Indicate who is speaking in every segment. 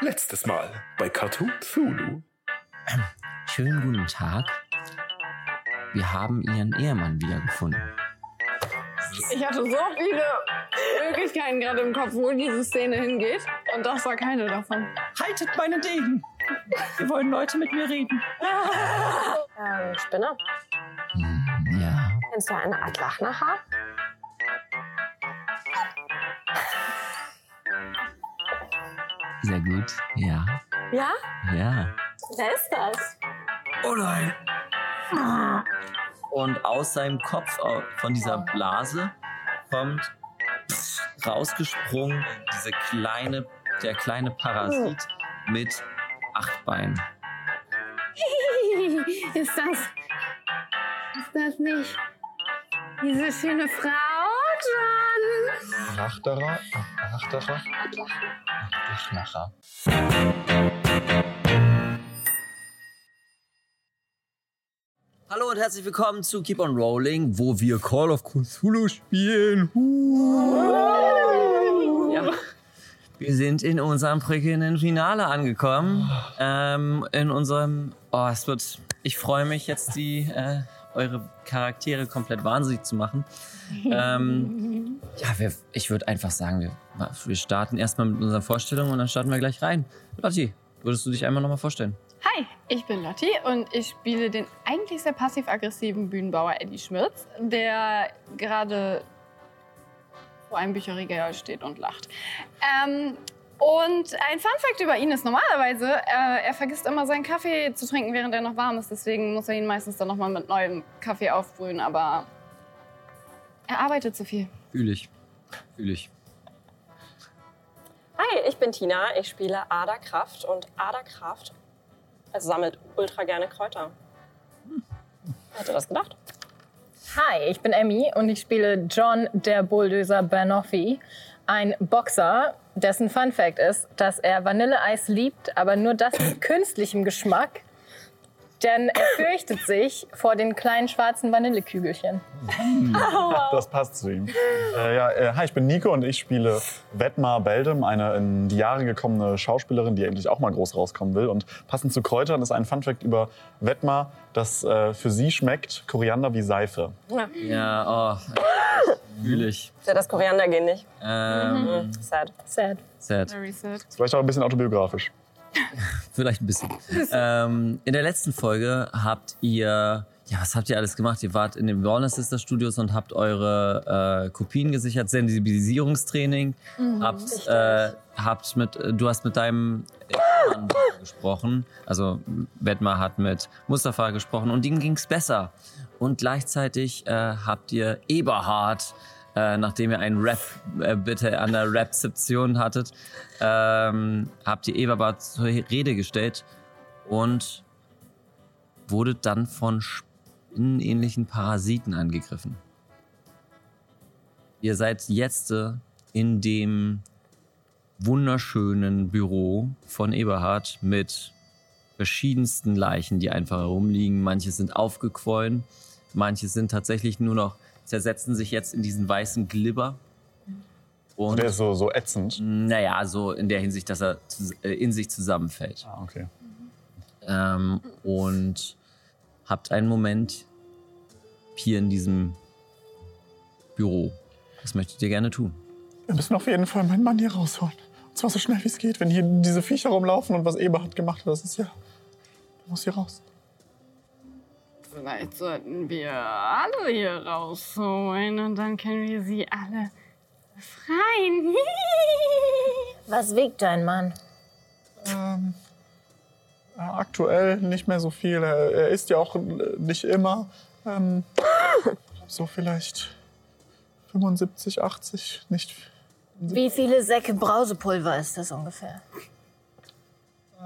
Speaker 1: Letztes Mal bei Cartoon Zulu.
Speaker 2: Schönen guten Tag. Wir haben Ihren Ehemann wiedergefunden.
Speaker 3: Ich hatte so viele Möglichkeiten gerade im Kopf, wo diese Szene hingeht. Und das war keine davon.
Speaker 4: Haltet meine Degen! Wir wollen Leute mit mir reden.
Speaker 5: Ähm, Spinne,
Speaker 2: Hm, Ja,
Speaker 5: kennst du eine Art Lachnacher?
Speaker 2: sehr gut. Ja,
Speaker 5: Ja?
Speaker 2: ja.
Speaker 5: Wer ist das?
Speaker 4: Oh nein!
Speaker 3: Ah.
Speaker 6: Und aus seinem Kopf, au- von dieser Blase, kommt pff, rausgesprungen diese kleine, der kleine Parasit mit acht Beinen.
Speaker 3: Ist das. Ist das nicht. Diese schöne Frau, John?
Speaker 7: Nachterer? Nachterer? Nachterer.
Speaker 6: Hallo und herzlich willkommen zu Keep on Rolling, wo wir Call of Cthulhu spielen. Huh. Ja. Wir sind in unserem prickelnden Finale angekommen. Ähm, in unserem, oh, es wird, ich freue mich jetzt, die, äh, eure Charaktere komplett wahnsinnig zu machen. Ähm, ja, wir, ich würde einfach sagen, wir, wir starten erstmal mit unseren Vorstellungen und dann starten wir gleich rein. Lotti, würdest du dich einmal nochmal vorstellen?
Speaker 3: Hi, ich bin Lotti und ich spiele den eigentlich sehr passiv-aggressiven Bühnenbauer Eddie Schmirz, der gerade vor einem Bücherregal steht und lacht. Ähm, und ein Funfact über ihn ist normalerweise, äh, er vergisst immer seinen Kaffee zu trinken, während er noch warm ist. Deswegen muss er ihn meistens dann nochmal mit neuem Kaffee aufbrühen, aber er arbeitet zu viel.
Speaker 6: Fühl ich. Fühl ich.
Speaker 5: Hi, ich bin Tina. Ich spiele Ada Kraft und Ada Kraft also sammelt ultra gerne Kräuter. Wer hätte das gedacht?
Speaker 8: Hi, ich bin Emmy und ich spiele John der Bulldozer Banoffee, ein Boxer, dessen Fun Fact ist, dass er Vanilleeis liebt, aber nur das mit künstlichem Geschmack, denn er fürchtet sich vor den kleinen schwarzen Vanillekügelchen.
Speaker 7: Das passt zu ihm. Äh, ja, äh, hi, ich bin Nico und ich spiele Wetmar Beldem, eine in die Jahre gekommene Schauspielerin, die endlich auch mal groß rauskommen will. Und passend zu Kräutern ist ein Funfact über Wetmar, dass äh, für sie schmeckt Koriander wie Seife.
Speaker 6: Ja, oh, fühle ich.
Speaker 5: Ja, das Koriander gehen nicht.
Speaker 6: Ähm,
Speaker 5: Mhm. Sad.
Speaker 8: Sad.
Speaker 6: Sad.
Speaker 3: Very sad.
Speaker 7: Ist vielleicht auch ein bisschen autobiografisch.
Speaker 6: Vielleicht ein bisschen. ähm, in der letzten Folge habt ihr, ja, was habt ihr alles gemacht? Ihr wart in den Warner Sister Studios und habt eure äh, Kopien gesichert, Sensibilisierungstraining. habt, äh, habt mit, äh, du hast mit deinem Mann gesprochen. Also Wetmar hat mit Mustafa gesprochen und ihm ging's besser. Und gleichzeitig äh, habt ihr Eberhard, äh, nachdem ihr einen Rap äh, bitte an der Rezeption hattet, ähm, habt ihr Eberhard zur Rede gestellt und wurdet dann von spinnenähnlichen Parasiten angegriffen. Ihr seid jetzt äh, in dem wunderschönen Büro von Eberhard mit verschiedensten Leichen, die einfach herumliegen. Manche sind aufgequollen, manche sind tatsächlich nur noch, zersetzen sich jetzt in diesen weißen Glibber. Und
Speaker 7: Der ist so, so ätzend.
Speaker 6: naja, so in der Hinsicht, dass er zu- äh, in sich zusammenfällt.
Speaker 7: Ah, okay.
Speaker 6: Ähm, und habt einen Moment hier in diesem Büro. Was möchtet ihr gerne tun?
Speaker 7: Wir müssen auf jeden Fall meinen Mann hier rausholen. Und zwar so schnell wie es geht. Wenn hier diese Viecher rumlaufen und was Eberhard gemacht hat, das ist ja. Der muss hier raus.
Speaker 3: Vielleicht sollten wir alle hier rausholen und dann können wir sie alle befreien.
Speaker 8: Was wiegt dein Mann?
Speaker 7: Ähm, äh, aktuell nicht mehr so viel. Er, er ist ja auch äh, nicht immer. Ähm, so vielleicht 75, 80, nicht.
Speaker 8: Wie viele Säcke Brausepulver ist das ungefähr?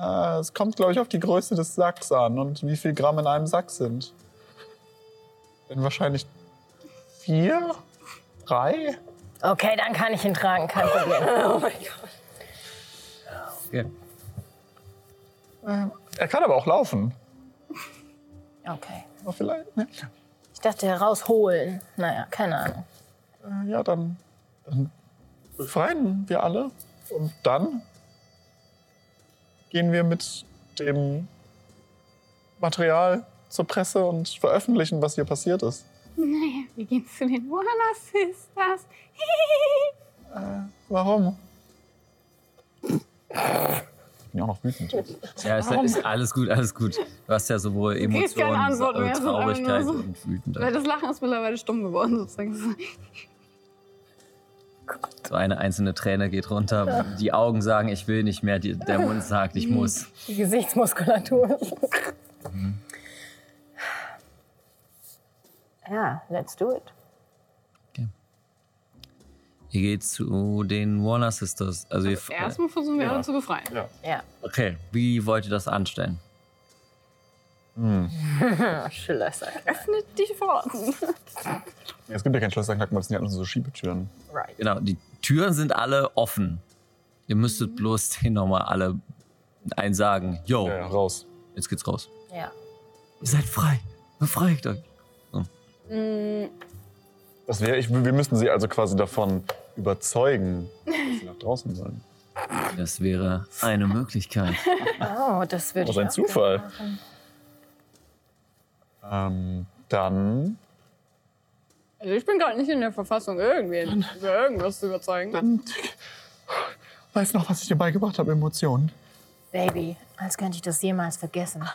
Speaker 7: Äh, es kommt, glaube ich, auf die Größe des Sacks an und wie viel Gramm in einem Sack sind. Denn wahrscheinlich vier? Drei?
Speaker 8: Okay, dann kann ich ihn tragen, kein Problem.
Speaker 5: Oh mein Gott.
Speaker 7: Ähm, er kann aber auch laufen.
Speaker 8: Okay.
Speaker 7: Aber vielleicht. Ne?
Speaker 8: Ich dachte herausholen. Naja, keine Ahnung.
Speaker 7: Äh, ja, dann, dann befreien wir alle. Und dann gehen wir mit dem Material zur Presse und veröffentlichen, was hier passiert ist.
Speaker 3: Naja, wir gehen zu den Warner Sisters.
Speaker 7: Warum? Ich bin ja auch noch wütend.
Speaker 6: Ja, ist, ist alles gut, alles gut. Du hast ja sowohl
Speaker 3: kriegst keine
Speaker 6: Emotionen,
Speaker 3: Antwort mehr,
Speaker 6: äh,
Speaker 3: sondern einfach nur
Speaker 6: Traurigkeit
Speaker 3: so.
Speaker 6: und wütend.
Speaker 3: Weil das Lachen ist mittlerweile stumm geworden, sozusagen.
Speaker 6: So eine einzelne Träne geht runter. Die Augen sagen, ich will nicht mehr. Die, der Mund sagt,
Speaker 3: Mhm.
Speaker 6: ich muss.
Speaker 8: Die Gesichtsmuskulatur.
Speaker 9: Mhm. Ja, let's do it.
Speaker 6: Ihr geht zu den Warner Sisters. Also, ihr,
Speaker 3: Erstmal versuchen wir alle zu befreien.
Speaker 9: Ja,
Speaker 6: okay, wie wollt ihr das anstellen?
Speaker 9: Schlösser.
Speaker 3: Öffnet die Pforten.
Speaker 7: Es gibt ja keinen Schlösserknack, weil es sind ja nur so Schiebetüren.
Speaker 9: Right.
Speaker 6: Genau, die Türen sind alle offen. Ihr
Speaker 7: Mhm.
Speaker 6: müsstet bloß den nochmal alle einen sagen. Yo,
Speaker 7: Ja, ja, Oh, raus.
Speaker 6: jetzt geht's raus.
Speaker 9: Ja.
Speaker 6: Ihr seid frei. Befreit euch.
Speaker 7: Das wäre, ich, wir müssten sie also quasi davon überzeugen, dass sie nach draußen sollen.
Speaker 6: Das wäre eine Möglichkeit.
Speaker 9: Oh, das würde
Speaker 7: Was
Speaker 9: ich
Speaker 7: ein
Speaker 9: auch
Speaker 7: Zufall. Ähm, dann,
Speaker 3: Also ich bin gerade nicht in der Verfassung, irgendwen über irgendwas zu überzeugen.
Speaker 7: dann. Weißt du noch, was ich dir beigebracht habe? Emotionen.
Speaker 9: Baby, als könnte ich das jemals vergessen.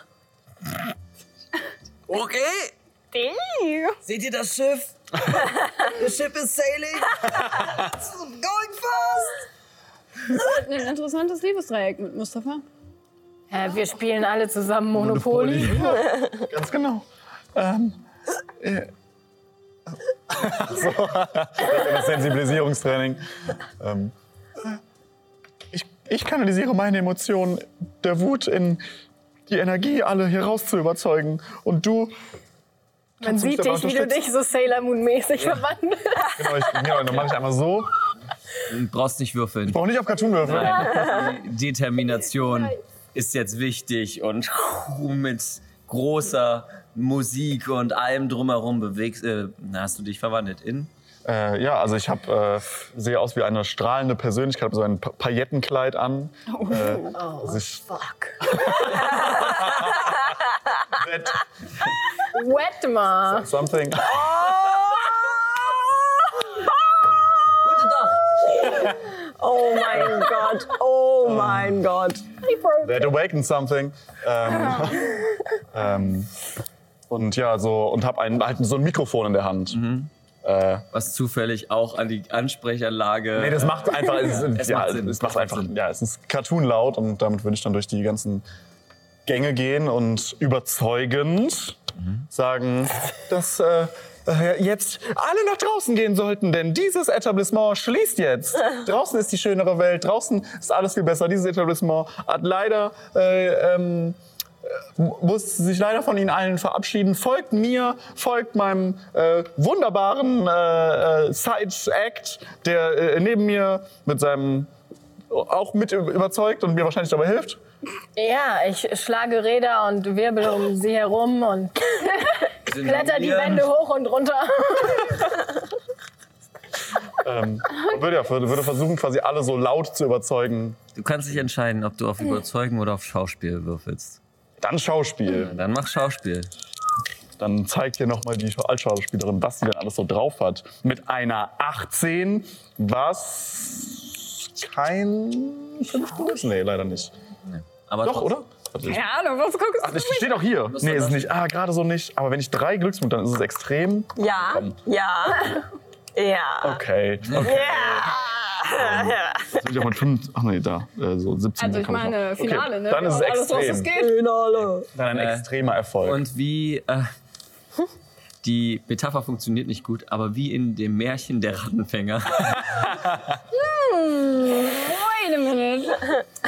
Speaker 6: Okay. Seht ihr das Schiff? The ship is sailing. Going fast.
Speaker 3: Ein interessantes Liebesdreieck mit Mustafa.
Speaker 8: Äh, wir spielen alle zusammen Monopoly.
Speaker 7: Ganz genau. Ähm, äh, so, das Sensibilisierungstraining. Ähm, äh, ich, ich kanalisiere meine Emotionen der Wut in die Energie, alle hier raus zu überzeugen. Und du.
Speaker 8: Man sieht dich, wie du dich so Sailor Moon-mäßig verwandelst.
Speaker 9: Ah,
Speaker 7: Genau, ich, genau, dann mache ich einmal so.
Speaker 6: Du brauchst nicht würfeln.
Speaker 7: Ich brauche nicht auf Cartoon würfeln.
Speaker 6: Die Determination ist jetzt wichtig und mit großer Musik und allem drumherum bewegst, äh, hast du dich verwandelt in.
Speaker 7: Äh, ja, also ich hab, äh, sehe aus wie eine strahlende Persönlichkeit, habe so ein Pa- Paillettenkleid an. Äh, also ich,
Speaker 9: Fuck.
Speaker 8: Wetma.
Speaker 7: something.
Speaker 5: Ah! Oh mein Gott, oh mein Gott.
Speaker 7: That awakens something. Ähm, ähm, und ja, so und habe ein, halt so ein Mikrofon in der Hand. Äh,
Speaker 6: Was zufällig auch an die Ansprechanlage.
Speaker 7: nee, das macht einfach. Es,
Speaker 6: Es
Speaker 7: es ja,
Speaker 6: macht Sinn.
Speaker 7: es
Speaker 6: Es macht
Speaker 7: macht einfach.
Speaker 6: Sinn.
Speaker 7: Ja, es ist Cartoon laut und damit würde ich dann durch die ganzen Gänge gehen und überzeugend sagen, dass äh, äh, jetzt alle nach draußen gehen sollten, denn dieses Etablissement schließt jetzt. Draußen ist die schönere Welt, draußen ist alles viel besser. Dieses Etablissement hat leider äh, ähm, muss sich leider von Ihnen allen verabschieden. Folgt mir, folgt meinem äh, wunderbaren äh, äh, Side-Act, der äh, neben mir mit seinem auch mit ü- überzeugt und mir wahrscheinlich dabei hilft.
Speaker 8: Ja, ich schlage Räder und wirbel um sie herum und kletter die Wände hoch und runter.
Speaker 7: Ähm, würde, ja, würde, würde versuchen, quasi alle so laut zu überzeugen.
Speaker 6: Du kannst dich entscheiden, ob du auf Überzeugen oder auf Schauspiel würfelst.
Speaker 7: Dann Schauspiel.
Speaker 6: Dann mach Schauspiel.
Speaker 7: Dann zeigt hier nochmal die Altschauspielerin, was sie denn alles so drauf hat. Mit einer 18, was kein fünften ist? Nee, leider nicht.
Speaker 6: Aber
Speaker 7: Doch,
Speaker 6: trotzdem-
Speaker 7: oder? Warte, ich-
Speaker 3: Keine Ahnung, was guckst
Speaker 7: Ach, das steht auch hier. Nee, ist es nicht. Ah, gerade so nicht. Aber wenn ich drei Glücksmut, dann ist es extrem.
Speaker 5: Ja, ja, ja.
Speaker 7: Okay. okay. Ähm, Sind ja mit fünf. Ach nee, da. Äh, so 17.
Speaker 3: Also ich
Speaker 7: kann
Speaker 3: meine,
Speaker 7: noch.
Speaker 3: Finale,
Speaker 7: okay.
Speaker 3: ne?
Speaker 7: Dann
Speaker 3: Wir
Speaker 7: ist es
Speaker 3: hauen alles raus,
Speaker 7: extrem.
Speaker 3: was geht.
Speaker 7: Dann ein
Speaker 6: Äh,
Speaker 7: extremer Erfolg.
Speaker 6: Und wie. Äh,
Speaker 7: Hm?
Speaker 6: die Metapher funktioniert nicht gut, aber wie in dem Märchen der Rattenfänger.
Speaker 3: Wait a minute.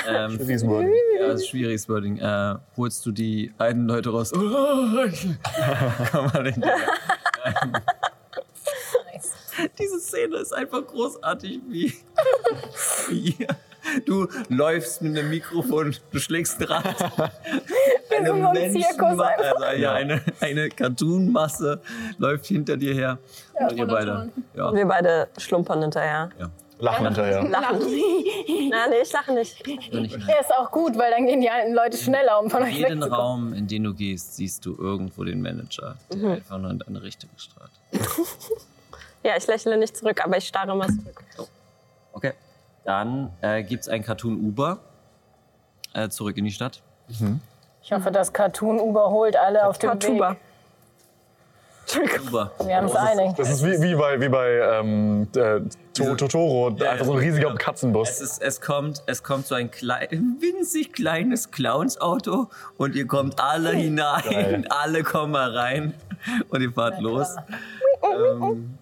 Speaker 6: ähm,
Speaker 7: Wie ist es wohl?
Speaker 6: ja, das ist schwieriges Wording. Äh, holst du die einen Leute raus? Komm mal hin. Diese Szene ist einfach großartig, wie, wie du läufst mit einem Mikrofon, du schlägst ein Rad. Eine,
Speaker 8: sind so ein Zirkus
Speaker 6: Menschenma-
Speaker 8: einfach.
Speaker 6: also eine, eine, eine Cartoon-Masse läuft hinter dir her. und ihr beide. Ja.
Speaker 5: Wir beide schlumpern hinterher.
Speaker 6: Ja.
Speaker 7: Lachen hinterher.
Speaker 5: Nein, nee, ich lache nicht.
Speaker 6: Also nicht
Speaker 8: Ja, ist auch gut, weil dann gehen die alten Leute schneller, um von euch
Speaker 6: jeden
Speaker 8: wegzukommen.
Speaker 6: Raum, in den du gehst, siehst du irgendwo den Manager, der einfach nur in deine Richtung strahlt.
Speaker 5: Ja, ich lächle nicht zurück, aber ich starre mal zurück.
Speaker 6: Okay. Dann äh, gibt es ein Cartoon Uber äh, zurück in die Stadt.
Speaker 8: Ich hoffe, das Cartoon Uber holt alle auf dem
Speaker 5: Cartuba.
Speaker 8: Weg.
Speaker 6: Uber.
Speaker 8: Wir haben es einig.
Speaker 7: Das ist wie, wie bei, wie bei ähm, äh, to Totoro,
Speaker 6: ja,
Speaker 7: einfach so ein riesiger
Speaker 6: genau. Es,
Speaker 7: Katzenbus.
Speaker 6: ist, es, kommt, es kommt so ein klein, winzig kleines Clownsauto und ihr kommt alle hinein,
Speaker 7: Geil.
Speaker 6: alle kommen mal rein und ihr fahrt los. Ähm,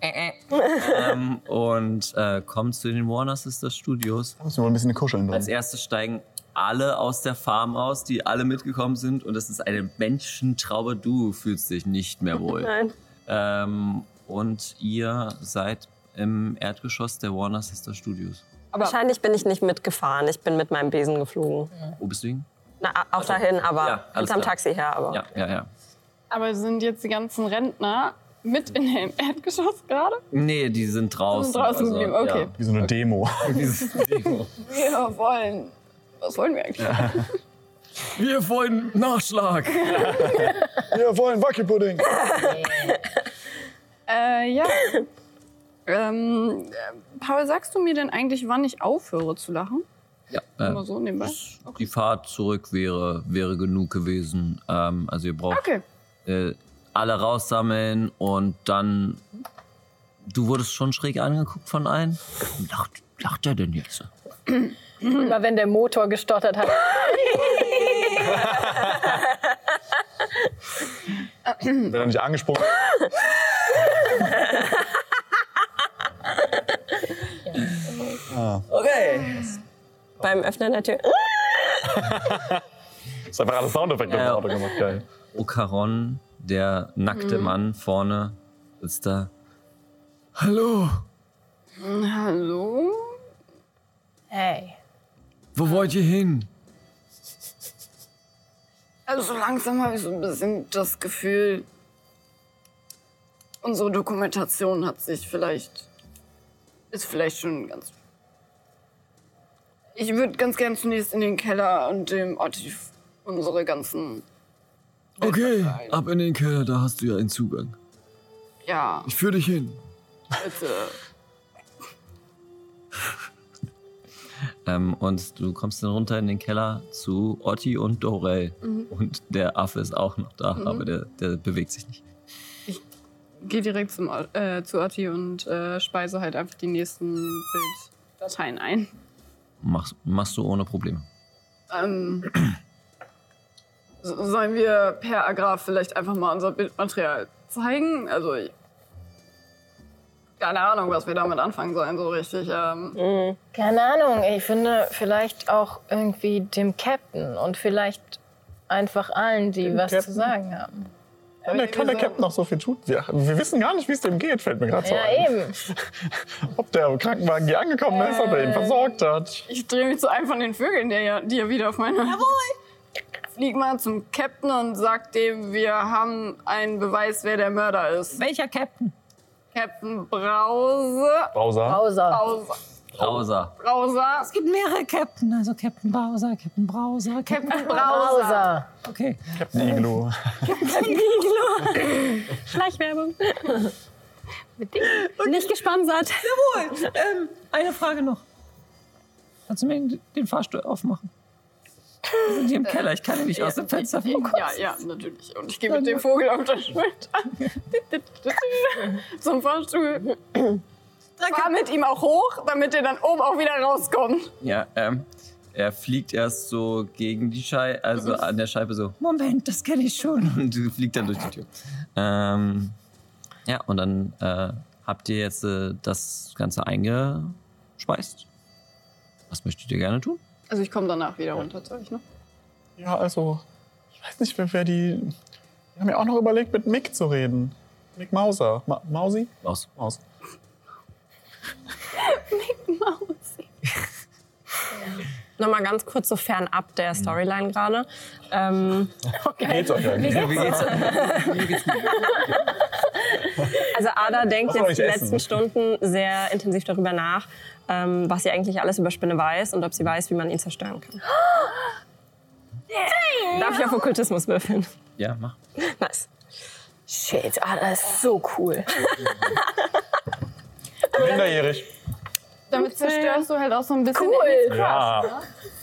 Speaker 6: äh, äh. ähm, und äh, kommt zu den Warner Sisters Studios.
Speaker 7: Da müssen wir wohl ein bisschen kuscheln drin.
Speaker 3: Hm.
Speaker 6: Als erstes steigen alle aus der Farm aus, die alle mitgekommen sind und es ist eine Menschentraube. Du fühlst dich nicht mehr wohl.
Speaker 5: Nein.
Speaker 6: Ähm, und ihr seid im Erdgeschoss der Warner Sisters Studios.
Speaker 5: Wahrscheinlich bin ich nicht mitgefahren. Ich bin mit meinem Besen geflogen.
Speaker 6: Wo bist du hin?
Speaker 5: Na, auch dahin, aber
Speaker 6: Also, ja, alles
Speaker 5: hinterm
Speaker 6: klar.
Speaker 5: Taxi her.
Speaker 3: Oh.
Speaker 5: Aber
Speaker 6: Ja, ja, ja.
Speaker 3: Aber sind jetzt die ganzen Rentner mit in dem Erdgeschoss gerade?
Speaker 6: Nee, die sind draußen. Also,
Speaker 3: sind draußen geblieben, okay.
Speaker 7: Wie so eine Demo.
Speaker 6: Ja. Dieses Demo.
Speaker 3: Wir wollen. Was wollen wir eigentlich?
Speaker 6: Wir wollen Nachschlag.
Speaker 7: Wir wollen Wackelpudding.
Speaker 3: Äh, ja. ähm, äh, Paul, sagst du mir denn eigentlich, wann ich aufhöre zu lachen?
Speaker 6: Ja,
Speaker 3: Immer
Speaker 6: äh,
Speaker 3: so nebenbei.
Speaker 6: die Fahrt zurück wäre, wäre genug gewesen. Ähm, also ihr braucht
Speaker 3: Okay.
Speaker 6: äh, alle raussammeln und dann. Du wurdest schon schräg angeguckt von allen. Lacht, lacht der denn jetzt?
Speaker 8: Immer wenn der Motor gestottert hat.
Speaker 7: Wenn er nicht angesprungen
Speaker 5: beim Öffnen der Tür. Äh,
Speaker 7: ist einfach alle Soundeffekte
Speaker 6: Ja.
Speaker 7: im Auto gemacht. Geil.
Speaker 6: Ocaron, der nackte Mann vorne, sitzt da. Hallo,
Speaker 3: Hallo?
Speaker 10: Hey.
Speaker 6: wo wollt ihr hin?
Speaker 3: Also so langsam habe ich so ein bisschen das Gefühl, unsere Dokumentation hat sich vielleicht. ist vielleicht schon ganz. Ich würde ganz gern zunächst in den Keller und dem Otif unsere ganzen.
Speaker 6: Okay, ab in den Keller, da hast du ja einen Zugang.
Speaker 3: Ja,
Speaker 6: Ich führe dich hin.
Speaker 3: bitte.
Speaker 6: Ähm, und du kommst dann runter in den Keller zu Otti und Dorel. Und der Affe ist auch noch da, aber der, der bewegt sich nicht.
Speaker 3: Geh direkt zum, O- äh, zu Otti und äh, speise halt einfach die nächsten Bilddateien ein.
Speaker 6: Machst, machst du ohne Probleme.
Speaker 3: Ähm, so- sollen wir per Agraf vielleicht einfach mal unser Bildmaterial zeigen? Also, ich, keine Ahnung, was wir damit anfangen sollen, so richtig. Ähm,
Speaker 8: Keine Ahnung, ich finde vielleicht auch irgendwie dem Captain und vielleicht einfach allen, die was zu
Speaker 7: Captain?
Speaker 8: sagen haben.
Speaker 7: Kann der, kann der Captain noch so viel tun? Wir, wir wissen gar nicht, wie es dem geht, fällt mir gerade so
Speaker 8: Ja,
Speaker 7: ein.
Speaker 8: eben.
Speaker 7: Ob der Krankenwagen hier angekommen ist, ob er ihn versorgt hat.
Speaker 3: ich drehe mich zu einem von den Vögeln, der ja, die ja wieder auf meine. Flieg mal zum Captain und sag dem, wir haben einen Beweis, wer der Mörder ist.
Speaker 11: Welcher Captain?
Speaker 3: Captain Brause.
Speaker 7: Bowser.
Speaker 8: Pauser.
Speaker 3: Brause.
Speaker 6: Außer.
Speaker 3: Brause.
Speaker 11: Es gibt mehrere Captain, also Captain Bowser, Captain Browser, Captain.
Speaker 3: Captain Brause.
Speaker 8: Pauser.
Speaker 11: Okay.
Speaker 7: Captain Igloo.
Speaker 5: Schleichwerbung. Nicht gesponsert.
Speaker 11: Jawohl. Ähm, eine Frage noch. Kannst du Also mir den, den Fahrstuhl aufmachen? Wir sind hier im Keller, ich kann ihn nicht aus dem Fenster gucken.
Speaker 3: Ja, ja, natürlich. Und ich gehe mit dem Vogel auf der Schulter zum Fahrstuhl. Fahr mit ihm auch hoch, damit er dann oben auch wieder rauskommt.
Speaker 6: Ja, ähm, er fliegt erst so gegen die Scheibe, also an der Scheibe so.
Speaker 11: Moment, das kenne ich schon.
Speaker 6: Und fliegt dann durch die Tür. Ähm, ja, und dann äh, habt ihr jetzt äh, das Ganze eingespeist. Was möchtet ihr gerne tun?
Speaker 3: Also ich komme danach wieder runter zu euch, ne?
Speaker 7: Ja, also, ich weiß nicht, wer, wer die. Wir haben ja auch noch überlegt, mit Mick zu reden. Mick Mauser. Ma Mausi?
Speaker 6: Aus.
Speaker 7: Maus.
Speaker 5: Nochmal ganz kurz so fernab
Speaker 6: Mhm.
Speaker 5: der Storyline gerade. Ähm,
Speaker 7: Geht's euch eigentlich?
Speaker 6: Wie geht's?
Speaker 5: Also Ada denkt
Speaker 7: soll
Speaker 5: jetzt
Speaker 7: ich
Speaker 5: die
Speaker 7: essen?
Speaker 5: letzten
Speaker 6: ne?
Speaker 5: Stunden sehr intensiv darüber nach, ähm, was sie eigentlich alles über Spinne weiß und ob sie weiß, wie man ihn zerstören kann. Darf ich auf Okkultismus würfeln?
Speaker 6: Ja, mach.
Speaker 5: Nice.
Speaker 8: Shit, ah, das ist so cool.
Speaker 7: Minderjährig.
Speaker 3: Damit zerstörst du halt auch so ein bisschen.
Speaker 8: Cool.
Speaker 7: Ja.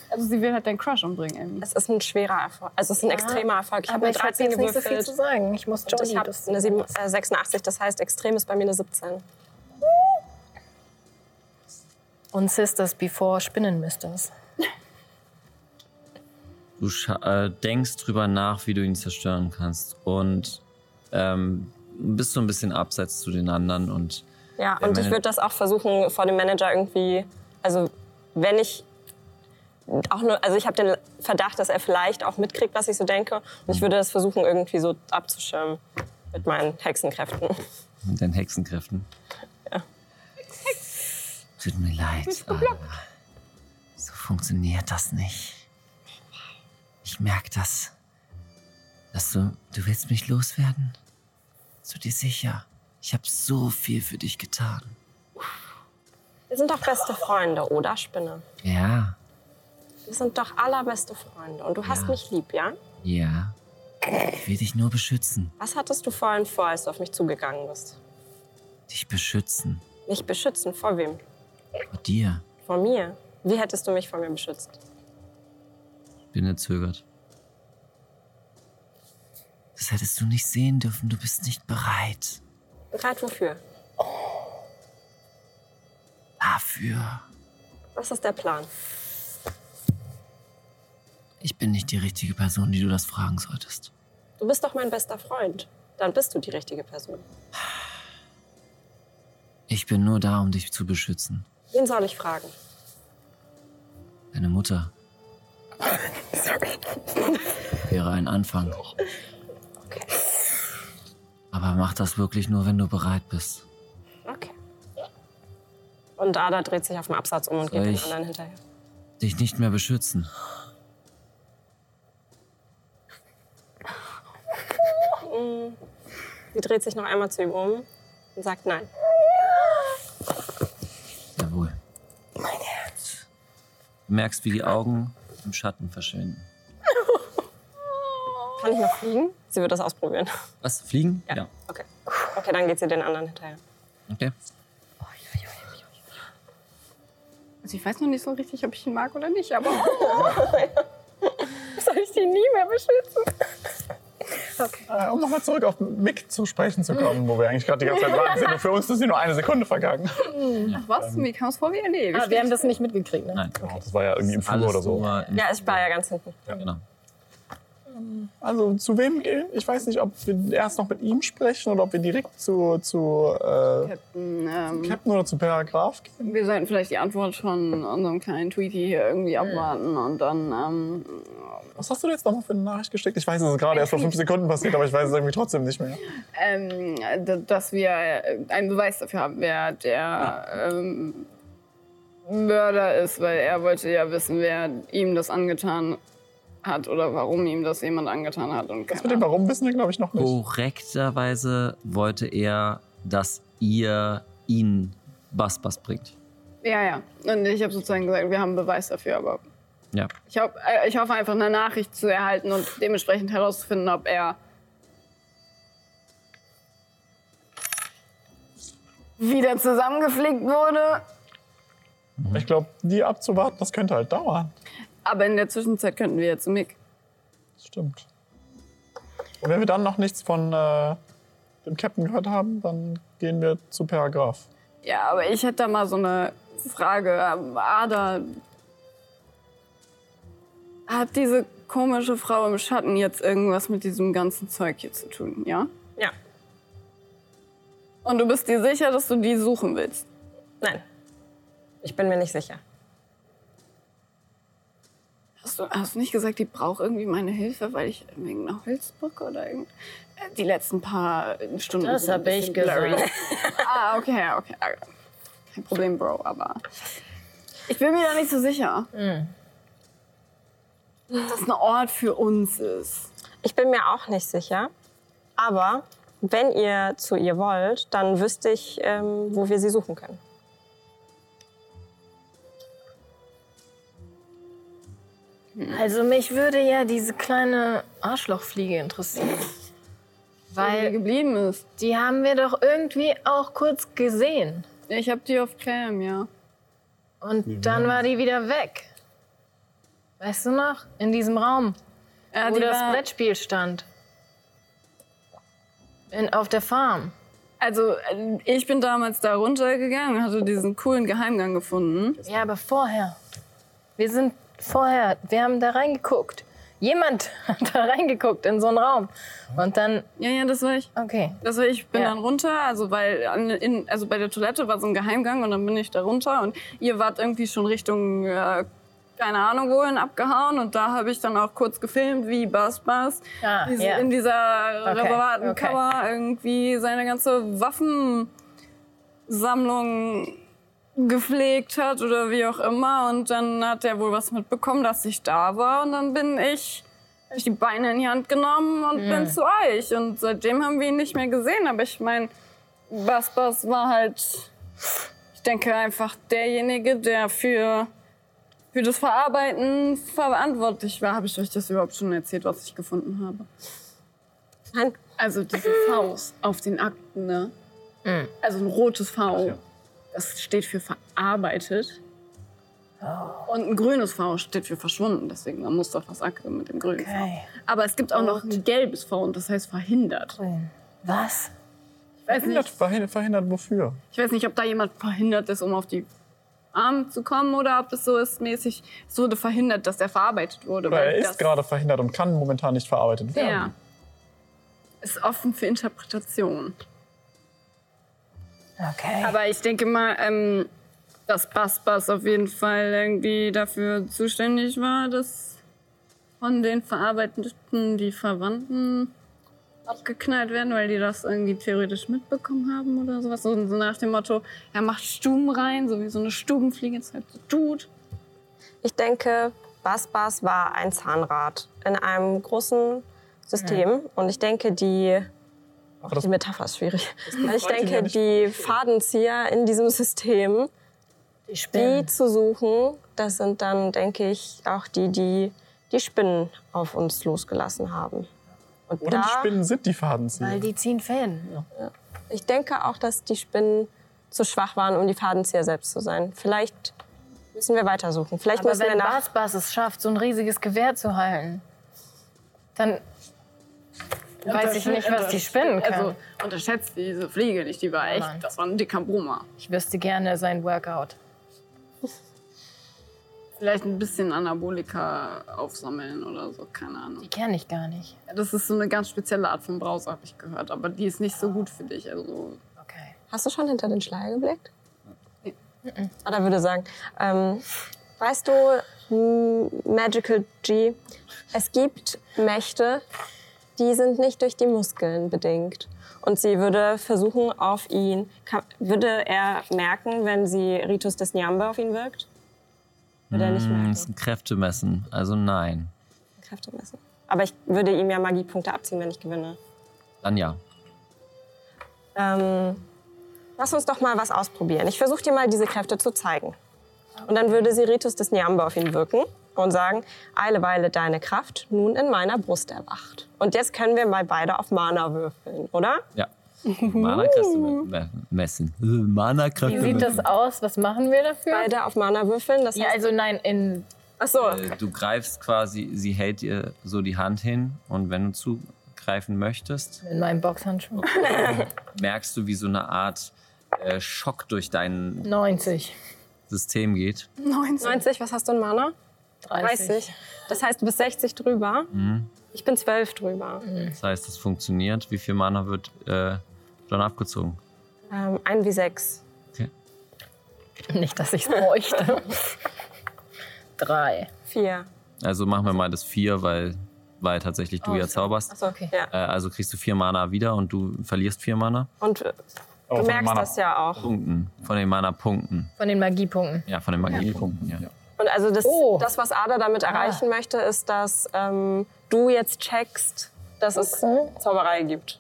Speaker 3: Also sie will halt deinen Crush umbringen, Amy.
Speaker 5: Es ist ein schwerer Erfolg. Also es ist ein extremer Erfolg. Ich habe
Speaker 8: Aber
Speaker 5: eine
Speaker 8: ich habe
Speaker 5: 13
Speaker 8: jetzt nicht so viel
Speaker 5: gewürfelt.
Speaker 8: zu sagen. Ich muss
Speaker 5: und
Speaker 8: Johnny
Speaker 5: ich habe
Speaker 8: das.
Speaker 5: eine sieben- äh, 86, das heißt, extrem ist bei mir eine 17.
Speaker 8: Und Sisters before Spinnenmisters.
Speaker 6: Du scha- äh, denkst drüber nach, wie du ihn zerstören kannst und ähm, bist so ein bisschen abseits zu den anderen und
Speaker 5: Ja,
Speaker 6: Der
Speaker 5: und ich
Speaker 6: Mana-
Speaker 5: würde das auch versuchen, vor dem Manager irgendwie, also wenn ich auch nur, also ich habe den Verdacht, dass er vielleicht auch mitkriegt, was ich so denke. Und ich würde das versuchen, irgendwie so abzuschirmen mit meinen Hexenkräften.
Speaker 6: mit deinen Hexenkräften.
Speaker 5: Ja.
Speaker 6: Tut mir leid, aber so funktioniert das nicht. Ich merke das. Dass du, du willst mich loswerden? Bist du dir sicher? Ich habe so viel für dich getan.
Speaker 5: Wir sind doch beste Freunde, oder Spinne?
Speaker 6: Ja,
Speaker 5: Wir sind doch allerbeste Freunde. Und du hast
Speaker 6: Ja.
Speaker 5: mich lieb, ja?
Speaker 6: ja. Ich will dich nur beschützen.
Speaker 5: Was hattest du vorhin vor, als du auf mich zugegangen bist?
Speaker 6: Dich beschützen.
Speaker 5: Mich beschützen, vor wem?
Speaker 6: Vor dir.
Speaker 5: Vor mir. Wie hättest du mich vor mir beschützt?
Speaker 6: Bin erzögert. Das hättest du nicht sehen dürfen. Du bist nicht bereit
Speaker 5: Bereit wofür?
Speaker 6: dafür.
Speaker 5: Was ist der Plan?
Speaker 6: Ich bin nicht die richtige Person, die du das fragen solltest.
Speaker 5: Du bist doch mein bester Freund. Dann bist du die richtige Person.
Speaker 6: Ich bin nur da, um dich zu beschützen.
Speaker 5: Wen soll ich fragen?
Speaker 6: Deine Mutter. Wäre ein Anfang. Aber mach das wirklich nur, wenn du bereit bist.
Speaker 5: Okay. Und Ada dreht sich auf dem Absatz um und
Speaker 6: Soll
Speaker 5: geht den
Speaker 6: ich-
Speaker 5: anderen hinterher.
Speaker 6: Dich nicht mehr beschützen.
Speaker 5: Sie dreht sich noch einmal zu ihm um und sagt nein.
Speaker 6: Jawohl. Mein Herz. Du merkst, wie die Augen im Schatten verschwinden.
Speaker 5: Kann ich noch fliegen? Sie wird das ausprobieren.
Speaker 6: Was? Fliegen?
Speaker 5: Okay. Okay, dann geht sie den anderen hinterher.
Speaker 6: Okay.
Speaker 3: Also ich weiß noch nicht so richtig, ob ich ihn mag oder nicht, aber
Speaker 8: Soll ich die nie mehr beschützen?
Speaker 7: Äh, Um nochmal zurück auf Mick zu sprechen zu kommen, wo wir eigentlich gerade die ganze Zeit waren. Sind nur für uns ist hier nur eine Sekunde vergangen.
Speaker 3: ach was, mir kam es vor wie ein Ewig.
Speaker 12: Ah, wir haben das nicht mitgekriegt, ne?
Speaker 6: Nein.
Speaker 7: Ja, das war ja irgendwie im Flur oder so.
Speaker 6: nur im-
Speaker 5: Ja, ich war ja ganz hinten.
Speaker 6: Genau.
Speaker 7: Also zu wem gehen? Ich weiß nicht, ob wir erst noch mit ihm sprechen oder ob wir direkt zu, zu äh,
Speaker 3: Captain, ähm,
Speaker 7: Captain oder zu Paragraph gehen.
Speaker 3: wir sollten vielleicht die Antwort von unserem kleinen Tweety hier irgendwie abwarten und dann ähm,
Speaker 7: Was hast du jetzt nochmal für eine Nachricht geschickt? Ich weiß, es ist gerade erst vor fünf Sekunden passiert, aber ich weiß es irgendwie trotzdem nicht mehr.
Speaker 3: ähm, d- dass wir äh, einen Beweis dafür haben, wer
Speaker 7: Ah.
Speaker 3: der ähm, Mörder ist, weil er wollte ja wissen, wer ihm das angetan hat oder warum ihm das jemand angetan hat. Und
Speaker 7: Das
Speaker 3: keine
Speaker 7: mit dem
Speaker 3: Ahnung.
Speaker 7: Warum wissen wir, glaube ich, noch nicht.
Speaker 6: Korrekterweise wollte er, dass ihr ihn was was bringt.
Speaker 3: ja, ja. Und ich habe sozusagen gesagt, wir haben einen Beweis dafür, aber
Speaker 6: Ja.
Speaker 3: ich, hab, äh, ich hoffe einfach eine Nachricht zu erhalten und dementsprechend herauszufinden, ob er
Speaker 8: Wieder zusammengepflegt wurde.
Speaker 7: Ich glaube, die abzuwarten, das könnte halt dauern.
Speaker 3: Aber in der Zwischenzeit könnten wir jetzt Mick.
Speaker 7: Das stimmt. Und wenn wir dann noch nichts von äh, dem Captain gehört haben, dann gehen wir zu Paragraph.
Speaker 3: Ja, aber ich hätte da mal so eine Frage. Ähm, Ada. Hat diese komische Frau im Schatten jetzt irgendwas mit diesem ganzen Zeug hier zu tun, ja?
Speaker 5: Ja.
Speaker 3: Und du bist dir sicher, dass du die suchen willst?
Speaker 5: Nein. Ich bin mir nicht sicher.
Speaker 3: Hast du, hast du nicht gesagt, die braucht irgendwie meine Hilfe, weil ich wegen einer Holzbrücke oder irgend... Äh, Die letzten paar Stunden.
Speaker 8: Das
Speaker 3: sind ein
Speaker 8: habe ich
Speaker 3: bisschen blurry.
Speaker 8: gesagt.
Speaker 3: Ah, okay, okay. Kein Problem, Bro, aber. Ich bin mir da nicht so sicher. Dass ein Ort für uns ist.
Speaker 5: Ich bin mir auch nicht sicher. Aber wenn ihr zu ihr wollt, dann wüsste ich, ähm, wo wir sie suchen können.
Speaker 8: Also mich würde ja diese kleine Arschlochfliege interessieren.
Speaker 3: Weil
Speaker 8: Weil
Speaker 3: geblieben ist.
Speaker 8: die haben wir doch irgendwie auch kurz gesehen.
Speaker 3: Ich habe die auf Cam, ja.
Speaker 8: Und dann war die wieder weg. Weißt du noch? In diesem Raum,
Speaker 3: ja
Speaker 8: wo
Speaker 3: die
Speaker 8: das
Speaker 3: war-
Speaker 8: Brettspiel stand. In, auf der Farm.
Speaker 3: Also äh, ich bin damals da runtergegangen, hatte diesen coolen Geheimgang gefunden.
Speaker 8: Ja, aber vorher. Wir sind vorher, wir haben da reingeguckt. Jemand hat da reingeguckt in so einen Raum. Und dann,
Speaker 3: Ja, ja, das war ich.
Speaker 8: okay.
Speaker 3: Das war ich bin
Speaker 8: Ja.
Speaker 3: dann runter, also weil an, in, also bei der Toilette war so ein Geheimgang und dann bin ich da runter und ihr wart irgendwie schon Richtung äh, keine Ahnung wohin abgehauen und da habe ich dann auch kurz gefilmt, wie Bas Bas
Speaker 8: Ah,
Speaker 3: diese,
Speaker 8: ja.
Speaker 3: in dieser
Speaker 8: Okay,
Speaker 3: Reparatenkammer irgendwie seine ganze Waffensammlung gepflegt hat oder wie auch immer und dann hat er wohl was mitbekommen, dass ich da war und dann bin ich hab ich die Beine in die Hand genommen und
Speaker 8: Mhm.
Speaker 3: bin zu euch und seitdem haben wir ihn nicht mehr gesehen, aber ich meine, Bas Bas war halt ich denke einfach derjenige, der für für das Verarbeiten verantwortlich war. Habe ich euch das überhaupt schon erzählt, was ich gefunden habe?
Speaker 5: Nein.
Speaker 3: Also diese Vs auf den Akten, ne? Also ein rotes V. Das steht für verarbeitet. Und ein grünes V steht für verschwunden. Deswegen, man muss doch was akten mit dem grünen
Speaker 8: Okay.
Speaker 3: V. Aber es gibt auch noch ein gelbes V und das heißt verhindert.
Speaker 8: Was?
Speaker 3: Ich weiß
Speaker 7: Verhindert,
Speaker 3: nicht,
Speaker 7: verhindert, verhindert wofür?
Speaker 3: ich weiß nicht ob da jemand verhindert ist, um auf die Arme zu kommen oder ob es so ist mäßig, es wurde verhindert, dass er verarbeitet wurde.
Speaker 7: Oder
Speaker 3: weil
Speaker 7: er
Speaker 3: das-
Speaker 7: ist gerade verhindert und kann momentan nicht verarbeitet werden.
Speaker 3: Ja. Ist offen für Interpretation.
Speaker 8: Okay.
Speaker 3: Aber ich denke mal, ähm, dass Bass Bass auf jeden Fall irgendwie dafür zuständig war, dass von den Verarbeiteten die Verwandten abgeknallt werden, weil die das irgendwie theoretisch mitbekommen haben oder sowas. So, so nach dem Motto, er macht Stuben rein, so wie so eine Stubenfliege es halt so tut.
Speaker 5: Ich denke, Bas Bas war ein Zahnrad in einem großen System. Und ich denke, die. Oh,
Speaker 7: das-
Speaker 5: die Metapher ist schwierig. Ich
Speaker 7: ihn
Speaker 5: denke,
Speaker 7: ja nicht.
Speaker 5: die Fadenzieher in diesem System,
Speaker 8: Die
Speaker 5: die zu suchen, das sind dann, denke ich, auch die, die die Spinnen auf uns losgelassen haben. Und
Speaker 7: Oder die
Speaker 5: da-
Speaker 7: Spinnen sind die Fadenzieher.
Speaker 8: Weil die ziehen Fäden.
Speaker 5: Ich denke auch, dass die Spinnen zu schwach waren, um die Fadenzieher selbst zu sein. Vielleicht müssen wir weitersuchen. Vielleicht
Speaker 8: Aber
Speaker 5: müssen wir
Speaker 8: wenn
Speaker 5: nach.
Speaker 8: Bas Bas es schafft, so ein riesiges Gewehr zu halten, dann weiß ich nicht, was die spinnen können.
Speaker 3: Also unterschätzt diese Fliege nicht, die war echt,
Speaker 8: Mann.
Speaker 3: das war ein dicker Brummer.
Speaker 8: ich wüsste gerne sein Workout.
Speaker 3: Vielleicht ein bisschen Anabolika aufsammeln oder so, keine Ahnung.
Speaker 8: Die kenne ich gar nicht.
Speaker 3: Das ist so eine ganz spezielle Art von Brause, habe ich gehört. Aber die ist nicht so gut für dich. Also,
Speaker 8: Okay.
Speaker 5: Hast du schon hinter den Schleier geblickt? Mhm. Oder würde sagen, ähm, weißt du, m- Magical G, es gibt Mächte, die sind nicht durch die Muskeln bedingt. Und sie würde versuchen, auf ihn, ka- würde er merken, wenn sie Ritus des Nyambe auf ihn wirkt? Würde er nicht
Speaker 6: Mm,
Speaker 13: Hm,
Speaker 5: merken.
Speaker 13: ist ein Kräftemessen, also nein.
Speaker 5: Kräfte messen. Aber ich würde ihm ja Magiepunkte abziehen, wenn ich gewinne.
Speaker 13: Dann ja.
Speaker 5: Ähm, lass uns doch mal was ausprobieren. Ich versuche dir mal diese Kräfte zu zeigen. Und dann würde sie Ritus des Niamba auf ihn wirken und sagen, eile Weile deine Kraft nun in meiner Brust erwacht. Und jetzt können wir mal beide auf Mana würfeln, oder?
Speaker 13: Ja. Mana-Kräftemessen.
Speaker 14: Wie sieht das
Speaker 13: Mana-Kräftemessen.
Speaker 14: aus? Was machen wir dafür?
Speaker 5: Beide auf Mana würfeln, das
Speaker 14: Ja,
Speaker 5: heißt,
Speaker 14: also nein, in
Speaker 5: ach so,
Speaker 13: Äh, Du greifst quasi, sie hält dir so die Hand hin und wenn du zugreifen möchtest,
Speaker 14: In meinem Boxhandschuh.
Speaker 13: merkst du, wie so eine Art äh, Schock durch dein
Speaker 14: 90.
Speaker 13: System geht.
Speaker 5: 90, was hast du in Mana?
Speaker 14: 30.
Speaker 5: 30. Das heißt, du bist 60 drüber.
Speaker 7: Mhm.
Speaker 5: Ich bin 12 drüber.
Speaker 13: Das heißt, es funktioniert. Wie viel Mana wird äh, dann abgezogen?
Speaker 5: Ähm, ein wie sechs.
Speaker 14: Nicht, dass ich es bräuchte. Drei.
Speaker 5: Vier.
Speaker 13: Also machen wir mal das 4, weil, weil tatsächlich du ja zauberst.
Speaker 5: Oh, Achso, okay. Ja.
Speaker 13: Äh, also kriegst du 4 Mana wieder und du verlierst 4 Mana.
Speaker 5: Und äh,
Speaker 7: Aber
Speaker 5: du
Speaker 7: von
Speaker 5: merkst
Speaker 7: Mana-
Speaker 5: das ja auch.
Speaker 13: Punkten. Von den Mana-Punkten.
Speaker 14: Von den Magiepunkten.
Speaker 13: Ja, von den Magie-Punkten. Ja.
Speaker 5: Und also das,
Speaker 14: Oh.
Speaker 5: das was Ada damit erreichen möchte, ist, dass ähm, du jetzt checkst, dass es Zauberei gibt.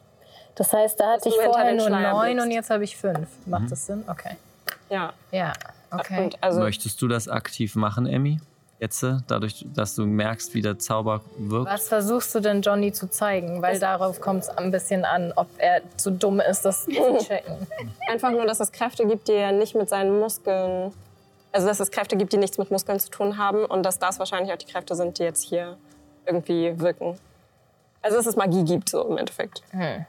Speaker 8: Das heißt, da hatte
Speaker 5: du
Speaker 8: ich
Speaker 5: hinter
Speaker 8: vorher
Speaker 5: den
Speaker 8: nur
Speaker 5: Schleier
Speaker 8: neun
Speaker 5: blickst.
Speaker 8: und jetzt habe ich fünf. Macht das Sinn? Okay.
Speaker 5: Ja.
Speaker 8: Ja, okay.
Speaker 5: Und also,
Speaker 6: Möchtest du das aktiv machen, Emmy? Jetzt, äh, dadurch, dass du merkst, wie der Zauber wirkt?
Speaker 8: Was versuchst du denn Johnny zu zeigen? Weil darauf kommt es ein bisschen an, ob er zu dumm ist, das zu checken.
Speaker 5: Einfach nur, dass es Kräfte gibt, die er nicht mit seinen Muskeln. Also, dass es Kräfte gibt, die nichts mit Muskeln zu tun haben und dass das wahrscheinlich auch die Kräfte sind, die jetzt hier irgendwie wirken. Also, dass es Magie gibt, so im Endeffekt.
Speaker 8: Hm.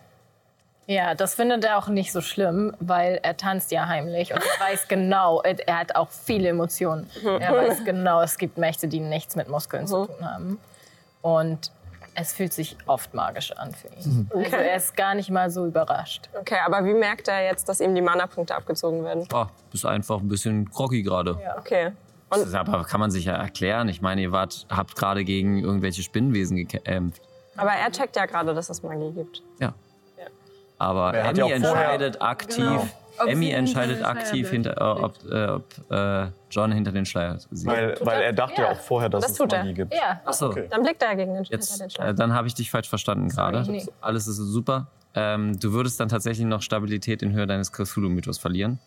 Speaker 8: Ja, das findet er auch nicht so schlimm, weil er tanzt ja heimlich und er weiß genau, er er hat auch viele Emotionen.
Speaker 5: Mhm.
Speaker 8: Er weiß genau, es gibt Mächte, die nichts mit Muskeln zu tun haben. Und es fühlt sich oft magisch an für
Speaker 5: Mhm.
Speaker 8: ihn. Also er ist gar nicht mal so überrascht.
Speaker 5: Okay, aber wie merkt er jetzt, dass ihm die Mana-Punkte abgezogen werden?
Speaker 6: Oh, bist einfach ein bisschen groggy gerade.
Speaker 5: Okay.
Speaker 6: Das ist aber kann man sich ja erklären. Ich meine, ihr wart, habt gerade gegen irgendwelche Spinnenwesen ähm, gekämpft.
Speaker 5: Aber er checkt ja gerade, dass es Magie gibt.
Speaker 6: Ja. Aber
Speaker 7: Er hat
Speaker 6: Emmy
Speaker 7: ja auch vorher-
Speaker 6: entscheidet aktiv,
Speaker 3: Ob sie
Speaker 6: Emmy
Speaker 3: hinter
Speaker 6: entscheidet
Speaker 3: den Schleier
Speaker 6: aktiv,
Speaker 3: bleibt.
Speaker 6: hinter, äh, ob, äh, ob äh, John hinter den Schleier sieht.
Speaker 7: Weil, weil er dachte ja auch vorher, dass
Speaker 5: Das
Speaker 7: es
Speaker 5: tut er.
Speaker 7: Magie gibt.
Speaker 8: Ja,
Speaker 6: Achso,
Speaker 7: Okay.
Speaker 5: Dann blickt er gegen den
Speaker 6: jetzt,
Speaker 5: hinter den Schleier.
Speaker 6: äh, dann habe ich dich falsch verstanden gerade.
Speaker 8: nee.
Speaker 6: Alles ist super. Ähm, du würdest dann tatsächlich noch Stabilität in Höhe deines Cthulhu-Mythos verlieren.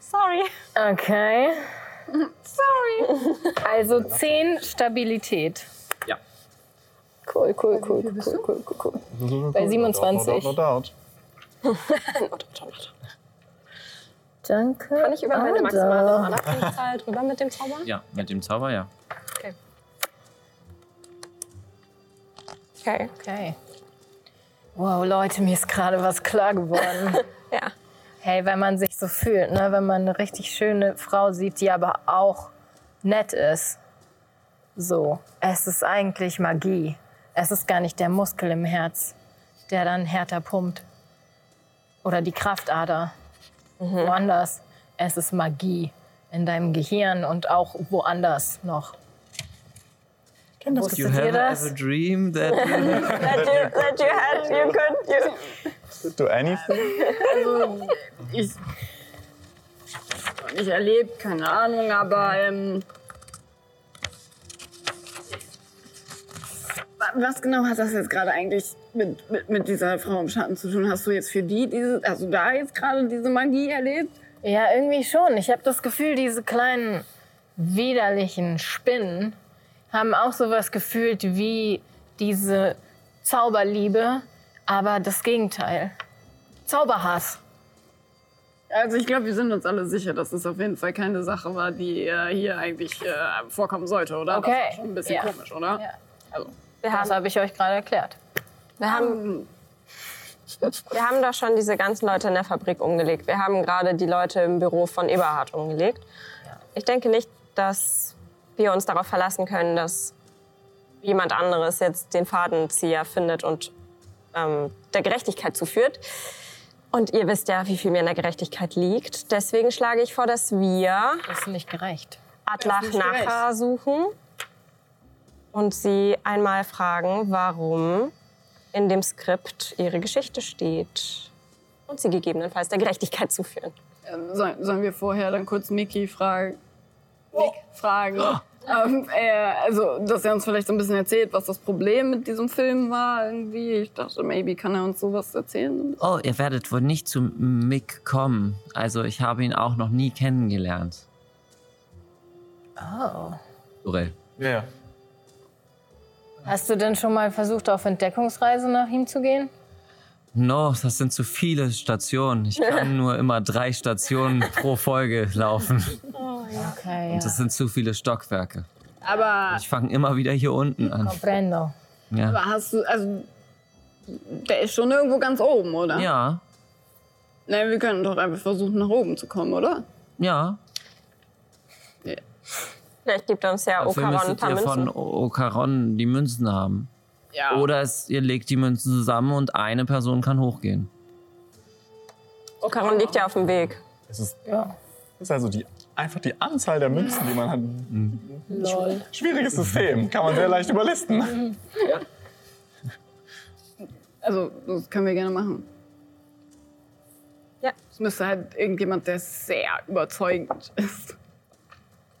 Speaker 5: Sorry.
Speaker 8: Okay. Sorry. Also 10 Stabilität.
Speaker 6: Ja.
Speaker 8: Cool, cool, cool, cool, cool, cool, cool. Bei 27.
Speaker 7: No doubt, no doubt.
Speaker 8: Danke.
Speaker 5: Kann ich über meine maximale Mana-Punktzahl drüber mit dem Zauber?
Speaker 6: Ja, mit dem Zauber, ja.
Speaker 5: Okay.
Speaker 8: Okay. Wow, Leute, mir ist gerade was klar geworden.
Speaker 5: Ja.
Speaker 8: hey, wenn man sich so fühlt, ne? wenn man eine richtig schöne Frau sieht, die aber auch nett ist. So, es ist eigentlich Magie. Es ist gar nicht der Muskel im Herz, der dann härter pumpt. Oder die Kraftader. Woanders. Es ist Magie in deinem Gehirn und auch woanders noch. Kennt das
Speaker 6: You have a dream that
Speaker 5: That you, that you had, you could, you.
Speaker 7: Do anything?
Speaker 3: Ich. Nicht erlebt, keine Ahnung, aber. Ähm, wa- was genau hat das jetzt gerade eigentlich mit, mit, mit dieser Frau im Schatten zu tun? Hast du jetzt für die diese. Hast du da jetzt gerade diese Magie erlebt?
Speaker 8: Ja, irgendwie schon. Ich habe das Gefühl, diese kleinen widerlichen Spinnen haben auch sowas gefühlt wie diese Zauberliebe, aber das Gegenteil. Zauberhass.
Speaker 3: Also, ich glaube, wir sind uns alle sicher, dass es auf jeden Fall keine Sache war, die äh, hier eigentlich äh, vorkommen sollte, oder? Das
Speaker 8: Okay.
Speaker 3: ist schon ein bisschen
Speaker 8: Ja.
Speaker 3: komisch, oder?
Speaker 8: Ja.
Speaker 3: Also,
Speaker 5: Wir
Speaker 8: Das
Speaker 5: haben,
Speaker 8: habe ich euch gerade erklärt.
Speaker 5: wir haben Wir haben doch schon diese ganzen Leute in der Fabrik umgelegt. Wir haben gerade die Leute im Büro von Eberhard umgelegt. Ich denke nicht, dass wir uns darauf verlassen können, dass jemand anderes jetzt den Fadenzieher findet und ähm, der Gerechtigkeit zuführt. Und ihr wisst ja, wie viel mir in der Gerechtigkeit liegt. Deswegen schlage ich vor, dass wir
Speaker 8: Das ist nicht gerecht.
Speaker 5: Adlach
Speaker 3: nicht gerecht.
Speaker 5: Naka suchen und sie einmal fragen, warum in dem Skript ihre Geschichte steht und sie gegebenenfalls der Gerechtigkeit zuführen.
Speaker 3: Ähm, soll- sollen wir vorher dann kurz Mickey fragen? Mick fragen. Ähm, er, also, dass er uns vielleicht so ein bisschen erzählt, was das Problem mit diesem Film war. Irgendwie. Ich dachte, maybe kann er uns sowas erzählen.
Speaker 15: Oh, ihr werdet wohl nicht zu Mick kommen. Also ich habe ihn auch noch nie kennengelernt.
Speaker 6: Lorel.
Speaker 7: Ja.
Speaker 8: Hast du denn schon mal versucht, auf Entdeckungsreise nach ihm zu gehen?
Speaker 6: No, das sind zu viele Stationen. Ich kann nur immer drei Stationen pro Folge laufen.
Speaker 8: Okay,
Speaker 6: Und das sind zu viele Stockwerke.
Speaker 3: Aber,
Speaker 6: Ich fange immer wieder hier unten an.
Speaker 8: Brendo.
Speaker 6: Ja.
Speaker 3: aber hast du. Also, der ist schon irgendwo ganz oben, oder?
Speaker 6: Ja,
Speaker 3: Nein, wir können doch einfach versuchen, nach oben zu kommen, oder?
Speaker 6: ja.
Speaker 5: Vielleicht gibt er uns ja
Speaker 6: Dafür
Speaker 5: Okaron ein
Speaker 6: müsstet
Speaker 5: paar
Speaker 6: ihr von
Speaker 5: Münzen.
Speaker 6: O- Okaron die Münzen haben.
Speaker 3: Ja.
Speaker 6: Oder es, ihr legt die Münzen zusammen und eine Person kann hochgehen.
Speaker 5: Okaron liegt ja auf dem Weg.
Speaker 7: Es ist,
Speaker 8: Ja.
Speaker 7: es ist also die, einfach die Anzahl der Münzen, die man hat. Schwieriges System, kann man sehr leicht überlisten.
Speaker 3: Also, das können wir gerne machen.
Speaker 5: Ja.
Speaker 3: Es müsste halt irgendjemand, der sehr überzeugend ist.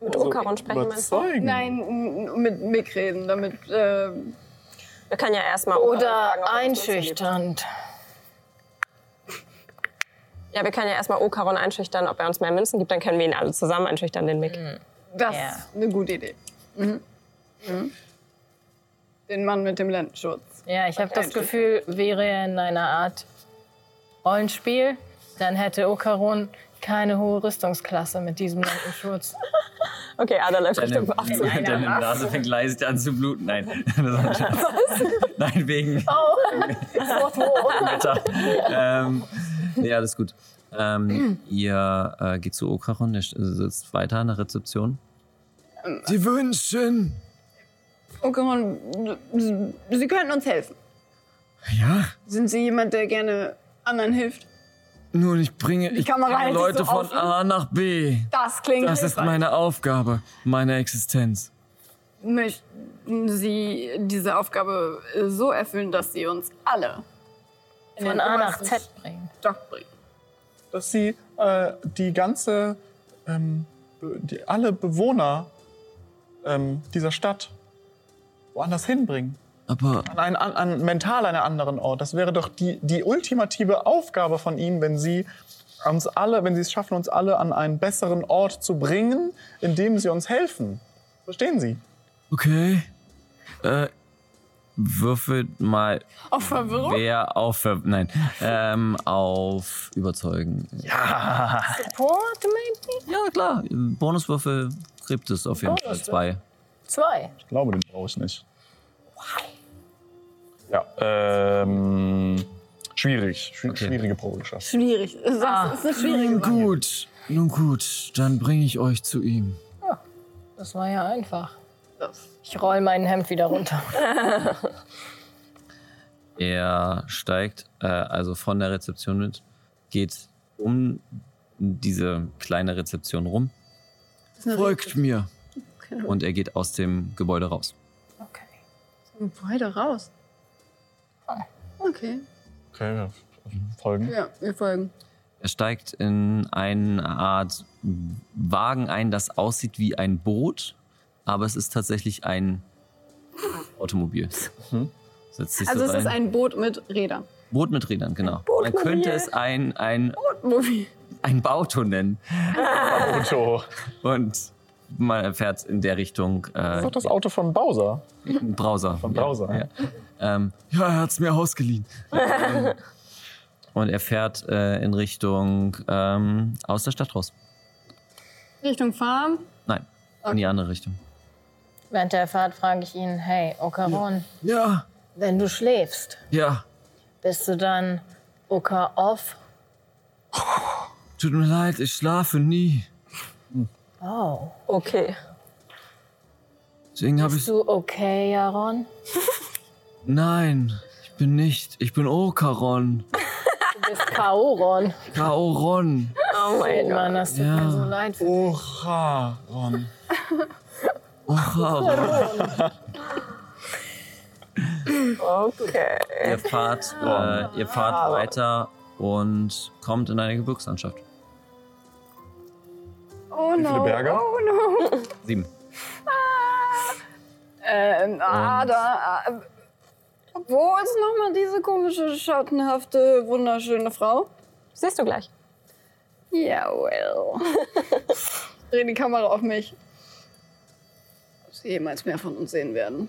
Speaker 7: Also,
Speaker 5: Mit Okaron sprechen wir.
Speaker 7: Überzeugen.
Speaker 3: Nein, n- mit Mick reden, damit. ähm,
Speaker 5: Wir können ja erstmal.
Speaker 16: Oder einschüchternd.
Speaker 5: Ja, wir können ja erstmal Okaron einschüchtern, ob er uns mehr Münzen gibt, dann können wir ihn alle zusammen einschüchtern, den Mick.
Speaker 3: Das ist eine gute Idee. Mhm. Mhm. Den Mann mit dem Lendenschutz.
Speaker 8: Ja, ich habe
Speaker 3: Okay,
Speaker 8: das Gefühl, wäre er in einer Art Rollenspiel, dann hätte Okaron keine hohe Rüstungsklasse mit diesem Lendenschutz.
Speaker 5: Okay, Ada läuft
Speaker 6: Deine,
Speaker 5: bestimmt auf zu.
Speaker 6: deine Nase fängt leise an zu bluten. Nein, das war ein Scherz. Nein wegen Wetter. Ähm, nee, alles gut. Ähm, ihr äh, geht zu Okaron, der sitzt weiter an der Rezeption.
Speaker 17: Sie wünschen.
Speaker 3: Okaron, Sie könnten uns helfen.
Speaker 17: Ja,
Speaker 3: Sind Sie jemand, der gerne anderen hilft?
Speaker 17: nun, ich bringe ich
Speaker 3: Kamera
Speaker 17: bringe
Speaker 3: hält sich
Speaker 17: Leute
Speaker 3: so
Speaker 17: von
Speaker 3: offen.
Speaker 17: A nach B.
Speaker 3: Das klingt
Speaker 17: Das ist
Speaker 3: hilfreich.
Speaker 17: meine Aufgabe, meine Existenz.
Speaker 3: Möchten Sie diese Aufgabe äh, so erfüllen, dass Sie uns alle in
Speaker 8: Von
Speaker 3: den
Speaker 8: A nach
Speaker 3: obersten
Speaker 8: Z bringen.
Speaker 3: Stock bringen?
Speaker 7: Dass sie äh, die ganze, ähm, be- die, alle Bewohner ähm, dieser Stadt woanders hinbringen.
Speaker 6: Aber
Speaker 7: An einen, an, an, mental an einen anderen Ort. Das wäre doch die, die ultimative Aufgabe von ihnen, wenn sie uns alle, wenn sie es schaffen, uns alle an einen besseren Ort zu bringen, indem sie uns helfen. Verstehen Sie?
Speaker 6: okay. Äh, würfelt mal
Speaker 3: Auf Verwirrung?
Speaker 6: wer auf Ver nein ähm, auf überzeugen.
Speaker 8: Support maybe?
Speaker 6: Ja klar, Bonuswürfel kriegt es auf jeden Fall zwei.
Speaker 8: Zwei.
Speaker 7: Ich glaube, den brauche ich nicht. Ja, ähm, schwierig. Schwi- Schwierige Probe geschafft.
Speaker 3: Schwierig. Das ist eine schwierige
Speaker 17: Nun
Speaker 3: Sache.
Speaker 17: gut, nun gut, dann bringe ich euch zu ihm.
Speaker 8: Das war ja einfach.
Speaker 3: Das-
Speaker 8: Ich roll mein Hemd wieder runter.
Speaker 6: Er steigt äh, also von der Rezeption mit, geht um diese kleine Rezeption rum
Speaker 17: Folgt mir.
Speaker 6: und er geht aus dem Gebäude raus.
Speaker 8: Okay.
Speaker 3: Weiter raus. Okay.
Speaker 7: Okay, wir folgen.
Speaker 3: Ja, wir folgen.
Speaker 6: Er steigt in eine Art Wagen ein, das aussieht wie ein Boot, aber es ist tatsächlich ein Automobil. Setzt sich
Speaker 3: Also
Speaker 6: so
Speaker 3: es ist
Speaker 6: rein.
Speaker 3: ein Boot mit Rädern.
Speaker 6: Boot mit Rädern, genau. Man könnte es ein, ein,
Speaker 3: Movie.
Speaker 6: ein Bauto nennen.
Speaker 7: Auto.
Speaker 6: Und man fährt in der Richtung
Speaker 7: Das ist
Speaker 6: äh,
Speaker 7: doch das Auto von Bowser.
Speaker 6: Browser.
Speaker 7: Von Browser.
Speaker 6: Ja, ja. Ähm,
Speaker 17: Ja, er hat's mir ausgeliehen.
Speaker 6: Und er fährt äh, in Richtung ähm, aus der Stadt raus.
Speaker 3: Richtung Farm.
Speaker 6: Nein, in die andere Richtung.
Speaker 8: Während der Fahrt frage ich ihn, hey, Okaron,
Speaker 17: Ja,
Speaker 8: wenn du schläfst,
Speaker 17: ja,
Speaker 8: bist du dann Oka off?
Speaker 17: tut mir leid, ich schlafe nie.
Speaker 8: Oh.
Speaker 5: Okay.
Speaker 17: Deswegen habe ich.
Speaker 8: Bist du okay, Jaron?
Speaker 17: Nein, ich bin nicht. Ich bin Okaron.
Speaker 8: Du bist Kaoron.
Speaker 17: Kaoron.
Speaker 5: Oh mein Gott.
Speaker 8: Mann, das tut mir so leid.
Speaker 7: Oh. Oha, Ron.
Speaker 17: Okaron.
Speaker 5: Okay.
Speaker 6: Ihr fahrt, äh, ihr fahrt weiter und kommt in eine Gebirgslandschaft.
Speaker 3: Oh
Speaker 7: Wie viele
Speaker 3: no.
Speaker 7: Berge?
Speaker 3: Oh no.
Speaker 6: Sieben.
Speaker 3: Ähm, ah, da. ah, Wo ist nochmal diese komische, schattenhafte, wunderschöne Frau?
Speaker 5: Siehst du gleich.
Speaker 3: Ja, well. Dreh die Kamera auf mich. Ob sie jemals mehr von uns sehen werden.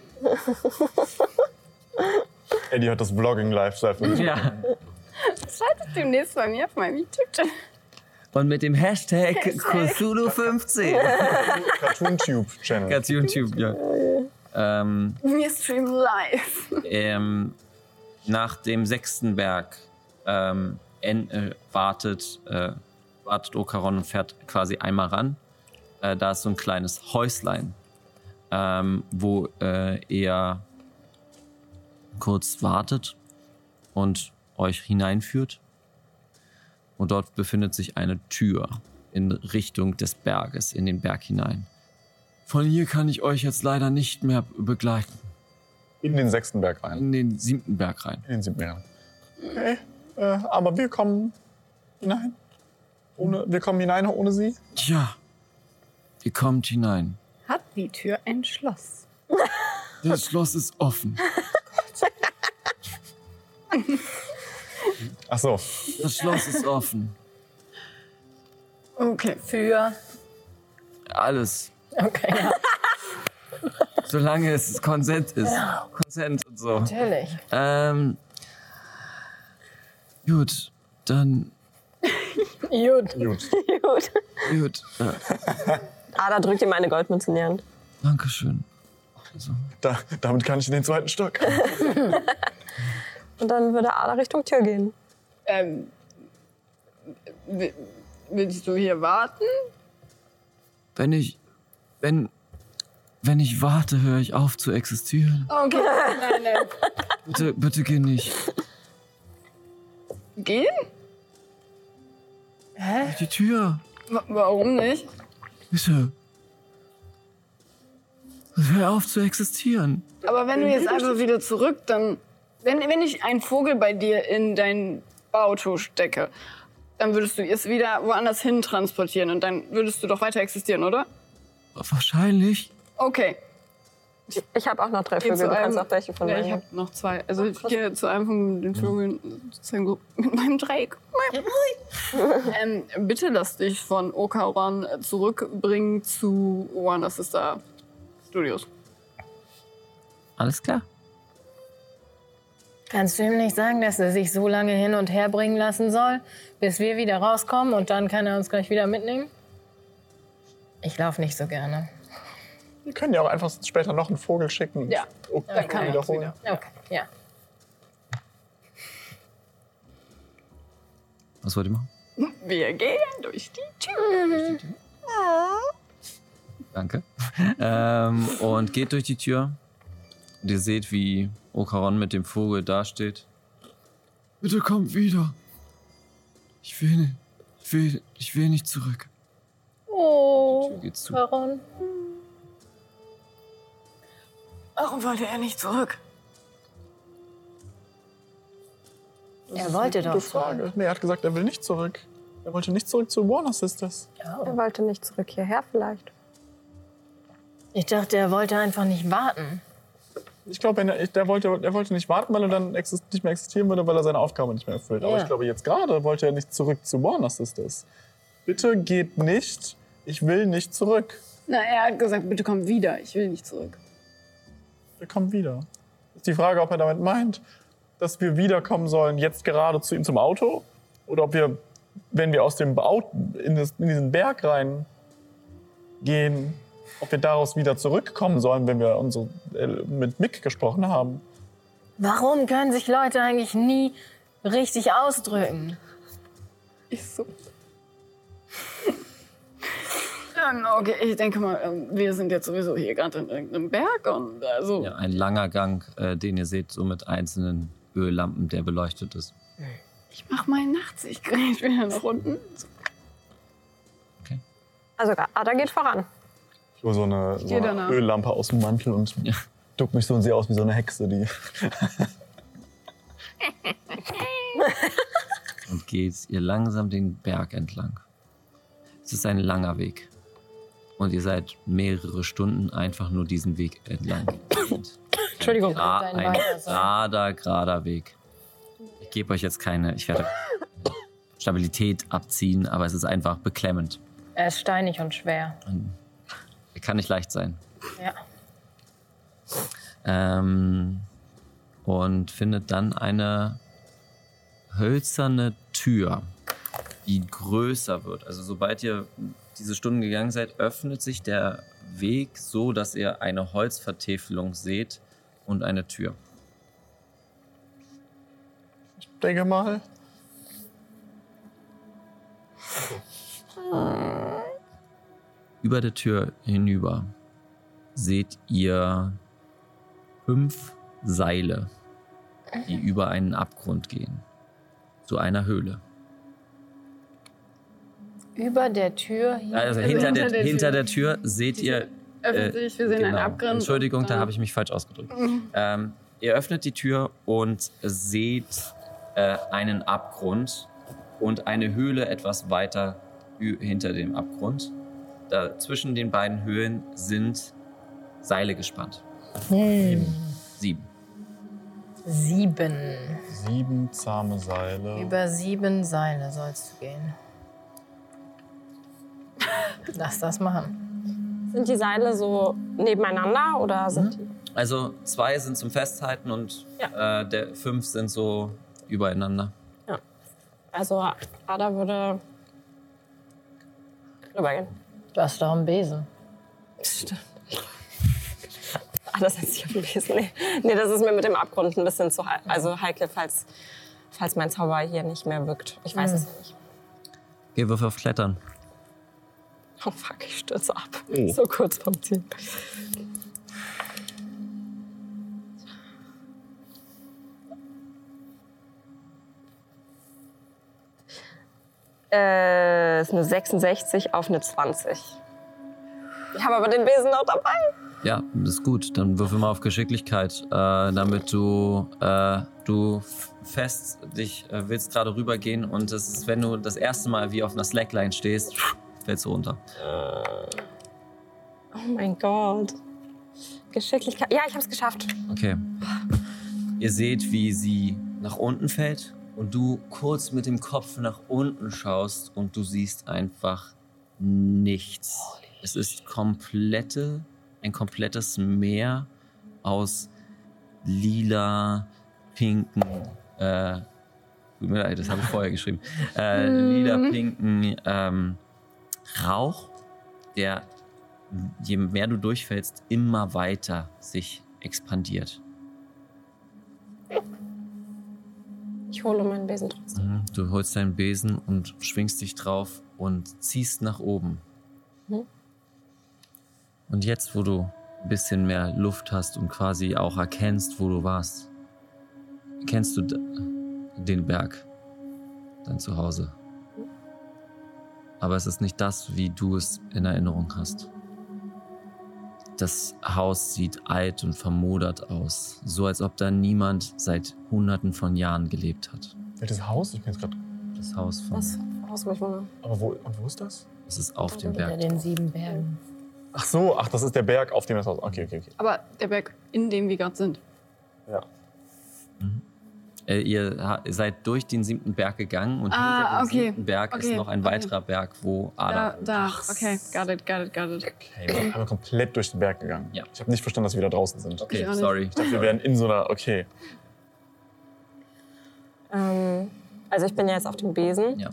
Speaker 7: Eddie hat das Vlogging live seit
Speaker 6: Ja.
Speaker 3: Schaltet demnächst bei mir auf meinem YouTube-Channel.
Speaker 6: Und mit dem Hashtag Kusulu15.
Speaker 7: Cartoon Tube Channel.
Speaker 6: Ganz YouTube, ja. Ähm,
Speaker 3: Wir streamen live.
Speaker 6: ähm, nach dem sechsten Berg ähm, en, äh, wartet, äh, wartet Okaron und fährt quasi einmal ran. Äh, da ist so ein kleines Häuslein, ähm, wo äh, er kurz wartet und euch hineinführt. Und dort befindet sich eine Tür in Richtung des Berges, in den Berg hinein.
Speaker 17: Von hier kann ich euch jetzt leider nicht mehr begleiten.
Speaker 7: In den sechsten Berg rein.
Speaker 17: In den siebten Berg rein.
Speaker 7: In den siebten Berg rein. Okay, äh, aber wir kommen hinein. Ohne, wir kommen hinein ohne sie.
Speaker 17: Tja, ihr kommt hinein.
Speaker 3: Hat die Tür ein Schloss?
Speaker 17: Das Schloss ist offen.
Speaker 7: Ach so.
Speaker 6: Das Schloss ist offen.
Speaker 3: Okay.
Speaker 14: Für.
Speaker 6: Alles.
Speaker 14: Okay, ja,
Speaker 6: Solange es Konsent ist. Konsent und so.
Speaker 14: natürlich.
Speaker 6: Ähm, gut, dann,
Speaker 14: Gut.
Speaker 5: Gut.
Speaker 6: gut, äh,
Speaker 5: Ada drückt ihm eine Goldmünze in die Hand.
Speaker 6: Dankeschön. Also,
Speaker 7: Da, damit kann ich in den zweiten Stock.
Speaker 5: Und dann würde Ada Richtung Tür gehen.
Speaker 3: Ähm, wi- willst du hier warten?
Speaker 6: Wenn ich, wenn, wenn ich warte, höre ich auf zu existieren.
Speaker 3: Okay. äh, Nein, nein.
Speaker 6: Bitte, bitte geh nicht.
Speaker 3: Gehen?
Speaker 6: Durch Die Tür,
Speaker 3: Wa- Warum nicht?
Speaker 6: bitte. Hör auf zu existieren.
Speaker 3: Aber wenn du jetzt einfach wieder zurück, dann. Wenn, wenn ich einen Vogel bei dir in dein Auto stecke, dann würdest du es wieder woanders hin transportieren und dann würdest du doch weiter existieren, oder?
Speaker 6: Wahrscheinlich.
Speaker 3: Okay.
Speaker 5: Ich habe auch noch drei
Speaker 3: Hier
Speaker 5: Vögel, du kannst auch welche von
Speaker 3: ja,
Speaker 5: mir.
Speaker 3: ich habe noch zwei. Also ich gehe zu einem von den Vögeln sozusagen so mit meinem Dreieck. ähm, bitte lass dich von Okaran zurückbringen zu One Sister Studios.
Speaker 6: Alles klar.
Speaker 14: Kannst du ihm nicht sagen, dass er sich so lange hin und her bringen lassen soll, bis wir wieder rauskommen und dann kann er uns gleich wieder mitnehmen? Ich laufe nicht so gerne.
Speaker 7: Wir können ja auch einfach später noch einen Vogel schicken.
Speaker 3: Ja,
Speaker 7: Oh,
Speaker 3: dann kann er uns
Speaker 7: wiederholen.
Speaker 3: wieder.
Speaker 14: Okay, ja.
Speaker 6: Was wollt ihr machen?
Speaker 3: Wir gehen durch die Tür.
Speaker 6: Danke. ähm, und geht durch die Tür. Und ihr seht, wie Okaron mit dem Vogel dasteht. Bitte kommt wieder. Ich will nicht. Ich will, ich will nicht zurück.
Speaker 14: Oh,
Speaker 6: Tür geht zu.
Speaker 14: Baron.
Speaker 3: Warum wollte er nicht zurück?
Speaker 14: Er wollte doch.
Speaker 7: Gute Frage. Nee, er hat gesagt, er will nicht zurück. Er wollte nicht zurück zu Warner Sisters.
Speaker 5: Er wollte nicht zurück hierher vielleicht.
Speaker 14: Ich dachte, er wollte einfach nicht warten.
Speaker 7: Ich glaube, wenn er, der wollte, er wollte nicht warten, weil er dann exist nicht mehr existieren würde, weil er seine Aufgabe nicht mehr erfüllt. Aber
Speaker 14: Ja.
Speaker 7: ich glaube, jetzt gerade wollte er nicht zurück zu Warner Sisters. Bitte geht nicht. Ich will nicht zurück.
Speaker 3: Na, er hat gesagt, bitte komm wieder. Ich will nicht zurück.
Speaker 7: Wir kommen wieder. Ist die Frage, ob er damit meint, dass wir wiederkommen sollen, jetzt gerade zu ihm zum Auto? Oder ob wir, wenn wir aus dem Auto in, das, in diesen Berg rein gehen, ob wir daraus wieder zurückkommen sollen, wenn wir unsere, äh, mit Mick gesprochen haben?
Speaker 14: Warum können sich Leute eigentlich nie richtig ausdrücken?
Speaker 3: Ich so. Ähm, okay, ich denke mal, ähm, wir sind jetzt sowieso hier gerade in irgendeinem Berg und also.
Speaker 6: Ja, ein langer Gang, äh, den ihr seht, so mit einzelnen Öllampen, der beleuchtet ist.
Speaker 3: Ich mach mal nachts, ich krieg wieder nach unten.
Speaker 5: Also Ada geht voran.
Speaker 7: Ich hole so eine,
Speaker 3: geh eine danach.
Speaker 7: Öllampe aus dem Mantel und duck mich so und sehe aus wie so eine Hexe, die.
Speaker 6: Und geht ihr langsam den Berg entlang. Es ist ein langer Weg. Und ihr seid mehrere Stunden einfach nur diesen Weg entlang. gegangen.
Speaker 14: Entschuldigung,
Speaker 6: Gra
Speaker 14: dein
Speaker 6: ein
Speaker 14: Bein, also.
Speaker 6: gerader, gerader Weg. Ich gebe euch jetzt keine, ich werde Stabilität abziehen, aber es ist einfach beklemmend.
Speaker 14: Er ist steinig und schwer.
Speaker 6: Kann nicht leicht sein.
Speaker 14: Ja.
Speaker 6: Ähm, und findet dann eine hölzerne Tür, die größer wird. Also sobald ihr diese Stunden gegangen seid, öffnet sich der Weg so, dass ihr eine Holzvertäfelung seht und eine Tür.
Speaker 7: Denke mal.
Speaker 6: Über der Tür hinüber seht ihr fünf Seile, die über einen Abgrund gehen. Zu einer Höhle.
Speaker 14: Über der Tür hier.
Speaker 6: Also hinter, der, hinter der Tür seht ihr
Speaker 3: Öffnet
Speaker 6: Äh,
Speaker 3: sich, wir sehen einen
Speaker 6: Genau.
Speaker 3: Abgrund. Ähm, Mhm.
Speaker 6: Entschuldigung, da habe ich mich falsch ausgedrückt. ähm, ihr öffnet die Tür und seht äh, einen Abgrund und eine Höhle etwas weiter hü- hinter dem Abgrund. Da zwischen den beiden Höhlen
Speaker 14: Hm,
Speaker 6: sind Seile gespannt. Sieben. Sieben.
Speaker 8: Sieben.
Speaker 7: Sieben zahme Seile.
Speaker 8: Über sieben Seile sollst du gehen. Lass das machen.
Speaker 5: Sind die Seile so nebeneinander oder sind
Speaker 3: Mhm.
Speaker 6: Also zwei sind zum Festhalten und äh, der, fünf sind so übereinander.
Speaker 5: die? Ja. Also Ada würde rübergehen.
Speaker 8: Du hast doch einen Besen.
Speaker 5: Stimmt. Ah, das setzt sich auf den Besen. Nee. nee, das ist mir mit dem Abgrund ein bisschen zu hei- also heikel, falls, falls mein Zauber hier nicht mehr wirkt. Ich
Speaker 3: Mhm.
Speaker 5: weiß es nicht.
Speaker 6: Okay, Würfel auf Klettern.
Speaker 5: Oh fuck, ich stürze ab. So kurz vom Ziel. Äh, ist eine 66 auf eine 20. Ich habe aber den Besen noch dabei.
Speaker 6: Ja, das ist gut. Dann würfel mal auf Geschicklichkeit, äh, damit du, äh, du f- fest dich äh, willst gerade rübergehen und das ist, wenn du das erste Mal wie auf einer Slackline stehst, fällst du runter.
Speaker 5: Oh mein Gott. Geschicklichkeit. Ja, ich habe es geschafft.
Speaker 6: Okay. Ihr seht, wie sie nach unten fällt und du kurz mit dem Kopf nach unten schaust und du siehst einfach nichts. Es ist komplette, ein komplettes Meer aus lila, pinken, äh, tut mir leid, das habe ich vorher geschrieben, äh, lila, pinken ähm, Rauch, der je mehr du durchfällst, immer weiter sich expandiert.
Speaker 5: Ich hole meinen Besen trotzdem.
Speaker 6: Mhm. Du holst deinen Besen und schwingst dich drauf und ziehst nach oben.
Speaker 5: Mhm.
Speaker 6: Und jetzt, wo du ein bisschen mehr Luft hast und quasi auch erkennst, wo du warst, kennst du d- den Berg, dein Zuhause. Aber es ist nicht das, wie du es in Erinnerung hast. Das Haus sieht alt und vermodert aus, so als ob da niemand seit Hunderten von Jahren gelebt hat.
Speaker 7: Welches Haus? Ich bin jetzt gerade.
Speaker 6: Das Haus von.
Speaker 5: Das brauchst du mich wundern.
Speaker 7: Aber wo, und wo ist das?
Speaker 6: Es ist auf dem
Speaker 8: Hinter
Speaker 6: Berg.
Speaker 8: den sieben Bergen.
Speaker 7: Ach so, ach, das ist der Berg, auf dem das Haus. Okay, okay, okay.
Speaker 3: Aber der Berg, in dem wir gerade sind.
Speaker 7: Ja.
Speaker 6: Äh, ihr ha- seid durch den siebten Berg gegangen und
Speaker 3: Ah,
Speaker 6: hinter dem
Speaker 3: okay.
Speaker 6: siebten Berg ist
Speaker 3: Okay,
Speaker 6: noch ein
Speaker 3: okay.
Speaker 6: weiterer Berg, wo Äh, Ada.
Speaker 3: Da, da. Okay, got it, got it, got it.
Speaker 7: Okay, wir sind einmal komplett durch den Berg gegangen.
Speaker 6: Ja.
Speaker 7: Ich habe nicht verstanden, dass wir da draußen sind.
Speaker 3: Ich auch
Speaker 6: Okay,
Speaker 3: nicht.
Speaker 6: sorry.
Speaker 7: Wir werden in so einer. Okay.
Speaker 5: Ähm, also ich bin ja jetzt auf dem Besen.
Speaker 6: Ja.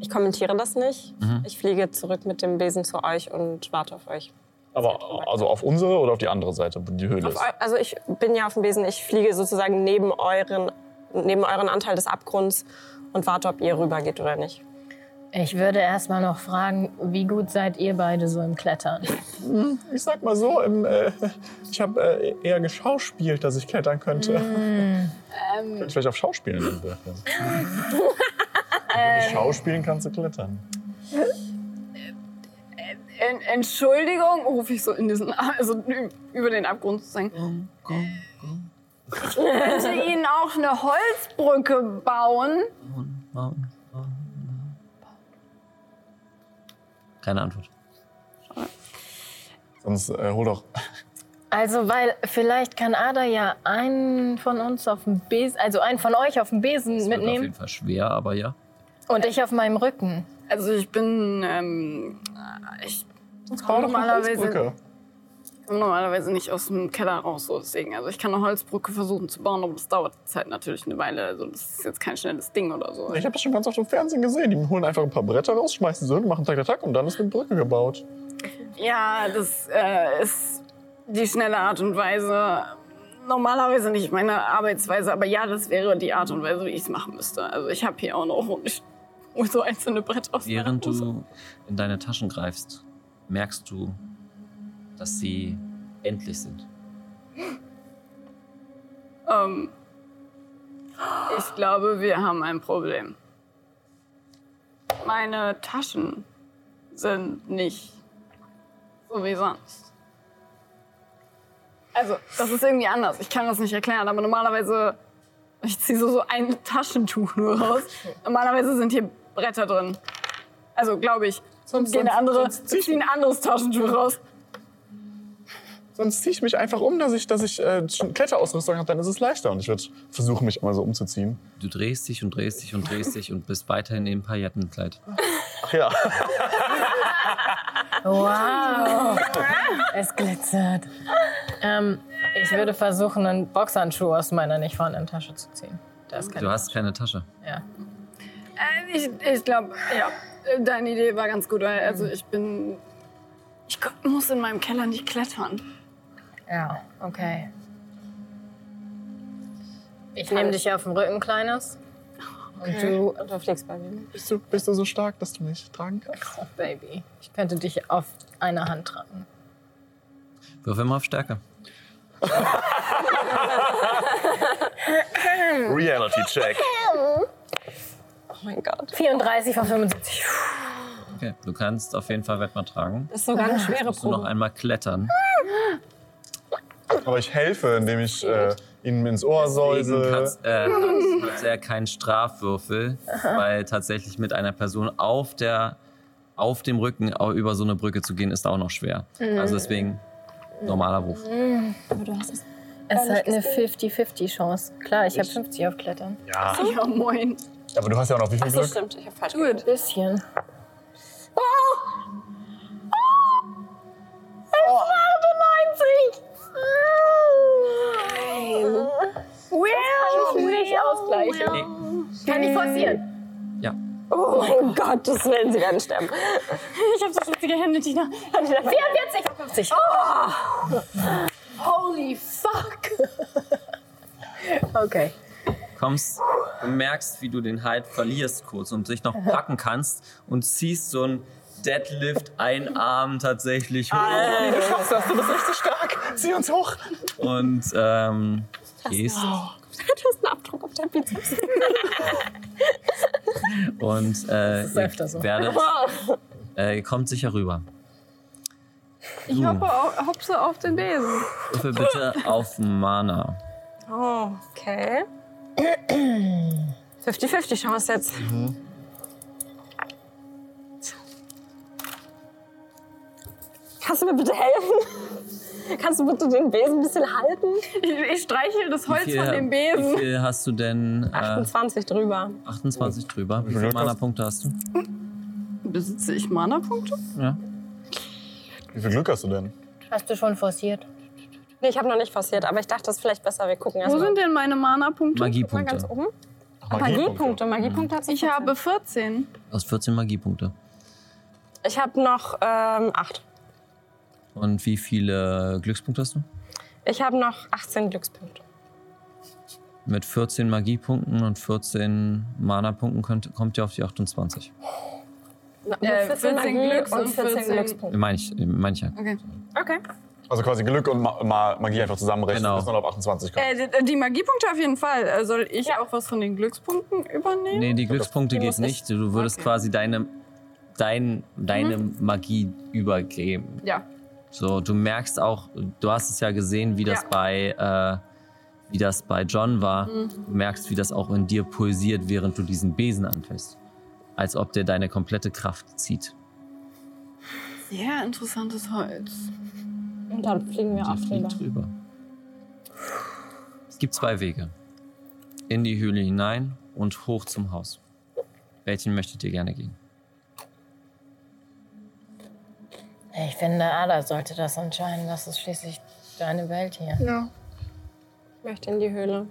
Speaker 5: Ich kommentiere das nicht.
Speaker 6: Mhm.
Speaker 5: Ich fliege zurück mit dem Besen zu euch und warte auf euch.
Speaker 7: Aber also auf unsere oder auf die andere Seite, wo die Höhle
Speaker 5: Auf,
Speaker 7: ist?
Speaker 5: eu- also ich bin ja auf dem Besen. Ich fliege sozusagen neben euren, neben euren Anteil des Abgrunds und warte, ob ihr rübergeht oder nicht.
Speaker 8: Ich würde erstmal noch fragen, wie gut seid ihr beide so im Klettern?
Speaker 7: Ich sag mal so, im, äh, ich habe äh, eher geschauspielt, dass ich klettern könnte. Ähm. Ich könnte vielleicht auf Schauspielen entwerfen. Wenn du schauspielen kannst du klettern.
Speaker 3: En Entschuldigung, rufe ich so in diesen, also ü- über den Abgrund zu sagen. Ich könnte Ihnen auch eine Holzbrücke bauen.
Speaker 6: Keine Antwort.
Speaker 7: Sonst äh, hol doch.
Speaker 8: Also, weil vielleicht kann Ada ja einen von uns auf dem Besen, also einen von euch auf dem Besen
Speaker 6: Es wird auf jeden
Speaker 8: mitnehmen
Speaker 6: Fall schwer, aber ja.
Speaker 8: und ich auf meinem Rücken.
Speaker 3: Also ich bin, ähm, äh, ich
Speaker 7: Hol
Speaker 3: komme
Speaker 7: doch eine
Speaker 3: normalerweise,
Speaker 7: Holzbrücke.
Speaker 3: komm normalerweise nicht aus dem Keller raus, so deswegen. Also ich kann eine Holzbrücke versuchen zu bauen, aber das dauert Zeit natürlich eine Weile. Also das ist jetzt kein schnelles Ding oder so.
Speaker 7: Ich habe das schon ganz oft im Fernsehen gesehen. Die holen einfach ein paar Bretter raus, schmeißen sie hin, machen tak tak tak und dann ist eine Brücke gebaut.
Speaker 3: Ja, das äh, ist die schnelle Art und Weise. Normalerweise nicht meine Arbeitsweise, aber ja, das wäre die Art und Weise, wie ich es machen müsste. Also ich habe hier auch noch und ich hol so einzelne Bretter aus. meiner
Speaker 6: Während
Speaker 3: Hose.
Speaker 6: du in deine Taschen greifst, merkst du, dass sie endlich sind.
Speaker 3: Ähm, ich glaube, wir haben ein Problem. Meine Taschen sind nicht so wie sonst. Also, das ist irgendwie anders. Ich kann das nicht erklären, aber normalerweise. Ich ziehe so, so ein Taschentuch nur raus. Normalerweise sind hier Bretter drin. Also, glaube ich. Sonst,
Speaker 7: Sonst-
Speaker 3: gehen eine andere,
Speaker 7: sonst- sonst zieh
Speaker 3: ich ziehe ein anderes Taschentuch raus.
Speaker 7: Sonst ziehe ich mich einfach um, dass ich, dass ich äh, schon Kletterausrüstung habe, dann ist es leichter. Und ich würde versuchen, mich immer so umzuziehen.
Speaker 6: Du drehst dich und drehst dich und drehst dich und bist weiterhin im Paillettenkleid.
Speaker 7: Ach ja.
Speaker 14: Wow. es glitzert. Ähm, ich würde versuchen, einen Boxhandschuh aus meiner nicht vorhandenen Tasche zu ziehen. Da ist keine
Speaker 6: Du hast keine Tasche.
Speaker 14: Ja.
Speaker 3: Äh, ich ich glaube, ja, deine Idee war ganz gut. weil, Also ich bin... Ich ko- muss in meinem Keller nicht klettern.
Speaker 14: Ja, okay. Ich nehme dich auf den Rücken, Kleines. Und du,
Speaker 5: Und du fliegst bei mir.
Speaker 7: Bist du, bist du so stark, dass du mich tragen kannst?
Speaker 14: oh Baby, ich könnte dich auf einer Hand tragen.
Speaker 6: Wirf immer auf Stärke.
Speaker 7: Reality Check.
Speaker 5: Oh mein Gott.
Speaker 14: 34 von 75.
Speaker 6: Okay. Du kannst auf jeden Fall Wettmann tragen.
Speaker 5: Das ist sogar eine schwere
Speaker 6: Musst Ah. du noch
Speaker 5: Probe.
Speaker 6: einmal klettern.
Speaker 7: Aber ich helfe, indem ich äh, ihnen ins Ohr säuse.
Speaker 6: Deswegen kannst, äh, hat er keinen Strafwürfel, weil tatsächlich mit einer Person auf der auf dem Rücken au- über so eine Brücke zu gehen, ist auch noch schwer.
Speaker 14: Mhm.
Speaker 6: Also deswegen normaler Wurf.
Speaker 14: Es ist halt eine 50-50-Chance. Klar, ich habe 50 auf Klettern.
Speaker 7: Ja,
Speaker 3: Ja, moin.
Speaker 7: aber du hast ja auch noch wie viel
Speaker 5: Achso,
Speaker 7: Glück?
Speaker 5: stimmt. Ich hab falsch
Speaker 14: Ein bisschen.
Speaker 8: Wow,
Speaker 14: Nicht Oh, ausgleichen. Kann ich forcieren.
Speaker 6: Ja.
Speaker 5: Oh mein Gott, das Willen, sie werden sterben.
Speaker 3: Ich habe so schwitzige Hände, Tina.
Speaker 14: 44 von 50.
Speaker 8: holy fuck.
Speaker 14: Okay.
Speaker 6: Kommst, du merkst, wie du den Halt verlierst kurz und dich noch packen kannst und ziehst so einen Deadlift einen Arm tatsächlich
Speaker 14: Ah.
Speaker 6: hoch
Speaker 7: Schaffst das, du bist richtig stark. Zieh uns hoch.
Speaker 6: und ähm, gehst
Speaker 5: Du hast einen Abdruck auf deinem Bizeps.
Speaker 6: und äh,
Speaker 14: ist
Speaker 6: ihr
Speaker 14: öfter so.
Speaker 6: werdet, äh, ihr kommt sicher rüber.
Speaker 3: Ich hoppe au- hopse auf den Besen.
Speaker 6: Würfel bitte auf Mana.
Speaker 5: Oh, okay. 50-50 Chance jetzt. Kannst du mir bitte helfen? Kannst du bitte den Besen ein bisschen halten?
Speaker 3: Ich, ich streichel das Holz
Speaker 6: Wie viel-
Speaker 3: von dem
Speaker 6: Wie
Speaker 3: Besen.
Speaker 6: viel hast du denn? Äh,
Speaker 5: 28 drüber.
Speaker 6: 28 drüber. Wie
Speaker 7: viel
Speaker 6: viele
Speaker 7: Glück hast-
Speaker 6: Mana-Punkte hast du?
Speaker 3: Besitze ich Mana-Punkte?
Speaker 6: Ja.
Speaker 7: Wie viel Glück hast du denn?
Speaker 14: Hast du schon forciert?
Speaker 5: Nee, ich habe noch nicht forciert, aber ich dachte, das ist vielleicht besser. Wir gucken erst
Speaker 3: Wo
Speaker 5: mal.
Speaker 3: sind denn meine Mana-Punkte?
Speaker 5: Guck mal ganz
Speaker 6: Magiepunkte.
Speaker 5: oben.
Speaker 7: Ach,
Speaker 5: Magiepunkte. Magiepunkte hat sie
Speaker 3: Ich
Speaker 5: 14.
Speaker 3: habe 14.
Speaker 6: Du hast 14 Magiepunkte.
Speaker 5: Ich habe noch ähm, 8.
Speaker 6: Und wie viele Glückspunkte hast du?
Speaker 5: Ich habe noch 18 Glückspunkte.
Speaker 6: Mit 14 Magiepunkten und 14 Mana-Punkten könnt- kommt ihr auf die 28.
Speaker 3: Äh, 14 Glücks-
Speaker 5: und
Speaker 3: und
Speaker 5: 14
Speaker 3: 14
Speaker 5: Glückspunkte.
Speaker 6: Meine ich, meine ich ja.
Speaker 3: Okay.
Speaker 5: Okay.
Speaker 7: Also quasi Glück und Ma Ma Magie einfach zusammenrechnen,
Speaker 6: Genau.
Speaker 7: bis man auf 28 kommt.
Speaker 3: Äh, die- die Magiepunkte auf jeden Fall. Äh, Soll ich auch was von den Glückspunkten übernehmen?
Speaker 6: Nee, die Glückspunkte geht nicht. Du würdest
Speaker 3: Okay.
Speaker 6: quasi deine, dein, deine Magie übergeben.
Speaker 3: Ja.
Speaker 6: So, du merkst auch, du hast es ja gesehen, wie das
Speaker 3: Ja. Mhm.
Speaker 6: bei äh, wie das bei John war. Du merkst, wie das auch in dir pulsiert, während du diesen Besen anfasst. Als ob der deine komplette Kraft zieht.
Speaker 3: Sehr interessantes Holz.
Speaker 5: Und dann fliegen wir
Speaker 6: Der
Speaker 5: auf drüber.
Speaker 6: fliegt drüber. Es gibt zwei Wege. In die Höhle hinein und hoch zum Haus. Welchen möchtet ihr gerne gehen?
Speaker 14: Ich finde, Ada sollte das entscheiden. Das ist schließlich deine Welt hier.
Speaker 5: Ich möchte in die Höhle.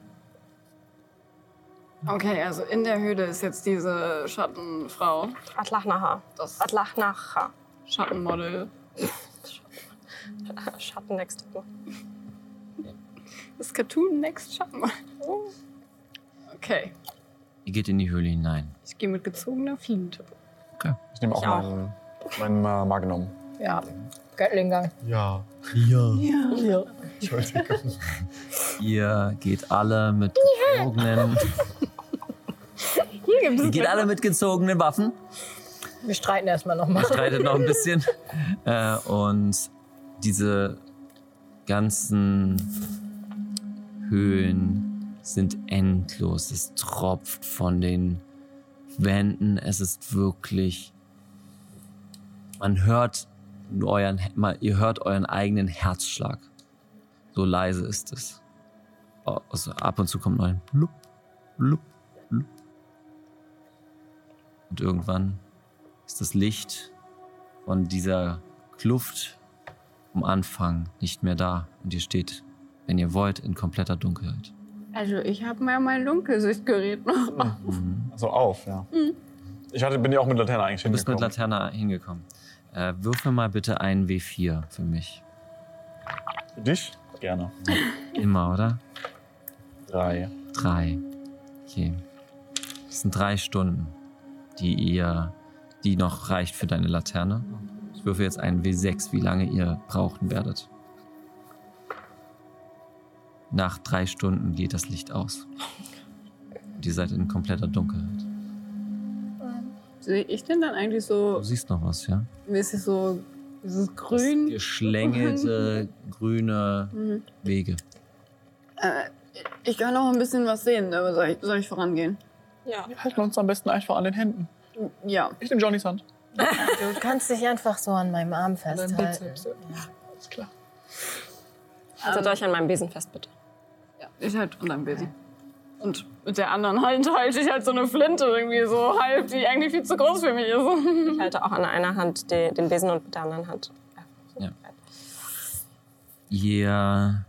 Speaker 3: Okay, also in der Höhle ist jetzt diese Schattenfrau,
Speaker 5: Atlachnaha.
Speaker 3: das
Speaker 5: Atlachnaha.
Speaker 3: Schattenmodel.
Speaker 5: Schatten next.
Speaker 3: Das Cartoon Next Schattenmodel. Okay,
Speaker 6: Ihr geht in die Höhle hinein.
Speaker 3: ich gehe mit gezogener Flinte.
Speaker 7: Ich nehme auch,
Speaker 5: Ich auch.
Speaker 7: meinen mein, äh, Magnum.
Speaker 14: Ja, Göttlingang.
Speaker 7: Ja.
Speaker 14: Ja.
Speaker 7: Entschuldigung.
Speaker 6: Ihr geht alle mit gezogenen,
Speaker 3: Hier gibt
Speaker 6: ihr
Speaker 3: es
Speaker 6: geht alle mit gezogenen Waffen.
Speaker 14: Wir streiten erstmal nochmal.
Speaker 6: streitet noch ein bisschen. Äh, und diese ganzen Höhlen sind endlos. Es tropft von den Wänden. Es ist wirklich. Man hört euren, mal, ihr hört euren eigenen Herzschlag. So leise ist es. Oh, Also ab und zu kommt noch ein Blub, Blub, Blub. Und irgendwann ist das Licht von dieser Kluft am Anfang nicht mehr da. Und ihr steht, wenn ihr wollt, in kompletter Dunkelheit.
Speaker 3: Also ich habe mir mein Dunkelsichtgerät noch.
Speaker 7: Also auf, ja. Ich hatte, bin ja auch mit Laterne eigentlich
Speaker 6: Du bist mit
Speaker 7: hingekommen.
Speaker 6: Laterne hingekommen. Äh, würfel mal bitte einen W4 für mich.
Speaker 7: Für dich? Gerne.
Speaker 6: Immer, oder?
Speaker 7: Drei.
Speaker 6: Drei. Okay. Das sind drei Stunden, die ihr, die noch reicht für deine Laterne. Ich würfe jetzt einen W6, wie lange ihr brauchen werdet. Nach drei Stunden geht das Licht aus. Und ihr seid in kompletter Dunkelheit.
Speaker 3: Sehe ich denn dann eigentlich
Speaker 6: Du
Speaker 3: so,
Speaker 6: siehst noch was, ja?
Speaker 3: mir ist es so, dieses
Speaker 6: Das
Speaker 3: grün.
Speaker 6: Geschlängelte grüne
Speaker 3: Mhm.
Speaker 6: Wege.
Speaker 3: Äh, ich kann noch ein bisschen was sehen, aber soll ich, soll ich vorangehen?
Speaker 5: Ja.
Speaker 7: Wir halten uns am besten einfach an den Händen.
Speaker 3: Ja.
Speaker 7: Ich nehme Johnnys Hand.
Speaker 8: Du kannst dich einfach so an meinem Arm festhalten.
Speaker 7: Alles klar.
Speaker 5: Haltet
Speaker 7: Ähm.
Speaker 5: euch an meinem Besen fest, bitte.
Speaker 3: ja. Ich halt unseren Besen. Und mit der anderen Hand halte ich halt so eine Flinte irgendwie so halb, die eigentlich viel zu groß für mich ist.
Speaker 5: Ich halte auch an einer Hand de- den Besen und mit der anderen Hand.
Speaker 6: Ihr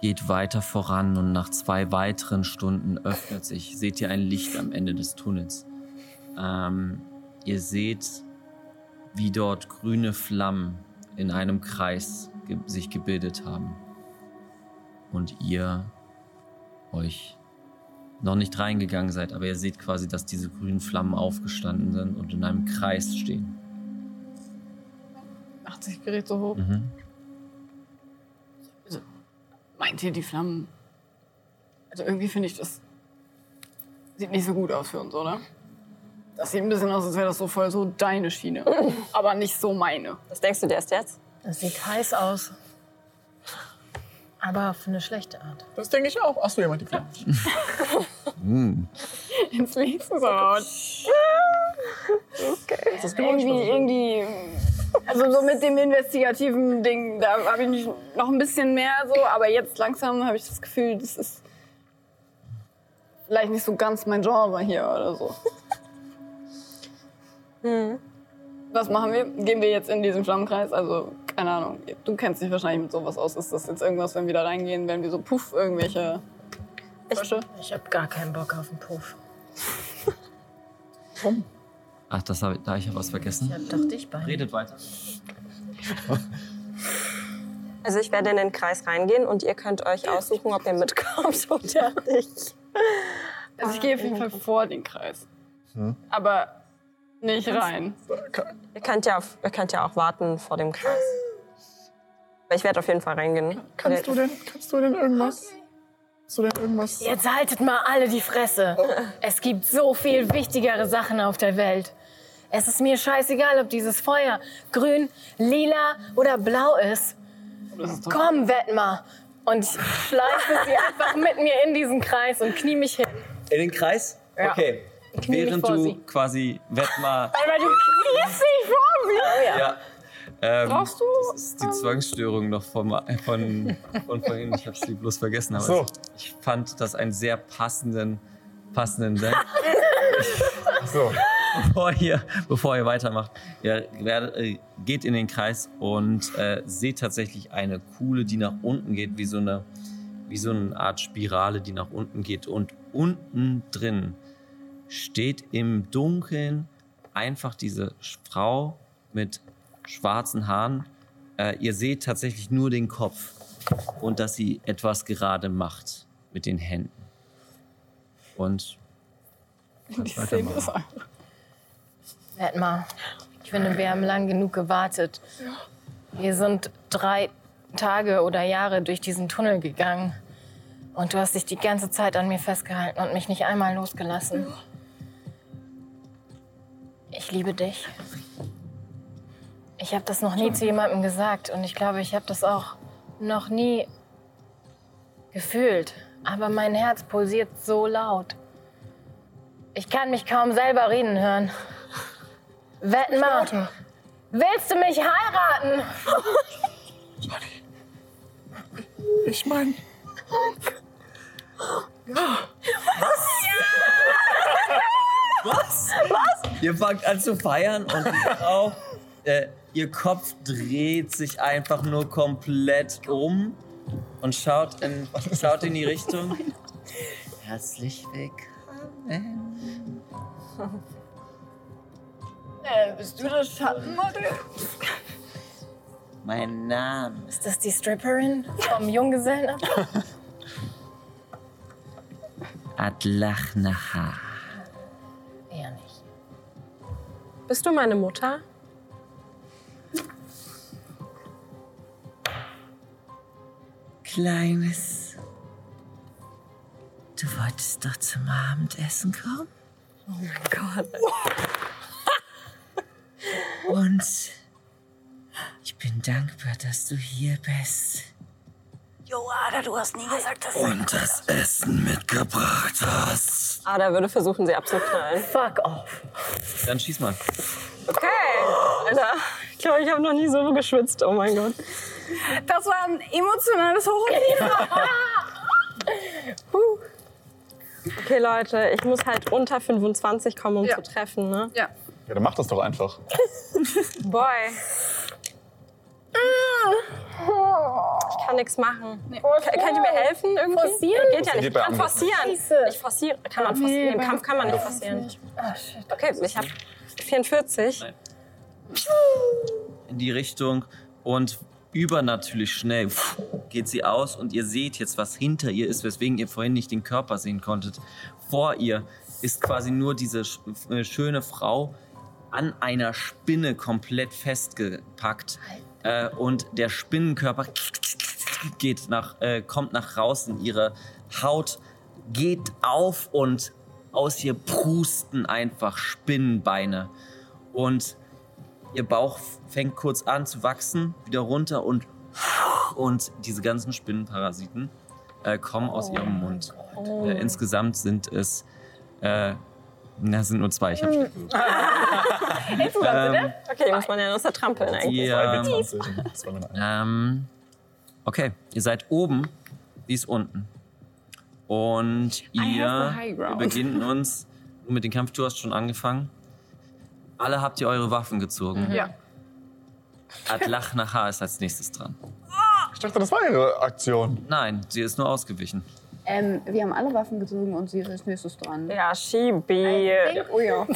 Speaker 6: geht weiter voran und nach zwei weiteren Stunden öffnet sich, seht ihr ein Licht am Ende des Tunnels. Ähm, ihr seht, wie dort grüne Flammen in einem Kreis ge sich gebildet haben. Und ihr euch noch nicht reingegangen seid, aber ihr seht quasi, dass diese grünen Flammen aufgestanden sind und in einem Kreis stehen.
Speaker 3: 80 Gerät so hoch. Also,
Speaker 6: Mhm.
Speaker 3: Meint ihr die Flammen? Also irgendwie finde ich das sieht nicht so gut aus für uns, oder? Das sieht ein bisschen aus, als wäre das so voll so deine Schiene, aber nicht so meine.
Speaker 5: Das denkst du dir erst jetzt?
Speaker 8: Das sieht heiß aus. Aber auf eine schlechte Art.
Speaker 7: Das denke ich auch. Achso, jemand die Flamme.
Speaker 3: Jetzt liest es aber. Okay. irgendwie, irgendwie. Also so mit dem investigativen Ding, da habe ich noch ein bisschen mehr so, aber jetzt langsam habe ich das Gefühl, das ist vielleicht nicht so ganz mein Genre hier oder so. Was machen wir? Gehen wir jetzt in diesen Flammenkreis? Also, keine Ahnung. Du kennst dich wahrscheinlich mit sowas aus. Ist das jetzt irgendwas, wenn wir da reingehen, wenn wir so puff irgendwelche Frösche?
Speaker 8: Ich habe gar keinen Bock auf den Puff.
Speaker 6: Ach, das hab ich, da hab ich ja was vergessen.
Speaker 8: Ich hab doch dich bei.
Speaker 6: Redet weiter.
Speaker 5: Also ich werde in den Kreis reingehen und ihr könnt euch aussuchen, ob ihr mitkommt oder nicht.
Speaker 3: Also ich gehe auf jeden Fall vor den Kreis. Aber nicht rein.
Speaker 5: Ihr könnt ja, auf- ihr könnt ja auch warten vor dem Kreis. Aber ich werde auf jeden Fall reingehen.
Speaker 7: Kannst du denn, kannst du denn irgendwas? Kannst du denn irgendwas?
Speaker 8: Jetzt haltet mal alle die Fresse. Es gibt so viel wichtigere Sachen auf der Welt. Es ist mir scheißegal, ob dieses Feuer grün, lila oder blau ist. Komm, Wetmar. Und ich schleife sie einfach mit mir in diesen Kreis und knie mich hin.
Speaker 6: In den Kreis?
Speaker 8: Ja.
Speaker 6: Okay.
Speaker 8: knie mich
Speaker 6: Während
Speaker 8: vor
Speaker 6: du
Speaker 8: sie.
Speaker 6: quasi Wettmar.
Speaker 8: Weil du kniest dich vor mir.
Speaker 6: ja. Ähm,
Speaker 3: Brauchst du?
Speaker 6: Das ist die Zwangsstörung noch vom, äh, von, von vorhin. Ich habe sie bloß vergessen. Aber
Speaker 7: So.
Speaker 6: ich fand das einen sehr passenden, passenden Satz.
Speaker 7: So.
Speaker 6: bevor ihr, bevor ihr weitermacht. Ihr werdet, äh, geht in den Kreis und äh, seht tatsächlich eine Kuhle, die nach unten geht, wie so, eine, wie so eine Art Spirale, die nach unten geht. Und unten drin steht im Dunkeln einfach diese Sch- Frau mit schwarzen Haaren. Äh, ihr seht tatsächlich nur den Kopf und dass sie etwas gerade macht mit den Händen. Und
Speaker 3: Die Szene ist einfach.
Speaker 8: Wetmar, ich finde, wir haben lang genug gewartet. Wir sind drei Tage oder Jahre durch diesen Tunnel gegangen. Und du hast dich die ganze Zeit an mir festgehalten und mich nicht einmal losgelassen. Ich liebe dich. Ich habe das noch nie zu jemandem gesagt und ich glaube, ich habe das auch noch nie gefühlt. Aber mein Herz pulsiert so laut. Ich kann mich kaum selber reden hören. Wetten mal,
Speaker 14: Willst du mich heiraten?
Speaker 1: Ich meine,
Speaker 6: Was? Was? Ihr fangt an zu feiern und die Frau, äh, ihr Kopf dreht sich einfach nur komplett um und schaut in, schaut in die Richtung. Herzlich willkommen.
Speaker 3: Äh, bist du das Schattenmodell?
Speaker 6: Mein Name ist
Speaker 14: Ist das die Stripperin vom Junggesellen?
Speaker 6: Adlachnaha.
Speaker 14: Eher nicht.
Speaker 5: Bist du meine Mutter?
Speaker 6: Kleines. Du wolltest doch zum Abendessen kommen?
Speaker 5: Gott.
Speaker 6: Und ich bin dankbar, dass du hier bist. Joada, du hast nie gesagt, dass Und das Essen mitgebracht hast.
Speaker 5: Ada Ah, würde versuchen, sie abzuknallen.
Speaker 14: Fuck off.
Speaker 6: Dann schieß mal.
Speaker 5: Okay. Alter, ich glaube, ich habe noch nie so geschwitzt. Oh mein Gott.
Speaker 3: Das war ein emotionales Hoch und Nieder.
Speaker 5: Okay, Leute, ich muss halt unter 25 kommen, um
Speaker 3: Ja.
Speaker 5: zu treffen, ne?
Speaker 3: Ja.
Speaker 7: Ja, dann mach das doch einfach.
Speaker 5: Boy. Ich kann nichts machen. K- Könnt ihr mir helfen irgendwie?
Speaker 14: Forcieren?
Speaker 5: Geht ja nicht.
Speaker 7: Geht
Speaker 5: Ich
Speaker 7: bei
Speaker 5: kann
Speaker 7: Angriff.
Speaker 5: forcieren.
Speaker 14: Scheiße.
Speaker 5: Ich forciere. Kann man forcieren. Im Kampf kann man nicht forcieren.
Speaker 14: Ah,
Speaker 5: Okay, ich habe 44.
Speaker 6: in die Richtung und übernatürlich schnell pff, geht sie aus und ihr seht jetzt, was hinter ihr ist, weswegen ihr vorhin nicht den Körper sehen konntet. Vor ihr ist quasi nur diese sch äh, schöne Frau an einer Spinne komplett festgepackt äh, und der Spinnenkörper geht nach, äh, kommt nach draußen, ihre Haut geht auf und aus ihr prusten einfach Spinnenbeine und Ihr Bauch fängt kurz an zu wachsen, wieder runter und und diese ganzen Spinnenparasiten äh, kommen
Speaker 3: Oh.
Speaker 6: aus ihrem Mund. Äh, insgesamt sind es äh, na sind nur zwei. Ich hab
Speaker 3: Mm.
Speaker 6: ähm,
Speaker 5: Okay, muss man ja noch zertrampeln eigentlich.
Speaker 6: die,
Speaker 7: Bei
Speaker 6: ähm,
Speaker 7: 20. Das war meine
Speaker 6: ähm, okay, ihr seid oben, sie ist unten und
Speaker 3: have the
Speaker 6: ihr
Speaker 3: high ground.
Speaker 6: beginnt uns mit dem Kampf. Du hast schon angefangen. Alle habt ihr eure Waffen gezogen.
Speaker 3: Ja.
Speaker 6: Adlach nachher ist als nächstes dran.
Speaker 7: ich dachte, das war ihre Aktion.
Speaker 6: Nein, sie ist nur ausgewichen.
Speaker 3: Ähm, wir haben alle Waffen gezogen und sie ist als nächstes dran.
Speaker 5: Ja, Shibi.
Speaker 3: Oh ja.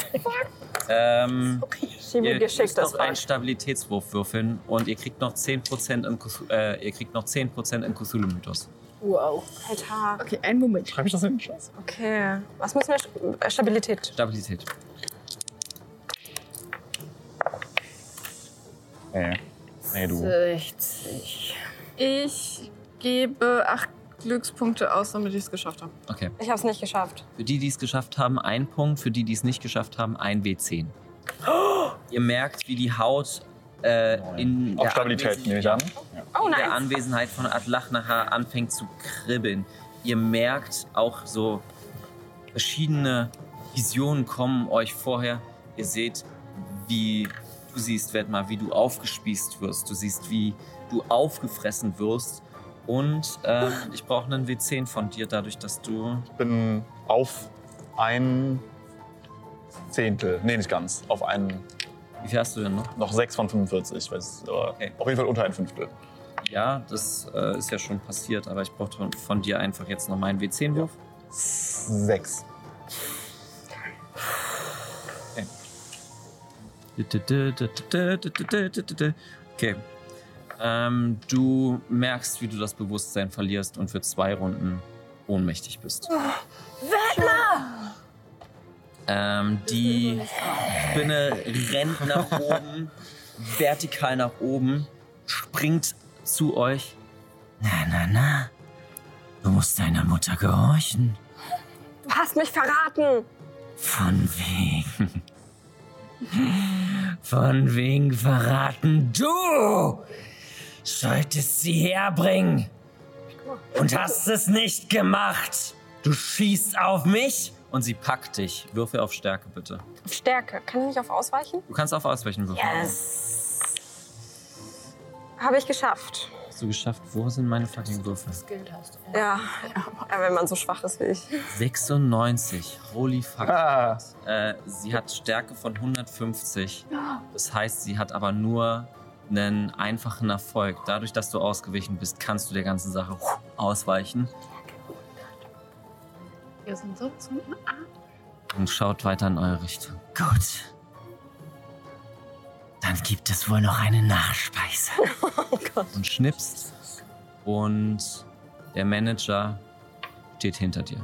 Speaker 6: Ähm,
Speaker 5: Shibi
Speaker 6: ihr
Speaker 5: geschickt
Speaker 6: müsst
Speaker 5: das
Speaker 6: noch
Speaker 5: war.
Speaker 6: einen Stabilitätswurf würfeln und ihr kriegt noch 10% in, Cthul- äh, ihr kriegt noch 10 in Cthulhu-Mythos.
Speaker 3: Wow.
Speaker 5: Alter,
Speaker 3: Okay, einen Moment.
Speaker 7: Schreibe ich das hin? Scheiße.
Speaker 5: okay. Was müssen wir? St- Stabilität.
Speaker 6: Stabilität.
Speaker 7: Nee. Nee, du.
Speaker 8: 60.
Speaker 3: Ich gebe acht Glückspunkte aus, damit ich es geschafft habe.
Speaker 6: Okay.
Speaker 5: Ich habe es nicht geschafft.
Speaker 6: Für die, die es geschafft haben, ein Punkt. Für die, die es nicht geschafft haben, ein W10.
Speaker 5: Oh!
Speaker 6: Ihr merkt, wie die Haut äh, in
Speaker 7: Auf
Speaker 6: der
Speaker 7: Stabilität
Speaker 6: Anwesenheit-
Speaker 7: nehme ich an.
Speaker 5: Oh
Speaker 6: in der
Speaker 5: nein.
Speaker 6: Anwesenheit von Adlach nachher anfängt zu kribbeln. Ihr merkt auch so verschiedene Visionen kommen euch vorher. Ihr seht, wie du siehst, werd mal, wie du aufgespießt wirst. Du siehst, wie du aufgefressen wirst. Und ähm, ich brauche einen W10 von dir, dadurch, dass du.
Speaker 7: Ich bin auf ein Zehntel. Nee, nicht ganz. Auf einen.
Speaker 6: Wie viel hast du denn noch?
Speaker 7: Noch sechs von 45. Ich weiß, aber
Speaker 6: Okay.
Speaker 7: Auf jeden Fall unter ein Fünftel.
Speaker 6: Ja, das äh, ist ja schon passiert, aber ich brauche von dir einfach jetzt noch meinen W10-Wurf.
Speaker 7: Sechs.
Speaker 6: Okay. Ähm, du merkst, wie du das Bewusstsein verlierst und für zwei Runden ohnmächtig bist. Ähm, die Spinne rennt nach oben, vertikal nach oben, springt zu euch. Na, na, na. Du musst deiner Mutter gehorchen.
Speaker 5: Du hast mich verraten.
Speaker 6: Von wegen. Von wegen verraten. Du solltest sie herbringen. Und hast es nicht gemacht. Du schießt auf mich. Und sie packt dich. Würfel auf Stärke, bitte.
Speaker 5: Auf Stärke. Kann ich nicht auf ausweichen?
Speaker 6: Du kannst auf Ausweichen würfeln.
Speaker 5: Yes. Habe ich geschafft.
Speaker 6: Hast du geschafft? Wo sind meine fucking Würfe?
Speaker 5: Ja. ja, wenn man so schwach ist wie ich.
Speaker 6: 96. Holy fuck.
Speaker 7: Ah.
Speaker 6: Äh, sie hat Stärke von 150. Das heißt, sie hat aber nur einen einfachen Erfolg. Dadurch, dass du ausgewichen bist, kannst du der ganzen Sache ausweichen
Speaker 3: Wir sind so zum
Speaker 6: und schaut weiter in eure Richtung. Gut. Dann gibt es wohl noch eine Nachspeise. Und schnippst. Und der Manager steht hinter dir.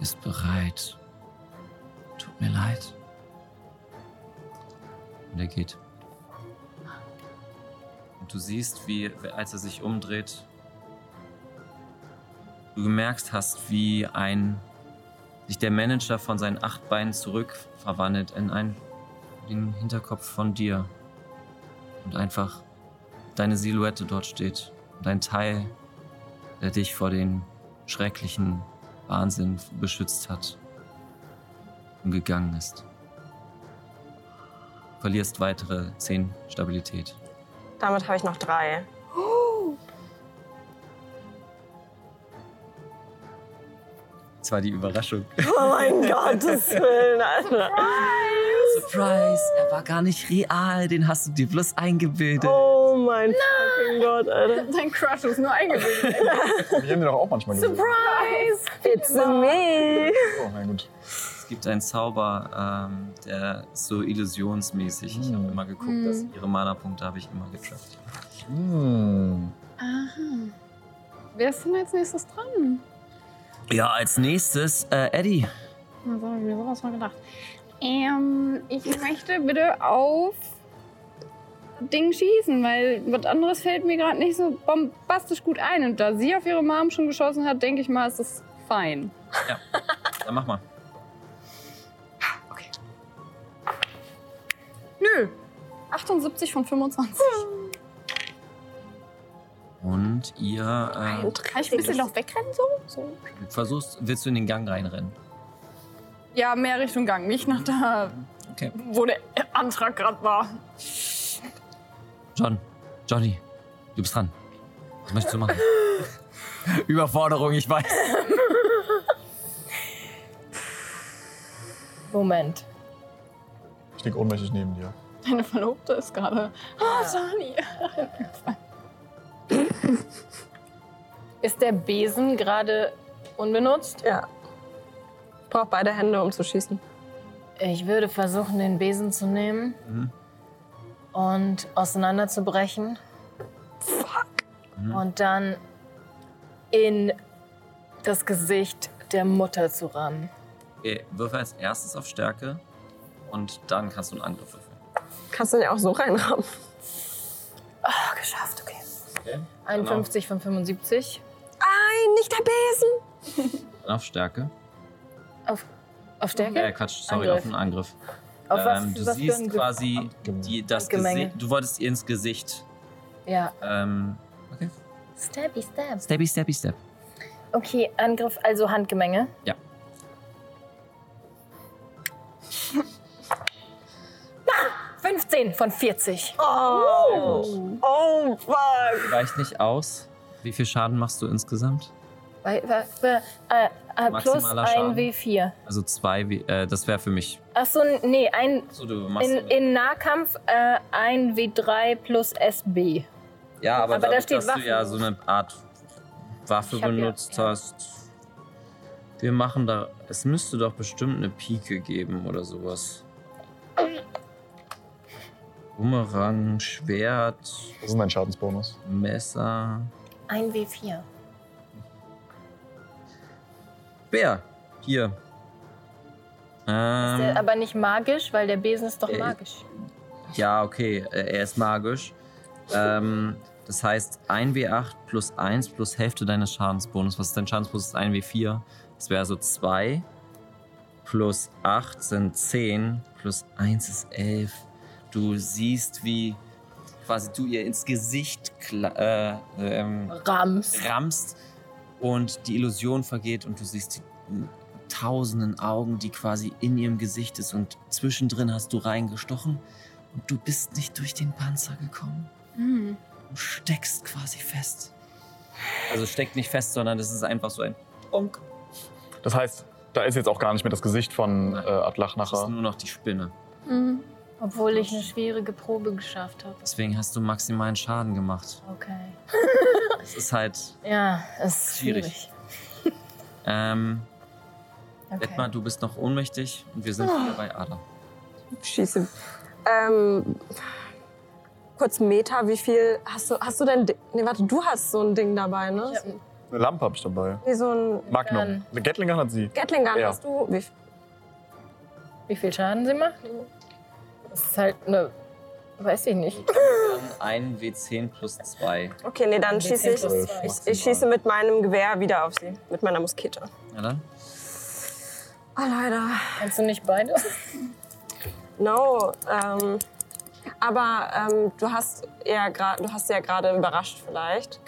Speaker 6: Ist bereit. Tut mir leid. Und er geht. Und du siehst, wie, als er sich umdreht, du gemerkt hast, wie ein sich der Manager von seinen acht Beinen zurück verwandelt in einen den Hinterkopf von dir und einfach deine Silhouette dort steht und ein Teil, der dich vor den schrecklichen Wahnsinn beschützt hat und gegangen ist. Du verlierst weitere zehn Stabilität.
Speaker 5: Damit habe ich noch drei.
Speaker 6: Das war die Überraschung.
Speaker 5: Oh mein Gottes Willen, Alter.
Speaker 6: Surprise! Er war gar nicht real, den hast du dir bloß eingebildet.
Speaker 5: Oh mein fucking Gott, Alter.
Speaker 3: Dein Crush ist nur eingebildet.
Speaker 7: Wir haben die doch auch manchmal gesehen.
Speaker 3: Surprise!
Speaker 5: It's me.
Speaker 7: Oh, na gut.
Speaker 6: Es gibt einen Zauber, ähm, der ist so illusionsmäßig. Ich habe immer geguckt, dass ihre Mana-Punkte habe ich immer getrappt.
Speaker 7: Hm.
Speaker 3: Aha. Wer ist denn als nächstes dran?
Speaker 6: Ja, als nächstes äh, Eddie.
Speaker 3: Na, so habe ich mir sowas mal gedacht. Ähm, ich möchte bitte auf Ding schießen, weil was anderes fällt mir gerade nicht so bombastisch gut ein. Und da sie auf ihre Mom schon geschossen hat, denke ich mal, ist das fein.
Speaker 6: Dann mach mal.
Speaker 3: Nö. 78 von 25.
Speaker 6: Und ihr
Speaker 3: Kann ich ein bisschen noch wegrennen so? so?
Speaker 6: äh, versuchst, willst du in den Gang reinrennen?
Speaker 3: Ja, mehr Richtung Gang, nicht nach da,
Speaker 6: Okay.
Speaker 3: wo der Antrag gerade war.
Speaker 6: John, Johnny, du bist dran. Was möchtest du machen? Überforderung, ich weiß.
Speaker 8: Moment.
Speaker 7: Ich lieg ohnmächtig neben dir.
Speaker 3: Deine Verlobte ist gerade. Ah, Sani.
Speaker 14: Ist der Besen gerade unbenutzt?
Speaker 5: Ja. Ich brauche beide Hände, um zu schießen.
Speaker 8: Ich würde versuchen, den Besen zu nehmen
Speaker 6: Mhm.
Speaker 8: und auseinanderzubrechen.
Speaker 6: Mhm.
Speaker 8: Und dann in das Gesicht der Mutter zu rammen.
Speaker 6: Okay, würfe als erstes auf Stärke und dann kannst du einen Angriff würfeln.
Speaker 5: Kannst du den auch so reinrammen?
Speaker 8: Ah, geschafft, okay.
Speaker 6: Genau.
Speaker 8: 51 von 75.
Speaker 5: Nein, nicht der Besen.
Speaker 6: Dann auf Stärke.
Speaker 8: Auf Stärke?
Speaker 6: Äh, Quatsch, sorry,
Speaker 8: Angriff.
Speaker 6: auf einen Angriff.
Speaker 8: Auf was,
Speaker 6: ähm, du
Speaker 8: was für
Speaker 6: siehst
Speaker 8: ein Ge-
Speaker 6: quasi die, das
Speaker 8: Gemenge.
Speaker 6: Gesicht. Du wolltest ihr ins Gesicht.
Speaker 8: Ja.
Speaker 6: Ähm,
Speaker 8: Stabby, stab.
Speaker 6: Steppy, steppy, step.
Speaker 8: Okay, Angriff, also Handgemenge.
Speaker 6: Ja.
Speaker 8: Ah, 15 von 40.
Speaker 5: Oh. Oh, fuck.
Speaker 6: Reicht nicht aus. Wie viel Schaden machst du insgesamt?
Speaker 8: Bei- bei- bei- äh, äh, plus
Speaker 6: Maximaler Schaden.
Speaker 8: ein W4.
Speaker 6: Also zwei, wie- äh, das wäre für mich.
Speaker 8: Achso, nee, ein,
Speaker 6: So, du machst.
Speaker 8: in, in Nahkampf äh, ein W3 plus SB.
Speaker 6: ja, aber,
Speaker 8: aber da
Speaker 6: dadurch,
Speaker 8: steht
Speaker 6: dass
Speaker 8: Waffen.
Speaker 6: du ja so eine Art Waffe
Speaker 8: Ich hab ja-
Speaker 6: benutzt
Speaker 8: ja.
Speaker 6: hast. Wir machen da. Es müsste doch bestimmt eine Pike geben oder sowas. Bumerang, Schwert,
Speaker 7: Das ist mein Schadensbonus.
Speaker 6: Messer.
Speaker 8: Ein W4.
Speaker 6: Bär, hier.
Speaker 8: Ist der
Speaker 6: Ähm,
Speaker 8: aber nicht magisch, weil der Besen ist doch
Speaker 6: Äh,
Speaker 8: magisch.
Speaker 6: ja, okay, äh, er ist magisch. Ähm, das heißt 1w8 plus 1 plus Hälfte deines Schadensbonus. Was ist dein Schadensbonus? Das ist 1w4. Das wäre also 2 plus 8 sind 10 plus 1 ist 11. Du siehst, wie quasi du ihr ins Gesicht kla- äh, ähm,
Speaker 8: Rams.
Speaker 6: rammst und die Illusion vergeht und du siehst die tausenden Augen, die quasi in ihrem Gesicht ist und zwischendrin hast du reingestochen
Speaker 11: Und du bist nicht durch den Panzer gekommen. Du steckst quasi fest.
Speaker 6: Also steckt nicht fest, sondern das ist einfach so ein.
Speaker 7: Das heißt, da ist jetzt auch gar nicht mehr das Gesicht von äh, Adlach
Speaker 6: Das ist
Speaker 7: nachher.
Speaker 6: nur noch die Spinne.
Speaker 8: Obwohl ich eine schwierige Probe geschafft habe.
Speaker 6: Deswegen hast du maximalen Schaden gemacht.
Speaker 8: Okay.
Speaker 6: Es ist halt.
Speaker 8: Ja, es ist
Speaker 6: Schwierig.
Speaker 8: schwierig.
Speaker 6: Ähm, Edmar,
Speaker 8: Okay.
Speaker 6: du bist noch ohnmächtig und wir sind wieder bei Ada.
Speaker 5: Schieße. Ähm, kurz Meta, wie viel hast du, hast du denn, Di- nee, warte, du hast so ein Ding dabei, ne?
Speaker 14: Ich
Speaker 7: Eine Lampe habe ich dabei.
Speaker 5: Wie so ein
Speaker 7: Magnum. Eine Gatlinger hat sie.
Speaker 5: Gatling Gun
Speaker 7: Ja.
Speaker 5: hast du, wie viel?
Speaker 14: Wie viel Schaden sie macht? Das ist halt eine. Weiß ich nicht.
Speaker 6: Dann ein W10 plus 2.
Speaker 5: Okay, nee, dann schieße ich,
Speaker 7: plus
Speaker 5: ich, ich schieße mit meinem Gewehr wieder auf sie, mit meiner Muskete.
Speaker 6: Na dann?
Speaker 5: Ah, leider.
Speaker 14: Kannst du nicht beide?
Speaker 5: No, ähm, aber ähm, du hast ja gerade, du hast sie ja gerade überrascht vielleicht.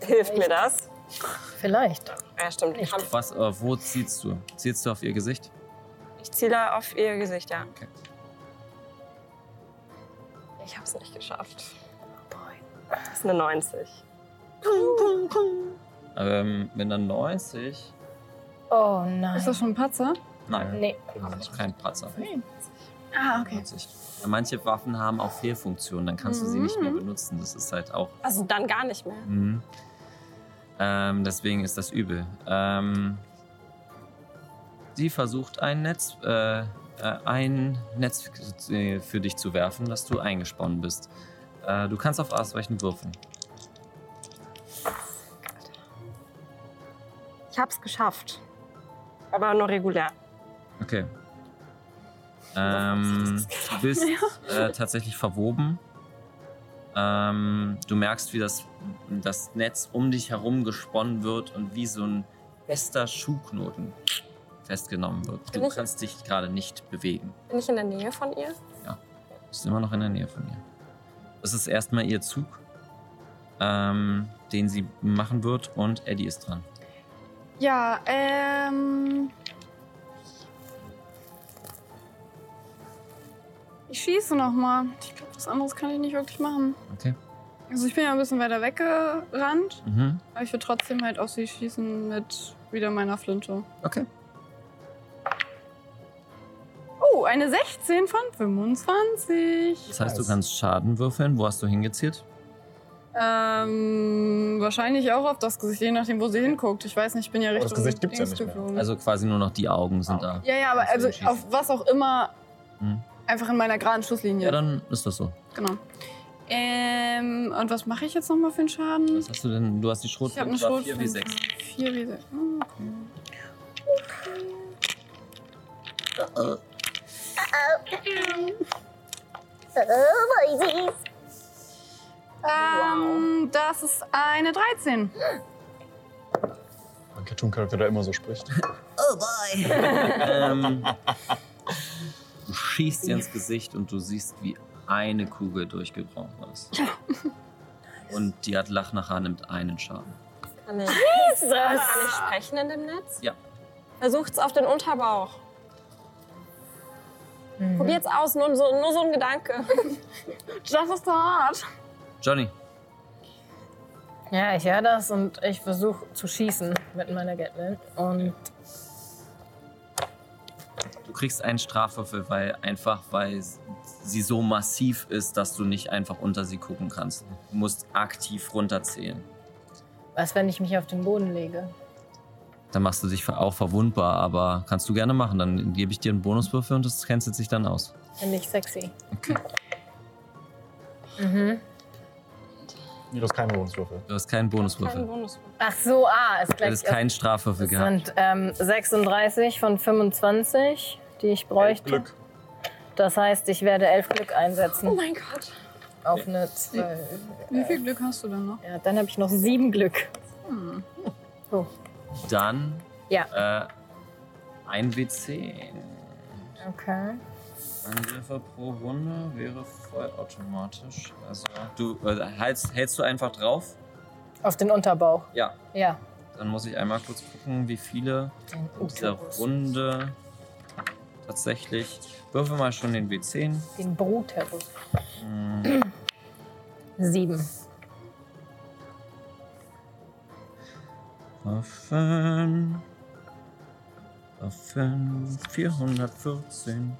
Speaker 5: Hilft mir das?
Speaker 14: Vielleicht.
Speaker 5: Ja, stimmt. Ich, hab-
Speaker 6: Was, äh, wo ziehst du? Ziehst du auf ihr Gesicht?
Speaker 5: ich ziele auf ihr Gesicht, ja.
Speaker 6: Okay.
Speaker 5: Ich hab's nicht geschafft. Das ist eine 90.
Speaker 6: Ähm, wenn dann 90.
Speaker 8: Oh nein.
Speaker 3: Ist das schon ein Patzer?
Speaker 6: Nein,
Speaker 14: Nee.
Speaker 8: Also
Speaker 6: das ist kein Pratzer.
Speaker 3: Ah, okay.
Speaker 6: 90. Ja, manche Waffen haben auch Fehlfunktionen, dann kannst du sie nicht
Speaker 3: Mhm.
Speaker 6: mehr benutzen. Das ist halt auch.
Speaker 5: Also dann gar nicht mehr.
Speaker 6: Mhm. Ähm, deswegen ist das übel. Ähm, sie versucht ein Netz, äh, äh, ein Netz äh, für dich zu werfen, dass du eingesponnen bist. Äh, du kannst auf Ausweichen würfeln.
Speaker 5: Ich hab's geschafft. Aber nur regulär.
Speaker 6: Okay. Ähm, du bist äh, tatsächlich verwoben. Ähm, du merkst, wie das, das Netz um dich herum gesponnen wird und wie so ein fester Schuhknoten festgenommen wird. Du
Speaker 5: Bin ich-
Speaker 6: kannst dich gerade nicht bewegen.
Speaker 5: Bin ich in der Nähe von ihr?
Speaker 6: Du bist immer noch in der Nähe von ihr. Das ist erstmal ihr Zug, ähm, den sie machen wird und Eddie ist dran.
Speaker 3: Ja, ähm. Ich schieße nochmal. Ich glaube, was anderes kann ich nicht wirklich machen.
Speaker 6: Okay.
Speaker 3: Also ich bin ja ein bisschen weiter weggerannt,
Speaker 6: Mhm.
Speaker 3: aber ich will trotzdem halt auf sie schießen mit wieder meiner Flinte.
Speaker 6: Okay.
Speaker 3: Oh, eine 16 von 25.
Speaker 6: Das heißt, du kannst Schaden würfeln. Wo hast du hingezielt?
Speaker 3: Ähm, wahrscheinlich auch auf das Gesicht, je nachdem, wo sie hinguckt. Ich weiß nicht, ich bin ja
Speaker 7: das
Speaker 3: Richtung
Speaker 7: Gesicht gibt's ja nicht mehr.
Speaker 3: geflogen.
Speaker 6: Also quasi nur noch die Augen sind da.
Speaker 3: ja, ja, aber
Speaker 6: kannst du
Speaker 3: also
Speaker 6: ihn schießen.
Speaker 3: auf was auch immer,
Speaker 7: Hm.
Speaker 6: Mhm.
Speaker 3: einfach in meiner geraden Schusslinie.
Speaker 6: Ja, dann ist das so.
Speaker 3: Genau. Ähm, und was mache ich jetzt nochmal für einen Schaden?
Speaker 6: Was hast du denn? Du hast die Schrot
Speaker 3: Ich habe eine
Speaker 6: war 4
Speaker 3: Schrotflinte.
Speaker 6: wie 6.
Speaker 3: 4 wie Oh, 6. Okay. Ähm, das ist eine 13.
Speaker 7: Ein Cartoon-Charakter, der immer so spricht.
Speaker 6: ähm, du schießt ihr ins Gesicht und du siehst, wie eine Kugel durchgebrochen ist. Und die hat Lachnacher nimmt einen Schaden.
Speaker 5: Kann ich, Jesus. Kann ich sprechen in dem Netz?
Speaker 6: Ja.
Speaker 5: Versucht's auf den Unterbauch. Probiert's aus, nur so, nur so ein Gedanke.
Speaker 3: Das ist hart.
Speaker 6: Johnny,
Speaker 14: Ja, ich höre das und ich versuche zu schießen mit meiner Gatlin. Und
Speaker 6: du kriegst einen Strafwürfel, weil einfach, weil sie so massiv ist, dass du nicht einfach unter sie gucken kannst. Du musst aktiv runterzählen.
Speaker 14: was, wenn ich mich auf den Boden lege?
Speaker 6: Dann machst du dich auch verwundbar, aber kannst du gerne machen. Dann gebe ich dir einen Bonuswürfel und das cancelt sich dann aus.
Speaker 14: Finde ich sexy.
Speaker 7: Nee, das ist kein Bonuswürfel.
Speaker 6: Du hast keinen
Speaker 5: Kein
Speaker 6: Bonuswürfel.
Speaker 5: Bonus.
Speaker 14: Ach so, ah, ist
Speaker 6: Du
Speaker 14: gleich.
Speaker 6: hättest keinen Strafwürfel
Speaker 14: das
Speaker 6: gehabt.
Speaker 14: sind ähm, 36 von 25, die ich bräuchte.
Speaker 7: Glück.
Speaker 14: Das heißt, ich werde elf Glück einsetzen
Speaker 5: Oh mein Gott.
Speaker 14: auf eine 12.
Speaker 3: Wie viel Glück hast du denn noch? Hm.
Speaker 14: Ja, dann habe ich noch sieben Glück.
Speaker 6: Dann
Speaker 14: Ja.
Speaker 6: äh, ein W10.
Speaker 14: Okay.
Speaker 6: Angriffe pro Runde wäre vollautomatisch. Also du äh, hältst, hältst du einfach drauf?
Speaker 14: Auf den Unterbauch.
Speaker 6: Ja.
Speaker 14: Ja.
Speaker 6: Dann muss ich einmal kurz gucken, wie viele
Speaker 14: Den
Speaker 6: in dieser
Speaker 14: Uterus.
Speaker 6: Runde tatsächlich. Würfel mal schon den W10.
Speaker 14: Den Bruterus. Sieben.
Speaker 6: Waffen. Waffen. 414.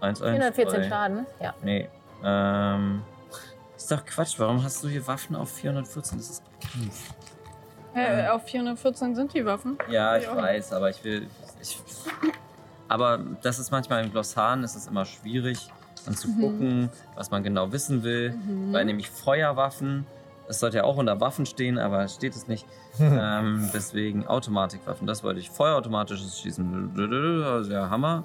Speaker 6: 1,
Speaker 14: 414 Schaden. Ja.
Speaker 6: Nee. Ähm. Ist doch Quatsch. Warum hast du hier Waffen auf 414? Das ist Kampf.
Speaker 3: Äh, auf 414 sind die Waffen.
Speaker 6: Ja, ich
Speaker 3: Ja.
Speaker 6: weiß, aber ich will. Ich, aber das ist manchmal im Glossaren, ist es immer schwierig, dann zu gucken, was man genau wissen will. Weil nämlich Feuerwaffen, das sollte ja auch unter Waffen stehen, aber steht es nicht. ähm, deswegen Automatikwaffen, das wollte ich. Feuerautomatisches Schießen, also der Hammer.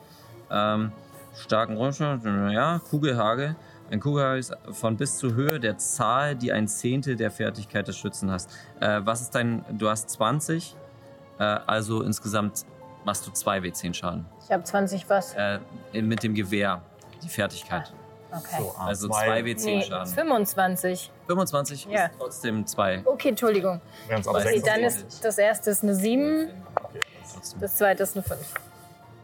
Speaker 6: Ähm, starken Räumschlag, ja, Kugelhagel. Ein Kugelhagel ist von bis zur Höhe der Zahl, die ein Zehntel der Fertigkeit des Schützen hast. Äh, was ist dein, du hast 20, äh, also insgesamt machst du 2 W10 Schaden.
Speaker 14: Ich habe 20 was.
Speaker 6: Äh, mit dem Gewehr, die Fertigkeit.
Speaker 14: Okay.
Speaker 7: ah,
Speaker 6: Also 2 W10
Speaker 14: Nee,
Speaker 6: Schaden.
Speaker 14: 25.
Speaker 6: 25
Speaker 14: Ja.
Speaker 6: ist trotzdem 2.
Speaker 14: Okay, Entschuldigung.
Speaker 7: wären's aber
Speaker 6: Weiß
Speaker 14: Okay,
Speaker 7: sechs.
Speaker 6: ich.
Speaker 14: dann ist das erste ist eine 7,
Speaker 3: Mhm.
Speaker 14: das zweite ist eine 5.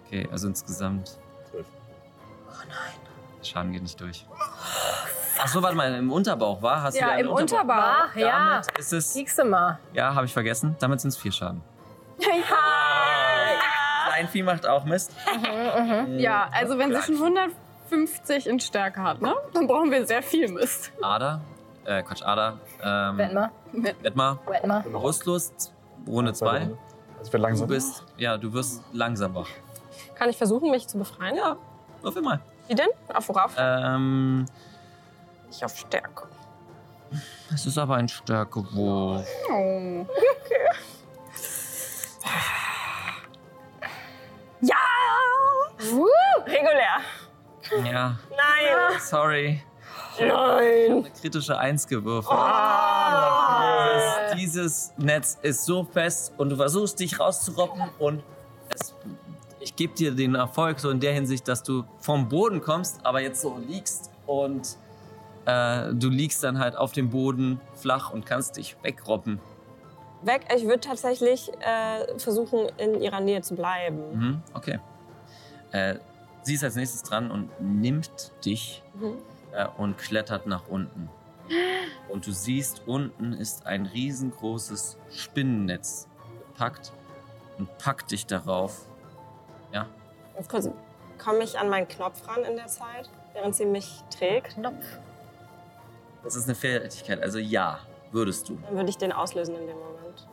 Speaker 6: Okay, also insgesamt. Oh
Speaker 7: Zwölf.
Speaker 3: Oh
Speaker 6: nein. Schaden geht nicht durch. Ach so, warte mal, im Unterbauch war? Hast du
Speaker 3: Ja,
Speaker 6: deinen
Speaker 3: im Unterbau.
Speaker 14: Ach ja,
Speaker 6: Damit ist es.
Speaker 14: kriegst du mal.
Speaker 6: Ja, habe ich vergessen. Damit sind es vier Schaden. Sein Vieh macht auch Mist.
Speaker 3: Ah.
Speaker 6: Äh,
Speaker 3: Ja, also wenn sie schon 150 in Stärke hat, ne? Dann brauchen wir sehr viel Mist.
Speaker 6: Ada. Äh, Quatsch, Ada. Ähm,
Speaker 14: Wett mal,
Speaker 6: Detmar.
Speaker 14: wett mal.
Speaker 6: Brustlos, Runde 2.
Speaker 7: Es wird langsam.
Speaker 6: Du bist, ja, du wirst langsam wach.
Speaker 5: Kann ich versuchen, mich zu befreien? Ja.
Speaker 6: Würfel mal.
Speaker 5: Wie denn? Auf worauf?
Speaker 6: Ähm,
Speaker 5: Ich auf Stärke.
Speaker 6: es ist aber ein Stärkewurf.
Speaker 3: Oh.
Speaker 5: Ja! Regulär.
Speaker 6: Ja,
Speaker 5: Nein!
Speaker 6: sorry.
Speaker 5: Nein!
Speaker 6: Eine kritische Eins gewürfelt. Dieses Netz ist so fest und du versuchst dich rauszuroppen und es, ich gebe dir den Erfolg so in der Hinsicht, dass du vom Boden kommst, aber jetzt so liegst und äh, du liegst dann halt auf dem Boden flach und kannst dich wegroppen.
Speaker 5: Weg, ich würde tatsächlich äh, versuchen, in ihrer Nähe zu bleiben.
Speaker 6: Mhm, okay. Äh, sie ist als nächstes dran und nimmt dich
Speaker 5: Mhm.
Speaker 6: äh, und klettert nach unten. Und du siehst, unten ist ein riesengroßes Spinnennetz gepackt und packt dich darauf.
Speaker 5: Jetzt kurz, komme ich an meinen Knopf ran in der Zeit, während sie mich trägt?
Speaker 6: Das ist eine Fertigkeit, also ja, würdest du.
Speaker 5: Dann würde ich den auslösen in dem Moment.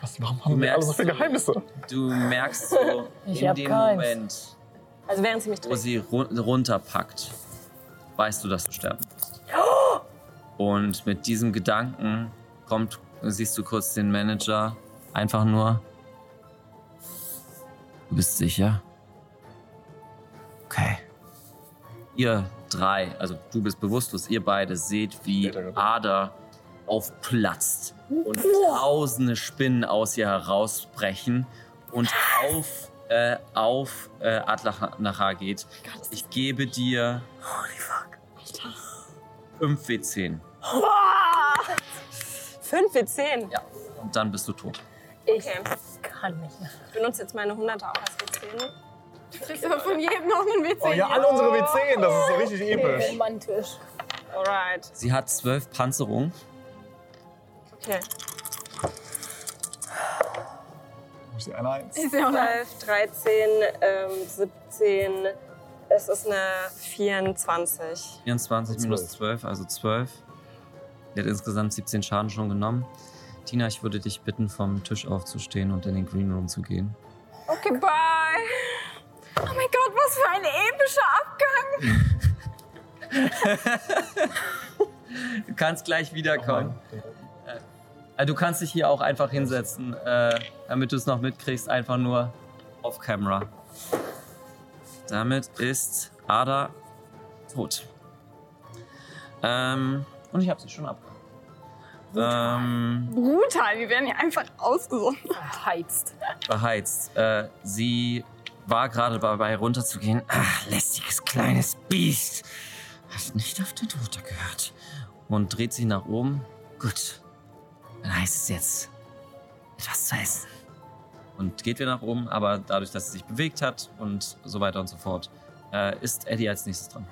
Speaker 7: Was, warum haben wir
Speaker 6: merkst
Speaker 7: alle so viele
Speaker 6: so-
Speaker 7: Geheimnisse?
Speaker 6: Du merkst so
Speaker 14: Ich
Speaker 6: in
Speaker 14: hab
Speaker 6: dem
Speaker 14: keins.
Speaker 6: Moment,
Speaker 5: Also während sie mich
Speaker 6: wo
Speaker 5: trägt.
Speaker 6: sie run runterpackt, weißt du, dass du sterben wirst. Und mit diesem Gedanken kommt, siehst du kurz den Manager, einfach nur. Du bist sicher? Okay. Ihr drei, also du bist bewusstlos, ihr beide seht, wie Ada aufplatzt und tausende Spinnen aus ihr herausbrechen und auf, äh, auf äh, Adlachar geht. Ich gebe dir 5 W10
Speaker 5: 5 wie 10. Ja.
Speaker 6: und dann bist du tot.
Speaker 14: Ich
Speaker 5: Okay.
Speaker 14: kann nicht mehr.
Speaker 5: Ich benutze jetzt meine 100er auch als W10.
Speaker 3: Kriegst aber von jedem noch einen Witz.
Speaker 7: Oh ja, alle unsere W10, das ist so richtig episch.
Speaker 14: Romantisch.
Speaker 5: Alright.
Speaker 6: Sie hat zwölf Panzerungen.
Speaker 5: Okay.
Speaker 7: Ich sehe eine Eins.
Speaker 3: Ist ja auch eine
Speaker 5: 12, 13, ähm, 17. Es ist eine 24.
Speaker 6: 24 minus 12, also 12. Sie hat insgesamt 17 Schaden schon genommen. Tina, ich würde dich bitten, vom Tisch aufzustehen und in den Green Room zu gehen.
Speaker 5: Okay, bye.
Speaker 3: Oh mein Gott, was für ein epischer Abgang!
Speaker 6: Du kannst gleich wiederkommen. Äh, du kannst dich hier auch einfach hinsetzen, äh, damit du es noch mitkriegst, einfach nur off camera. Damit ist Ada tot. Ähm, und ich habe sie schon abgehakt. Ähm,
Speaker 3: Brutal, die werden ja einfach ausgesucht.
Speaker 14: Verheizt.
Speaker 6: beheizt. Äh, sie war gerade dabei, runterzugehen. Ach, lästiges kleines Biest. Hast nicht auf den Toter gehört. Und dreht sich nach oben. Gut. Dann heißt es jetzt, etwas zu essen. und geht wieder nach oben. Aber dadurch, dass sie sich bewegt hat und so weiter und so fort, äh, ist Eddie als nächstes dran.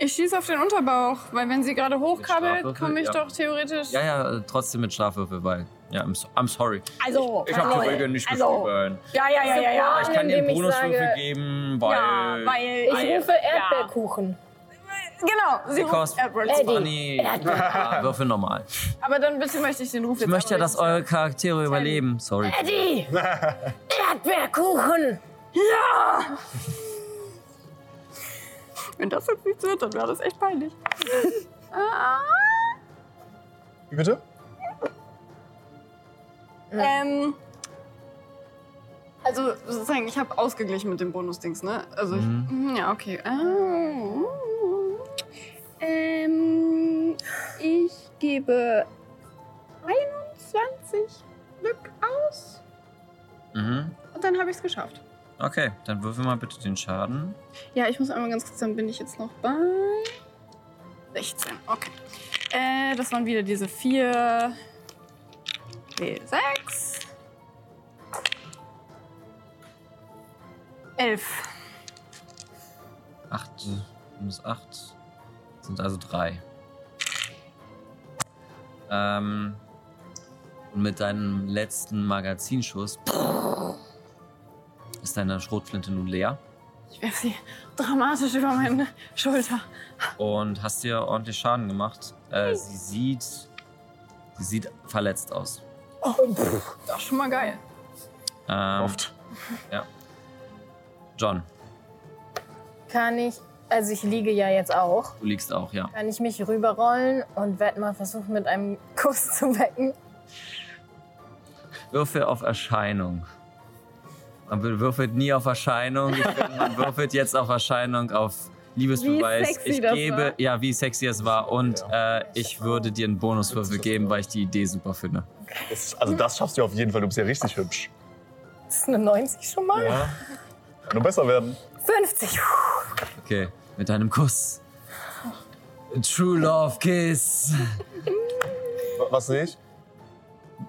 Speaker 3: Ich schieße auf den Unterbauch, weil wenn sie gerade hochkrabbelt,
Speaker 6: Strafwürfel,
Speaker 3: komme ich
Speaker 6: ja.
Speaker 3: doch theoretisch.
Speaker 6: Ja, ja, äh, trotzdem mit Strafwürfel, weil. Ja, I'm, so, I'm sorry.
Speaker 3: Also,
Speaker 6: Ich habe die Regeln nicht
Speaker 3: also,
Speaker 6: geschrieben.
Speaker 3: Ja, ja, ja, ja, ja.
Speaker 6: Aber ich kann dir einen
Speaker 14: indem ich
Speaker 6: Bonuswürfel
Speaker 14: sage-
Speaker 6: geben, weil.
Speaker 3: Ja, weil
Speaker 14: Ich rufe Erdbeerkuchen.
Speaker 3: Genau, sie
Speaker 6: Because
Speaker 3: ruft Edward.
Speaker 6: it's funny. Ja, Würfel normal.
Speaker 3: Aber dann bitte möchte ich den Ruf jetzt.
Speaker 6: Ich möchte ja,
Speaker 3: aber
Speaker 6: dass
Speaker 3: nicht.
Speaker 6: eure Charaktere überleben. Sorry.
Speaker 8: Eddie! Erdbeerkuchen!
Speaker 3: Wenn das jetzt nichts wird, dann wäre das echt peinlich. ah,
Speaker 7: Wie bitte?
Speaker 3: ähm. Also, sozusagen, ich habe ausgeglichen mit dem Bonusdings, ne? Also, ich, Mhm, ja, okay. Ah. Ähm. Ich gebe 21 Glück aus
Speaker 6: Mhm.
Speaker 3: und dann habe ich es geschafft.
Speaker 6: Okay, dann würfel mal bitte den Schaden.
Speaker 3: Ja, ich muss einmal ganz kurz, dann bin ich jetzt noch bei 16. Okay. Äh, das waren wieder diese 4 W6. 11.
Speaker 6: 8 minus 8 sind also 3. Ähm, und mit deinem letzten Magazinschuss ist deine Schrotflinte nun leer
Speaker 3: Ich werfe sie dramatisch über meine Schulter.
Speaker 6: und hast dir ordentlich Schaden gemacht. Äh, sie sieht, sie sieht verletzt aus.
Speaker 3: Doch schon mal geil.
Speaker 6: Ähm, Oft. Ja. John,
Speaker 8: Kann ich, also ich liege ja jetzt auch,
Speaker 6: du liegst auch, ja.
Speaker 8: kann ich mich rüberrollen und werde mal versuchen, mit einem Kuss zu wecken.
Speaker 6: Würfel auf Erscheinung. Man würfelt nie auf Erscheinung. Ich finde, man würfelt jetzt auf Erscheinung, auf Liebesbeweis.
Speaker 3: Wie sexy
Speaker 6: ich
Speaker 3: das
Speaker 6: gebe,
Speaker 3: war.
Speaker 6: ja, wie sexy es war. Und äh, ich würde dir einen Bonuswürfel geben, weil ich die Idee super finde.
Speaker 7: Das, also das schaffst du auf jeden Fall. Du bist ja richtig hübsch.
Speaker 8: Das ist eine 90 schon mal.
Speaker 7: Ja. Kann nur besser werden.
Speaker 8: 50. Puh.
Speaker 6: Okay, mit einem Kuss. True Love Kiss.
Speaker 7: W- Was sehe ich?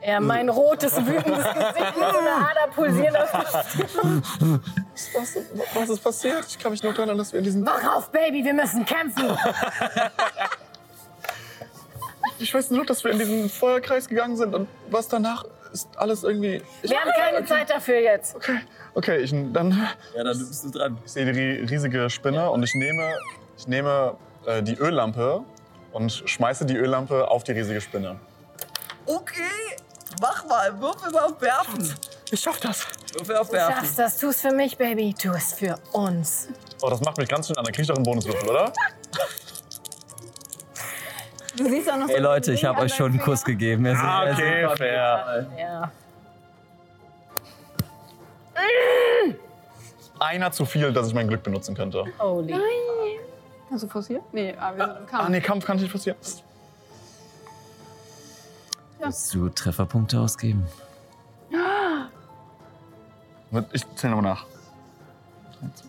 Speaker 8: Ja, mein rotes, wütendes Gesicht mit so einer Ader pulsieren auf die Stirn.
Speaker 7: Was, was ist passiert? Ich kann mich nur erinnern, dass wir in diesen...
Speaker 8: Wach auf, Baby, wir müssen kämpfen.
Speaker 7: Ich weiß nur, dass wir in diesen Feuerkreis gegangen sind und was danach ist alles irgendwie... Ich,
Speaker 8: Wir haben keine Zeit dafür jetzt.
Speaker 7: okay, ich, dann...
Speaker 6: Ja, dann bist du dran.
Speaker 7: Ich sehe die ri- riesige Spinne und ich nehme, ich nehme äh, die Öllampe und schmeiße die Öllampe auf die riesige Spinne.
Speaker 13: Okay, mach mal. Würfel mal auf Werfen.
Speaker 7: Ich schaff das.
Speaker 13: Würfel auf
Speaker 8: Du
Speaker 13: Werfen.
Speaker 8: schaffst das, tu es für mich, Baby, tu es für uns.
Speaker 7: Oh, das macht mich ganz schön an. Dann krieg ich doch einen Bonuswürfel, oder?
Speaker 3: Du siehst auch noch
Speaker 6: Hey Leute, ich habe euch schon einen Kuss gegeben. Wir sind-
Speaker 7: Ah,
Speaker 6: wir sind-
Speaker 7: fair.
Speaker 8: Ja.
Speaker 7: Einer zu viel, dass ich mein Glück benutzen könnte.
Speaker 8: Holy.
Speaker 3: Also forciert? Nee, aber wir sind im
Speaker 7: Ah,
Speaker 3: Kampf.
Speaker 7: nee, Kampf kann nicht passieren.
Speaker 6: Willst du Trefferpunkte ausgeben?
Speaker 7: Ich zähle nochmal nach. 13,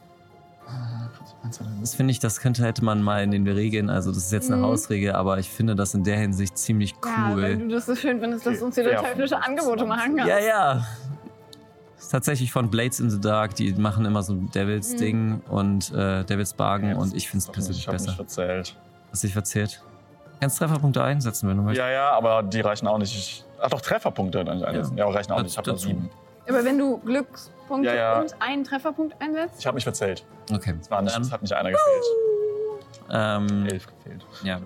Speaker 7: äh, 14, 15, 16.
Speaker 6: Das finde ich, das könnte hätte man mal in den Regeln, also das ist jetzt eine Hausregel, aber ich finde das in der Hinsicht ziemlich
Speaker 3: Mhm. Ja, wenn
Speaker 6: cool.
Speaker 3: du das so schön findest, lass
Speaker 7: Okay,
Speaker 3: uns wieder
Speaker 7: fair.
Speaker 3: teuflische Angebote machen.
Speaker 6: Ja, ja. Ist tatsächlich von Blades in the Dark, die machen immer so ein Devils Ding
Speaker 3: Mhm.
Speaker 6: und äh, Devils Bargain
Speaker 7: Ja,
Speaker 6: und ich finde es
Speaker 7: Ich
Speaker 6: persönlich
Speaker 7: hab nicht
Speaker 6: besser.
Speaker 7: verzählt.
Speaker 6: Hast dich verzählt. Kannst Trefferpunkte einsetzen, wenn du möchtest.
Speaker 7: Ja, ja, aber die reichen auch nicht. Ich, ach doch, Trefferpunkte. dann einsetzen. Ja, aber reichen auch
Speaker 6: Das-
Speaker 7: nicht. Ich habe nur
Speaker 6: dazu.
Speaker 7: sieben.
Speaker 3: Aber wenn du Glückspunkte
Speaker 7: Ja, ja.
Speaker 3: und einen Trefferpunkt einsetzt,
Speaker 7: Ich habe mich verzählt.
Speaker 6: Okay.
Speaker 7: Es war nicht, es
Speaker 6: Dann,
Speaker 7: hat nicht einer gefehlt.
Speaker 6: ähm,
Speaker 7: Elf gefehlt.
Speaker 6: ja.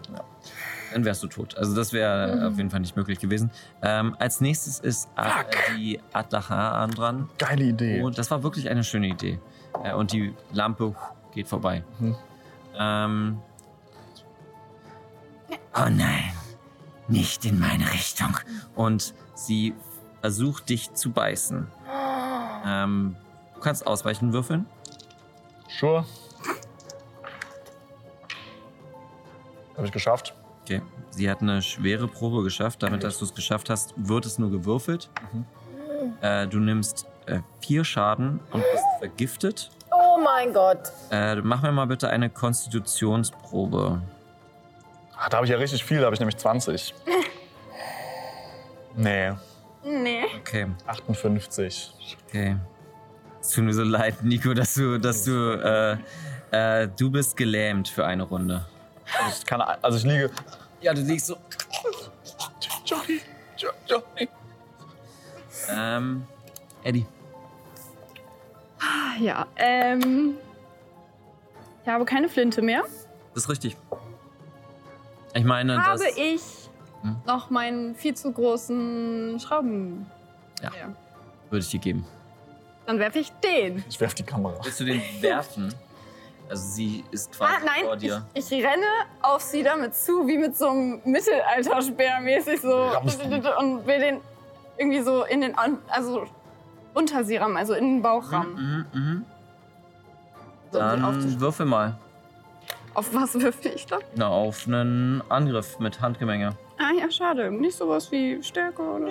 Speaker 6: Dann wärst du tot. Also das wäre
Speaker 3: Mhm.
Speaker 6: auf jeden Fall nicht möglich gewesen. Ähm, als nächstes ist A- die Adlacha dran.
Speaker 7: Geile Idee.
Speaker 6: Und das war wirklich eine schöne Idee. Äh, Und die Lampe hu, geht vorbei. Ähm, oh nein, nicht in meine Richtung. Und sie versucht dich zu beißen. Ähm, du kannst ausweichen würfeln.
Speaker 7: Sure. Habe ich geschafft.
Speaker 6: Okay. Sie hat eine schwere Probe geschafft. Damit, dass du es geschafft hast, wird es nur gewürfelt. Äh, du nimmst äh, vier Schaden und bist vergiftet.
Speaker 8: Oh mein Gott.
Speaker 6: Äh, mach mir mal bitte eine Konstitutionsprobe.
Speaker 7: Ah, da habe ich ja richtig viel, da habe ich nämlich 20. Nee.
Speaker 3: Nee.
Speaker 6: Okay,
Speaker 7: 58.
Speaker 6: okay. Es tut mir so leid, Nico, dass du, dass du, äh, äh, du bist gelähmt für eine Runde.
Speaker 7: Also ich, kann, also ich liege.
Speaker 6: Ja, du liegst so.
Speaker 1: Johnny, Jo- Johnny.
Speaker 6: Ähm, Eddie.
Speaker 3: Ah, ja, ähm. Ich habe keine Flinte mehr.
Speaker 6: Das ist richtig. Ich meine, das. Hm?
Speaker 3: habe ich noch meinen viel zu großen Schrauben.
Speaker 6: würde ich dir geben.
Speaker 3: Dann werfe ich den.
Speaker 7: Ich werf die Kamera.
Speaker 6: Willst du den werfen? Also sie ist quasi
Speaker 3: Ah, nein,
Speaker 6: vor
Speaker 3: ich,
Speaker 6: dir.
Speaker 3: ich renne auf sie damit zu, wie mit so einem Mittelalterspeer mäßig so.
Speaker 7: Rammst du.
Speaker 3: Und will den irgendwie so in den, An- also unter sie rammen, also in den Bauch rammen.
Speaker 6: Mhm, mhm.
Speaker 3: So, um den aufzusch-
Speaker 6: Dann würfel mal.
Speaker 3: auf was würfe ich dann?
Speaker 6: Na, auf einen Angriff mit Handgemenge.
Speaker 3: Ah ja, schade. Nicht sowas wie Stärke oder.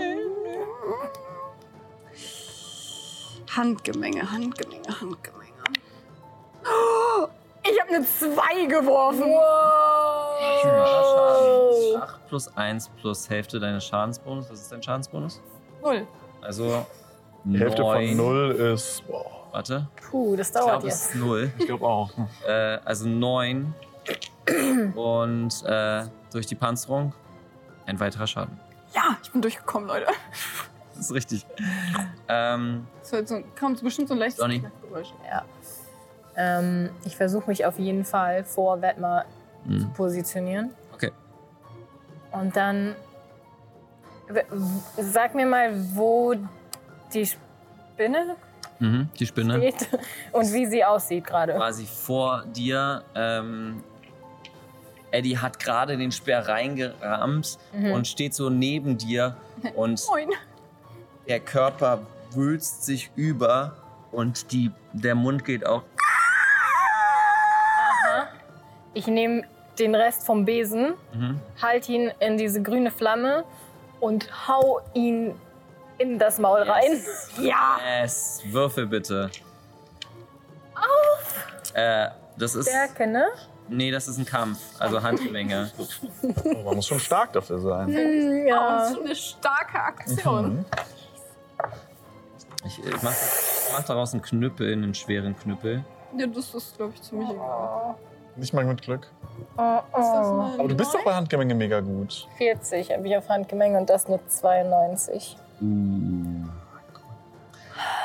Speaker 3: Handgemenge, Handgemenge, Handgemenge. Oh, Ich habe eine 2 geworfen.
Speaker 6: Schaden. 8 plus 1 plus Hälfte deines Schadensbonus. Was ist dein Schadensbonus?
Speaker 3: Null.
Speaker 6: Also
Speaker 7: Die Hälfte
Speaker 6: neun-
Speaker 7: von 0 ist. Boah,
Speaker 6: Warte,
Speaker 8: Puh, das
Speaker 6: ich
Speaker 8: dauert
Speaker 6: glaube,
Speaker 8: jetzt.
Speaker 6: es ist 0.
Speaker 7: ich glaube auch.
Speaker 6: Äh, also 9 und äh, durch die Panzerung ein weiterer Schaden.
Speaker 3: Ja, ich bin durchgekommen, Leute.
Speaker 6: Das ist richtig. Ähm,
Speaker 3: Das war jetzt so, ein- kam bestimmt so ein leichtes
Speaker 6: Donny.
Speaker 3: Knackgeräusch.
Speaker 8: Ähm, ich versuche mich auf jeden Fall vor Wetmar zu
Speaker 7: Mhm.
Speaker 6: mh.
Speaker 8: positionieren.
Speaker 6: Okay.
Speaker 8: Und dann w- w- sag mir mal, wo die Spinne
Speaker 6: mhm, die Spinne.
Speaker 8: geht und wie sie aussieht gerade.
Speaker 6: quasi vor dir. Ähm, Eddie hat gerade den Speer reingerammt und steht so neben dir und
Speaker 3: Moin.
Speaker 6: der Körper wülzt sich über und die, der Mund geht auch.
Speaker 8: Ich nehme den Rest vom Besen,
Speaker 6: Mhm.
Speaker 8: halt ihn in diese grüne Flamme und hau ihn in das Maul rein.
Speaker 6: Ja! Yes, Würfel bitte. Auf! Äh, das ist.
Speaker 8: Stärke, ne?
Speaker 6: Nee, das ist ein Kampf, also Handgemenge.
Speaker 7: Oh, Man muss schon stark dafür sein. Mhm.
Speaker 3: Oh, das ist schon eine starke Aktion.
Speaker 6: Ich, ich mach, ich mach daraus einen Knüppel, einen schweren Knüppel.
Speaker 3: Ja, das ist, glaube ich, ziemlich egal.
Speaker 7: Nicht mal mit Glück.
Speaker 3: Ist das eine
Speaker 7: Aber du bist doch
Speaker 3: Neun?
Speaker 7: bei Handgemenge mega gut.
Speaker 8: 40 habe ich auf Handgemenge und das nur 92.
Speaker 6: Uh.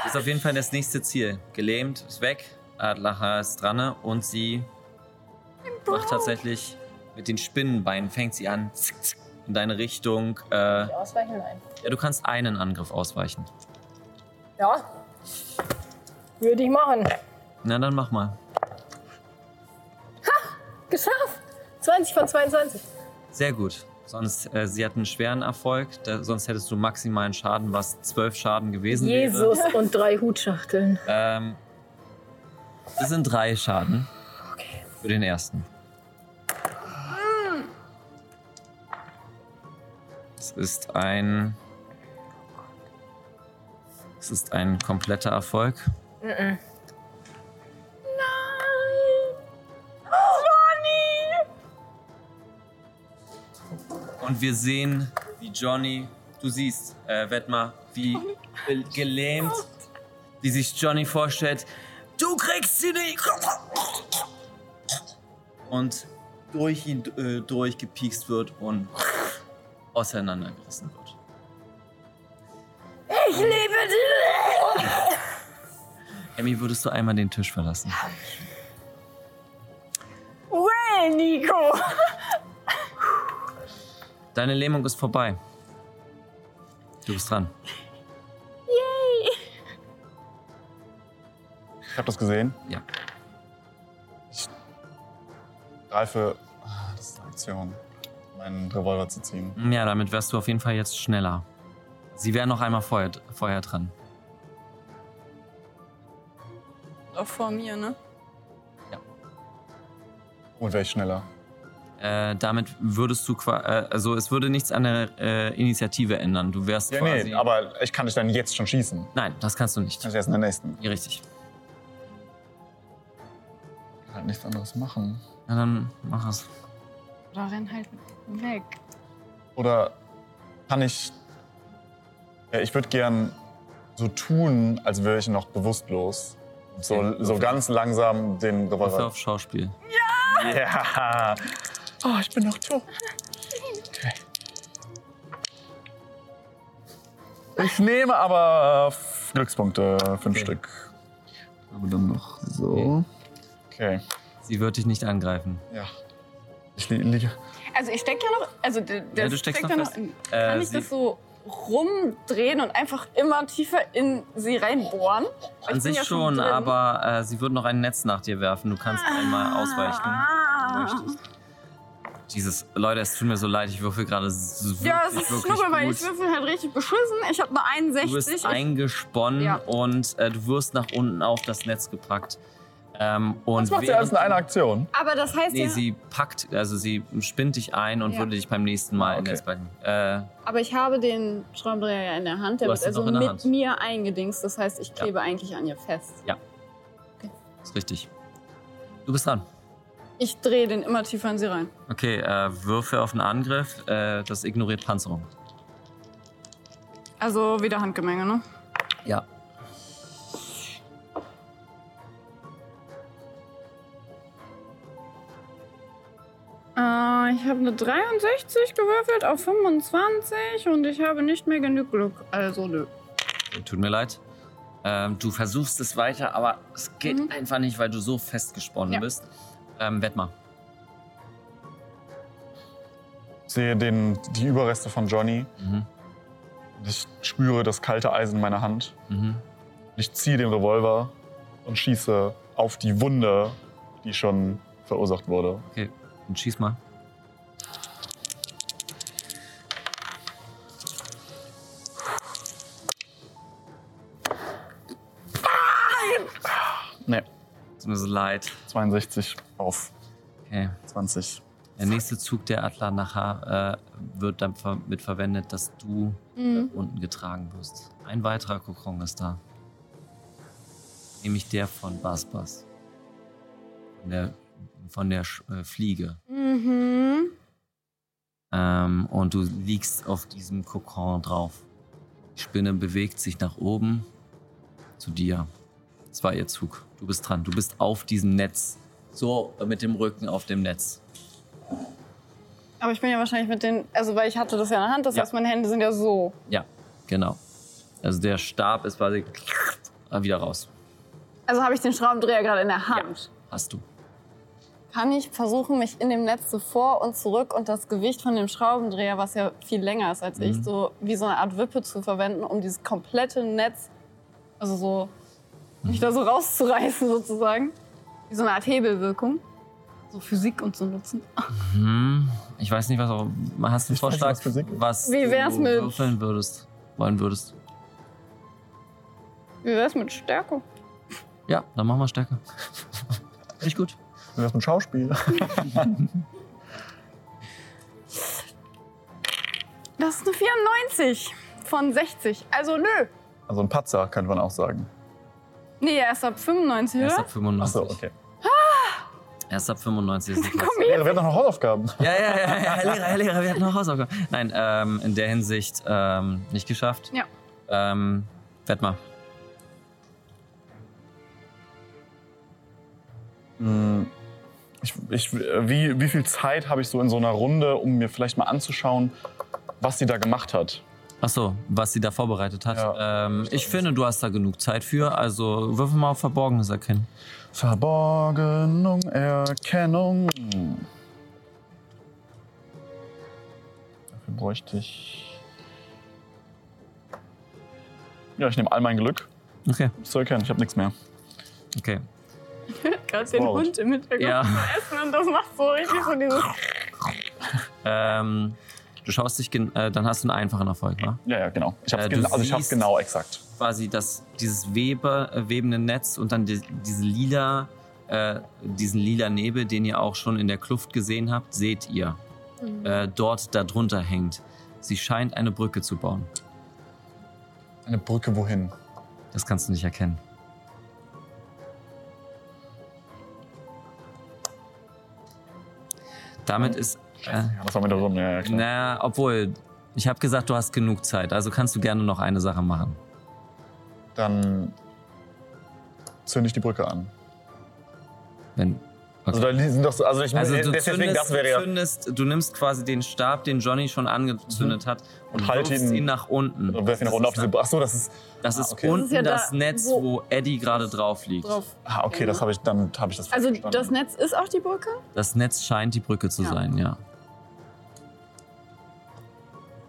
Speaker 6: Ist auf jeden Fall das nächste Ziel. Gelähmt ist weg, Adlacher ist dran und sie macht tatsächlich mit den Spinnenbeinen, fängt sie an zick, zick, in deine Richtung. Äh, ja,
Speaker 8: Ausweichen? Nein.
Speaker 6: du kannst einen Angriff ausweichen.
Speaker 8: Ja. Würde ich machen.
Speaker 6: Na, dann mach mal.
Speaker 8: Geschafft! 20 von 22.
Speaker 6: Sehr gut. Sonst, äh, sie hat einen schweren Erfolg, da, sonst hättest du maximalen Schaden, was zwölf Schaden gewesen
Speaker 7: ne?
Speaker 6: wäre.
Speaker 8: Jesus und drei Hutschachteln.
Speaker 6: Ähm, das sind drei Schaden für den ersten. Es ist ein. Es ist ein kompletter Erfolg. Und wir sehen, wie Johnny, du siehst, äh, Wetmar, wie gel- gelähmt, wie sich Johnny vorstellt, du kriegst sie nicht! Und durch ihn äh, durchgepiekst wird und auseinandergerissen wird.
Speaker 8: Ich liebe dich!
Speaker 6: Emmy, würdest du einmal den Tisch verlassen?
Speaker 8: Well, Nico!
Speaker 6: Deine Lähmung ist vorbei. Du bist dran.
Speaker 7: Ich habe das gesehen.
Speaker 6: Ja.
Speaker 7: Ich greife. ah, Das ist eine Aktion. Meinen Revolver zu ziehen.
Speaker 6: Ja, damit wärst du auf jeden Fall jetzt schneller. Sie wäre noch einmal vorher, vorher dran.
Speaker 3: Auch vor mir, ne?
Speaker 7: Und wäre ich schneller.
Speaker 6: Äh, damit würdest du quasi, äh, also es würde nichts an der äh, Initiative ändern. Du wärst
Speaker 7: Ja,
Speaker 6: quasi.
Speaker 7: nee, aber Also- ich kann dich dann jetzt schon schießen.
Speaker 6: Nein, das kannst du nicht.
Speaker 7: Das ist erst in der nächsten.
Speaker 6: Ja, richtig.
Speaker 7: Ich kann halt nichts anderes machen.
Speaker 6: Na dann mach es.
Speaker 3: Oder renn halt weg.
Speaker 7: Oder kann ich Ja, ich würde gern so tun, als wäre ich noch bewusstlos. So, so ganz langsam den
Speaker 6: Würfel
Speaker 7: Revolver.
Speaker 6: auf Schauspiel.
Speaker 7: Ja!
Speaker 1: Oh, ich bin noch tot.
Speaker 7: Ich nehme aber äh, Glückspunkte, fünf Stück.
Speaker 6: Aber dann noch so.
Speaker 7: Okay.
Speaker 6: Sie wird dich nicht angreifen.
Speaker 7: Ja. Ich li liege.
Speaker 3: Also ich stecke ja noch, also d- das
Speaker 6: du steckst
Speaker 3: steckt
Speaker 6: noch
Speaker 3: ja
Speaker 6: fest.
Speaker 3: in-
Speaker 6: Äh,
Speaker 3: Kann ich
Speaker 6: sie-
Speaker 3: das so rumdrehen und einfach immer tiefer in sie
Speaker 6: An
Speaker 3: reinbohren? Weil ich bin
Speaker 6: sich
Speaker 3: ja
Speaker 6: schon,
Speaker 3: drin.
Speaker 6: aber äh, sie wird noch ein Netz nach dir werfen. Du kannst einmal ausweichen.
Speaker 3: Ah.
Speaker 6: Dieses, Leute, es tut mir so leid, ich würfel gerade s- wirklich,
Speaker 3: Ja, es ist
Speaker 6: wirklich
Speaker 3: schnuppe, weil ich
Speaker 6: gut.
Speaker 3: würfel halt richtig beschissen. Ich habe eine
Speaker 6: Du bist
Speaker 3: 61.
Speaker 6: eingesponnen
Speaker 3: Ja.
Speaker 6: und äh, du wirst nach unten auf das Netz gepackt. Ähm, und
Speaker 7: Das macht sie
Speaker 6: während-
Speaker 7: alles in einer Aktion.
Speaker 3: Ich, aber das heißt
Speaker 6: Nee,
Speaker 3: ja,
Speaker 6: sie packt, also sie spinnt dich ein und
Speaker 3: Ja.
Speaker 6: würde dich beim nächsten Mal
Speaker 7: Okay.
Speaker 6: in Netz packen. Äh,
Speaker 3: aber ich habe den Schraubendreher ja in der Hand. Der
Speaker 6: Du
Speaker 3: wird
Speaker 6: hast ihn
Speaker 3: also
Speaker 6: doch in
Speaker 3: mit
Speaker 6: der Hand.
Speaker 3: mir eingedingst. Das heißt, ich klebe eigentlich an ihr fest.
Speaker 6: ist richtig. Du bist dran.
Speaker 3: Ich drehe den immer tiefer in sie rein.
Speaker 6: Okay, äh, Würfe auf einen Angriff. Äh, das ignoriert Panzerung.
Speaker 3: Also wieder Handgemenge, ne?
Speaker 6: Ja.
Speaker 3: Äh, ich habe eine 63 gewürfelt auf 25 und ich habe nicht mehr genug Glück. Also nö.
Speaker 6: Tut mir leid. Ähm, du versuchst es weiter, aber es geht einfach nicht, weil du so festgesponnen
Speaker 3: Mhm. Ja.
Speaker 6: bist. Ähm, wett mal.
Speaker 7: Ich sehe den, die Überreste von Johnny.
Speaker 6: Mhm.
Speaker 7: Ich spüre das kalte Eisen in meiner Hand.
Speaker 6: Mhm.
Speaker 7: Ich ziehe den Revolver und schieße auf die Wunde, die schon verursacht wurde.
Speaker 6: Okay, dann schieß mal.
Speaker 7: Nee,
Speaker 6: Tut mir so leid.
Speaker 7: 62 auf
Speaker 6: Okay.
Speaker 7: 20.
Speaker 6: Der nächste Zug der Adler nachher äh, wird dann ver mit verwendet, dass du äh, unten getragen wirst. Ein weiterer Kokon ist da. Nämlich der von Bas Bas. Von der, von der Sch äh, Fliege.
Speaker 3: Mhm.
Speaker 6: Ähm, und du liegst auf diesem Kokon drauf. Die Spinne bewegt sich nach oben zu dir. Das war ihr Zug. Du bist dran. Du bist auf diesem Netz. So äh, mit dem Rücken auf dem Netz.
Speaker 3: Aber ich bin ja wahrscheinlich mit den, also weil ich hatte das ja in der Hand, das
Speaker 6: Ja.
Speaker 3: heißt, meine Hände sind ja so.
Speaker 6: Ja, genau. Also der Stab ist quasi äh, wieder raus.
Speaker 3: Also habe ich den Schraubendreher gerade in der Hand.
Speaker 6: Hast du.
Speaker 3: Kann ich versuchen, mich in dem Netz so vor und zurück und das Gewicht von dem Schraubendreher, was ja viel länger ist als ich, so wie so eine Art Wippe zu verwenden, um dieses komplette Netz, also so, mich da so rauszureißen sozusagen. Wie so eine Art Hebelwirkung. So Physik und so nutzen.
Speaker 6: Hm, ich weiß nicht, was auch. Hast du einen
Speaker 7: Ich weiß nicht,
Speaker 6: Vorschlag,
Speaker 7: was Physik ist.
Speaker 6: was
Speaker 3: Wie wär's
Speaker 6: du
Speaker 3: mit-
Speaker 6: würfeln würdest, wollen würdest?
Speaker 3: Wie wär's mit Stärke?
Speaker 6: Ja, dann machen wir Stärke. Nicht gut.
Speaker 7: Das ist ein Schauspiel.
Speaker 3: Das ist eine 94 von 60. Also nö.
Speaker 7: Also ein Patzer, könnte man auch sagen.
Speaker 3: Nee, er ist ab 95,
Speaker 6: Erst
Speaker 3: oder?
Speaker 6: ab 95.
Speaker 7: Achso, okay.
Speaker 6: Erst ab 95 ist die Klasse.
Speaker 3: Komm
Speaker 7: Ja,
Speaker 3: hier.
Speaker 7: wir haben noch Hausaufgaben.
Speaker 6: Ja, ja, ja, ja, Herr Lehrer, Herr Lehrer, wir hatten noch Hausaufgaben. Nein, ähm, in der Hinsicht ähm, nicht geschafft.
Speaker 3: Ja.
Speaker 6: Ähm, werd mal.
Speaker 7: Hm, Ich, ich, wie, wie viel Zeit habe ich so in so einer Runde, um mir vielleicht mal anzuschauen, was sie da gemacht hat?
Speaker 6: Ach so, was sie da vorbereitet hat.
Speaker 7: Ja.
Speaker 6: ähm, ich finde, du hast da genug Zeit für. Also würfel mal auf Verborgenes erkennen.
Speaker 7: Verborgenung, Erkennung. Dafür bräuchte ich. Ja, ich nehme all mein Glück.
Speaker 6: Okay.
Speaker 7: Um es zu erkennen, ich habe nichts mehr.
Speaker 6: Okay.
Speaker 3: Gerade den
Speaker 7: Wow.
Speaker 3: Hund im Hintergrund
Speaker 6: Ja.
Speaker 3: essen und das macht so richtig so dieses.
Speaker 6: Ähm, du schaust dich, gen- äh, dann hast du einen einfachen Erfolg, wa?
Speaker 7: Ja, ja, genau. Ich hab's
Speaker 6: Äh, du
Speaker 7: gen also ich hab's
Speaker 6: siehst-
Speaker 7: genau exakt.
Speaker 6: Quasi das, dieses Webe, äh, webende Netz und dann die, diese lila, äh, diesen lila Nebel, den ihr auch schon in der Kluft gesehen habt, seht ihr. Äh, dort darunter hängt. Sie scheint eine Brücke zu bauen.
Speaker 7: Eine Brücke wohin?
Speaker 6: Das kannst du nicht erkennen. Damit ist. Äh,
Speaker 7: Ja, das war mit der Runde. Ja, ja, klar.
Speaker 6: na, obwohl. Ich habe gesagt, du hast genug Zeit, also kannst du gerne noch eine Sache machen.
Speaker 7: Dann zünde ich die Brücke an.
Speaker 6: Wenn,
Speaker 7: Also da sind doch so, also ich
Speaker 6: also du,
Speaker 7: deswegen das
Speaker 6: zündest,
Speaker 7: wäre ja
Speaker 6: zündest, du nimmst quasi den Stab, den Johnny schon angezündet hat, und
Speaker 7: Halt
Speaker 6: wirfst
Speaker 7: ihn-
Speaker 6: ihn, nach unten.
Speaker 7: Und werf ihn
Speaker 6: Das
Speaker 7: runter auf
Speaker 6: ist
Speaker 7: diese. Ach so, das ist.
Speaker 6: Das
Speaker 7: Ah,
Speaker 6: ist
Speaker 7: okay.
Speaker 6: unten
Speaker 3: Das
Speaker 6: das,
Speaker 3: ist ja da,
Speaker 6: Netz,
Speaker 3: wo-
Speaker 6: wo, Eddie gerade drauf liegt.
Speaker 3: drauf.
Speaker 7: Ah, okay, das habe ich dann habe ich das.
Speaker 3: Also
Speaker 7: verstanden.
Speaker 3: das Netz ist auch die Brücke?
Speaker 6: Das Netz scheint die Brücke zu
Speaker 3: Ja.
Speaker 6: sein, ja.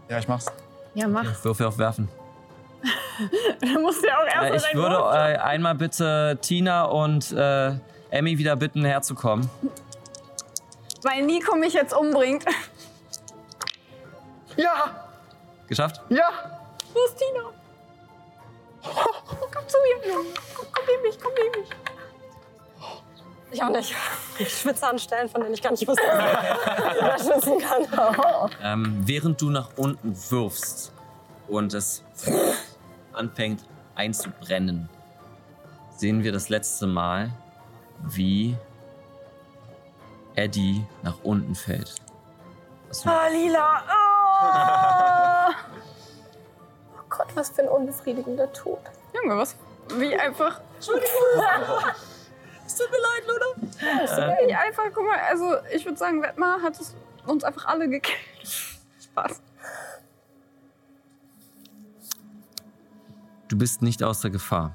Speaker 7: Ja, ich mach's.
Speaker 3: Ja, mach.
Speaker 6: Würfe auf Werfen.
Speaker 3: Du musst ja auch
Speaker 6: Äh,
Speaker 3: erst
Speaker 6: ich würde äh, einmal bitte Tina und äh, Emmy wieder bitten, herzukommen.
Speaker 3: Weil Nico mich jetzt umbringt.
Speaker 7: Ja,
Speaker 6: Geschafft?
Speaker 7: ja.
Speaker 3: Wo ist Tina? Oh, komm zu mir, Junge. Komm, komm neben mich, komm neben mich.
Speaker 5: Ich auch nicht. Ich schwitze an Stellen, von denen ich gar nicht wusste, dass ich da schwitzen kann.
Speaker 6: Ähm, während du nach unten wirfst und es anfängt einzubrennen, sehen wir das letzte Mal, wie Eddie nach unten fällt. Was du-
Speaker 8: Oh Gott, was für ein unbefriedigender Tod.
Speaker 3: Junge, was? Wie einfach.
Speaker 6: Es tut mir leid, Luna.
Speaker 3: Wie einfach, guck mal, also ich würde sagen, Wetmar hat es uns einfach alle gekillt. Spaß.
Speaker 6: Du bist nicht außer Gefahr.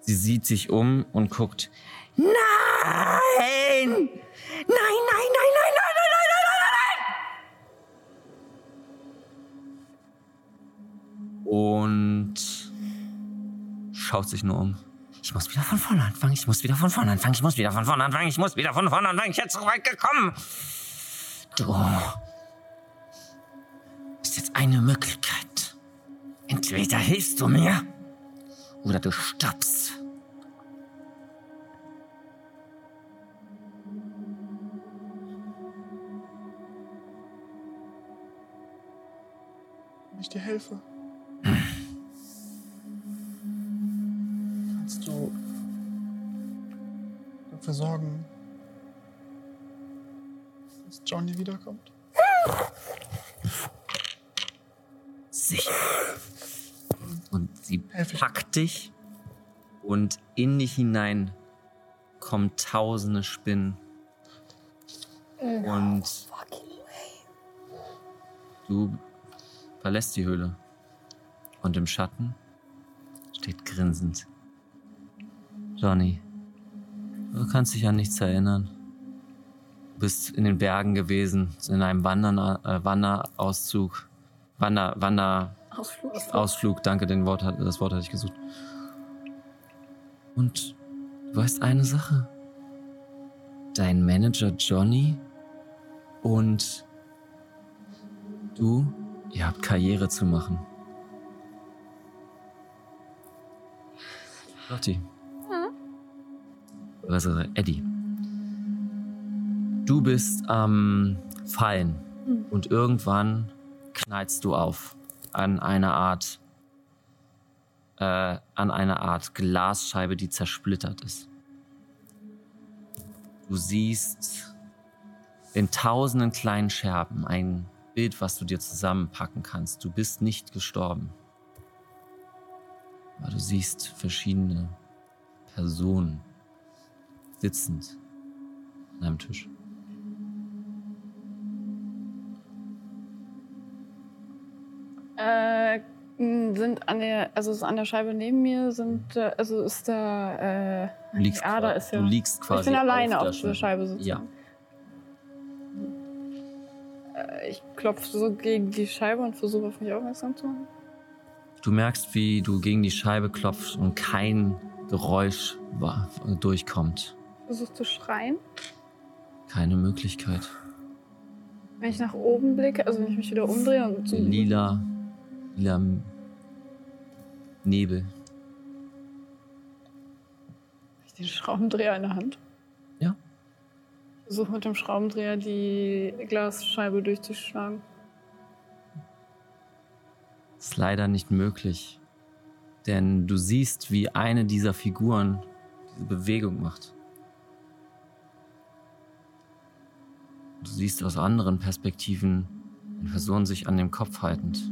Speaker 6: Sie sieht sich um und guckt. Nein! Nein, nein, nein, nein, nein, nein, nein, nein, nein, nein! Und schaut sich nur um. Ich muss wieder von vorne anfangen, ich muss wieder von vorne anfangen, ich muss wieder von vorne anfangen, ich muss wieder von vorne anfangen, ich bin so weit gekommen. Du ist jetzt eine Möglichkeit. Entweder hilfst du mir oder du stirbst.
Speaker 18: Wenn ich dir helfe. Kannst du dafür sorgen, dass Johnny wiederkommt?
Speaker 6: Sicher. Und sie
Speaker 18: Helf ich.
Speaker 6: packt dich und in dich hinein kommen tausende Spinnen. Und du verlässt die Höhle. Und im Schatten steht grinsend. Johnny, du kannst dich an nichts erinnern. Du bist in den Bergen gewesen, in einem Wandern, äh, Wanderauszug. Wander, Wander,
Speaker 3: Ausflug.
Speaker 6: Ausflug, danke, den Wort, hat- das Wort hatte ich gesucht. Und du weißt eine Sache. Dein Manager Johnny und du, ihr habt Karriere zu machen. Lotti. Was ist Eddie? Du bist am Fallen und irgendwann knallst du auf an einer Art äh, an einer Art Glasscheibe, die zersplittert ist. Du siehst in tausenden kleinen Scherben ein Bild, was du dir zusammenpacken kannst. Du bist nicht gestorben. Aber du siehst verschiedene Personen sitzend an einem Tisch.
Speaker 3: Äh, mh, sind an der, also ist an der Scheibe neben mir sind, äh, also ist da, äh,
Speaker 6: Du liegst,
Speaker 3: Ja, da
Speaker 6: qua-
Speaker 3: ist ja-
Speaker 6: du liegst quasi
Speaker 3: ich bin alleine auf
Speaker 6: der
Speaker 3: dieser Scheibe sitzen.
Speaker 6: Ja.
Speaker 3: Äh, Ich klopfe so gegen die Scheibe und versuche auf mich aufmerksam zu machen.
Speaker 6: Du merkst, wie du gegen die Scheibe klopfst und kein Geräusch wa- durchkommt.
Speaker 3: Versuchst zu schreien.
Speaker 6: Keine Möglichkeit.
Speaker 3: Wenn ich nach oben blicke, also wenn ich mich wieder umdrehe und so.
Speaker 6: Lila, lila M- Nebel.
Speaker 3: Ich den Schraubendreher in der Hand.
Speaker 6: Ja.
Speaker 3: Versuche mit dem Schraubendreher die Glasscheibe durchzuschlagen.
Speaker 6: Ist leider nicht möglich. Denn du siehst, wie eine dieser Figuren diese Bewegung macht. Du siehst aus anderen Perspektiven den Personen sich an dem Kopf haltend.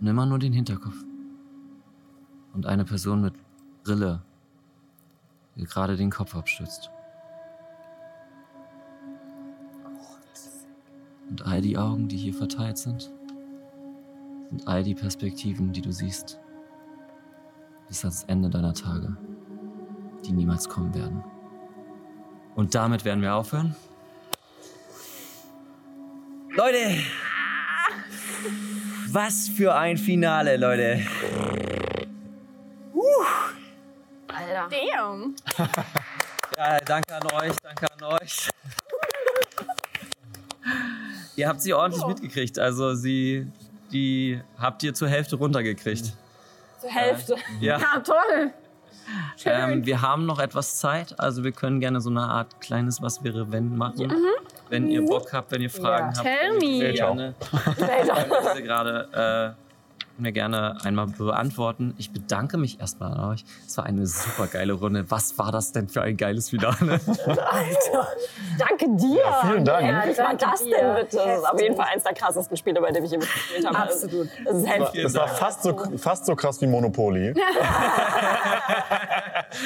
Speaker 6: Und immer nur den Hinterkopf. Und eine Person mit Brille, die gerade den Kopf abstützt. Und all die Augen, die hier verteilt sind, sind all die Perspektiven, die du siehst, bis ans Ende deiner Tage, die niemals kommen werden. Und damit werden wir aufhören. Leute! Was für ein Finale, Leute!
Speaker 5: Alter.
Speaker 3: Damn.
Speaker 6: Ja, danke an euch, danke an euch. ihr habt sie ordentlich mitgekriegt. Also sie, die habt ihr zur Hälfte runtergekriegt.
Speaker 5: Zur Hälfte.
Speaker 6: Ja.
Speaker 3: Ah, toll.
Speaker 6: Ähm, wir haben noch etwas Zeit, also wir können gerne so eine Art kleines Was wäre wenn machen. Wenn ihr Bock habt, wenn ihr Fragen habt.
Speaker 3: Tell
Speaker 6: wenn ihr
Speaker 3: me.
Speaker 6: Gerne, diese gerade äh, mir gerne einmal beantworten. Ich bedanke mich erstmal an euch. Es war eine super geile Runde. Was war das denn für ein geiles Finale?
Speaker 5: Alter. Danke dir.
Speaker 7: Ja, vielen Dank.
Speaker 5: Ja, Wie war
Speaker 14: danke
Speaker 5: das
Speaker 14: dir.
Speaker 5: denn bitte? Das ist auf jeden Fall eines der krassesten Spiele, bei dem ich je mitgespielt habe.
Speaker 14: Absolut.
Speaker 5: Das ist heftig.
Speaker 7: Es war fast so, fast so krass wie Monopoly.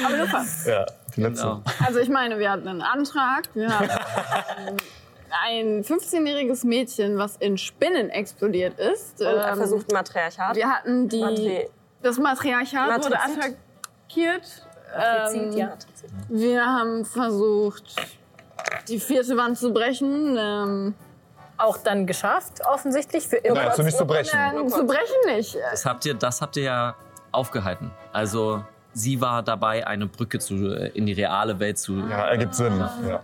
Speaker 3: Aber super.
Speaker 7: Ja, die letzte.
Speaker 6: Genau.
Speaker 3: Also ich meine, wir hatten einen Antrag. Wir haben ähm, ein 15-jähriges Mädchen, was in Spinnen explodiert ist.
Speaker 5: Und Oh, er
Speaker 3: Ähm,
Speaker 5: versucht Matriarchat.
Speaker 3: wir hatten die
Speaker 5: Matri-
Speaker 3: das Matriarchat wurde
Speaker 5: Matrizid.
Speaker 3: attackiert. Ähm,
Speaker 14: ja.
Speaker 3: Wir haben versucht, die vierte Wand zu brechen. Ähm,
Speaker 14: Auch dann geschafft, offensichtlich, für
Speaker 7: Nein,
Speaker 14: irgendwas.
Speaker 7: hast du nicht zu brechen.
Speaker 3: äh, zu brechen nicht.
Speaker 6: Das habt ihr, das habt ihr ja aufgehalten. Also sie war dabei, eine Brücke zu, äh, in die reale Welt zu.
Speaker 7: Ja, ergibt Sinn. Ja.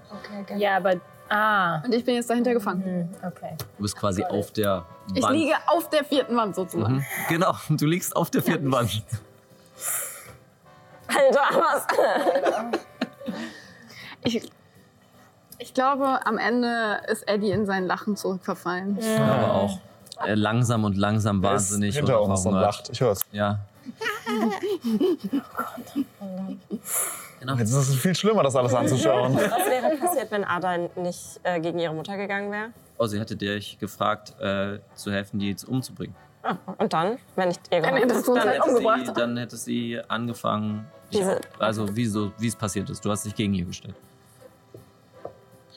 Speaker 14: Ja, aber. Ah,
Speaker 3: Und ich bin jetzt dahinter gefangen.
Speaker 14: hm, okay.
Speaker 6: Du bist quasi auf der Wand.
Speaker 3: Ich liege auf der vierten Wand sozusagen.
Speaker 6: Mhm. Genau, du liegst auf der vierten Wand.
Speaker 5: Alter, Also, was?
Speaker 3: Ich, ich glaube, am Ende ist Eddie in sein Lachen zurückverfallen.
Speaker 6: Aber auch äh, langsam und langsam
Speaker 7: Er ist
Speaker 6: wahnsinnig.
Speaker 7: hinter
Speaker 6: und
Speaker 7: uns und
Speaker 6: verhungert.
Speaker 7: lacht. Ich hör's.
Speaker 6: Ja.
Speaker 7: Jetzt ist es viel schlimmer, das alles anzuschauen.
Speaker 5: Was wäre passiert, wenn Ada nicht äh, gegen ihre Mutter gegangen wäre?
Speaker 6: Oh, sie hatte dich gefragt, äh, zu helfen, die jetzt umzubringen.
Speaker 5: Ah, Und dann, wenn ich ihr
Speaker 3: Wenn
Speaker 5: geholfen
Speaker 3: ihr das so
Speaker 5: dann
Speaker 3: seid,
Speaker 5: hätte
Speaker 6: Hätte
Speaker 3: halt umgebracht.
Speaker 6: sie, dann hätte sie angefangen. dich-
Speaker 5: Diese-
Speaker 6: also, wie so, wie es passiert ist. Du hast dich gegen ihr gestellt.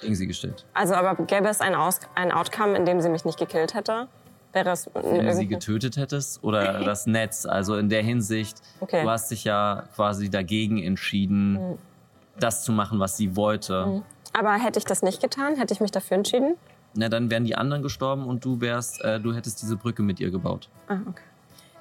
Speaker 6: Gegen sie gestellt.
Speaker 5: Also, aber gäbe es ein, Aus ein Outcome, in dem sie mich nicht gekillt hätte? Wäre es
Speaker 6: Wenn du sie
Speaker 5: irgendwie-
Speaker 6: getötet hättest oder das Netz. Also in der Hinsicht,
Speaker 5: Okay.
Speaker 6: du hast dich ja quasi dagegen entschieden, das zu machen, was sie wollte.
Speaker 5: Aber hätte ich das nicht getan, hätte ich mich dafür entschieden?
Speaker 6: Na, dann wären die anderen gestorben und du wärst, äh, du hättest diese Brücke mit ihr gebaut.
Speaker 5: Ah, okay.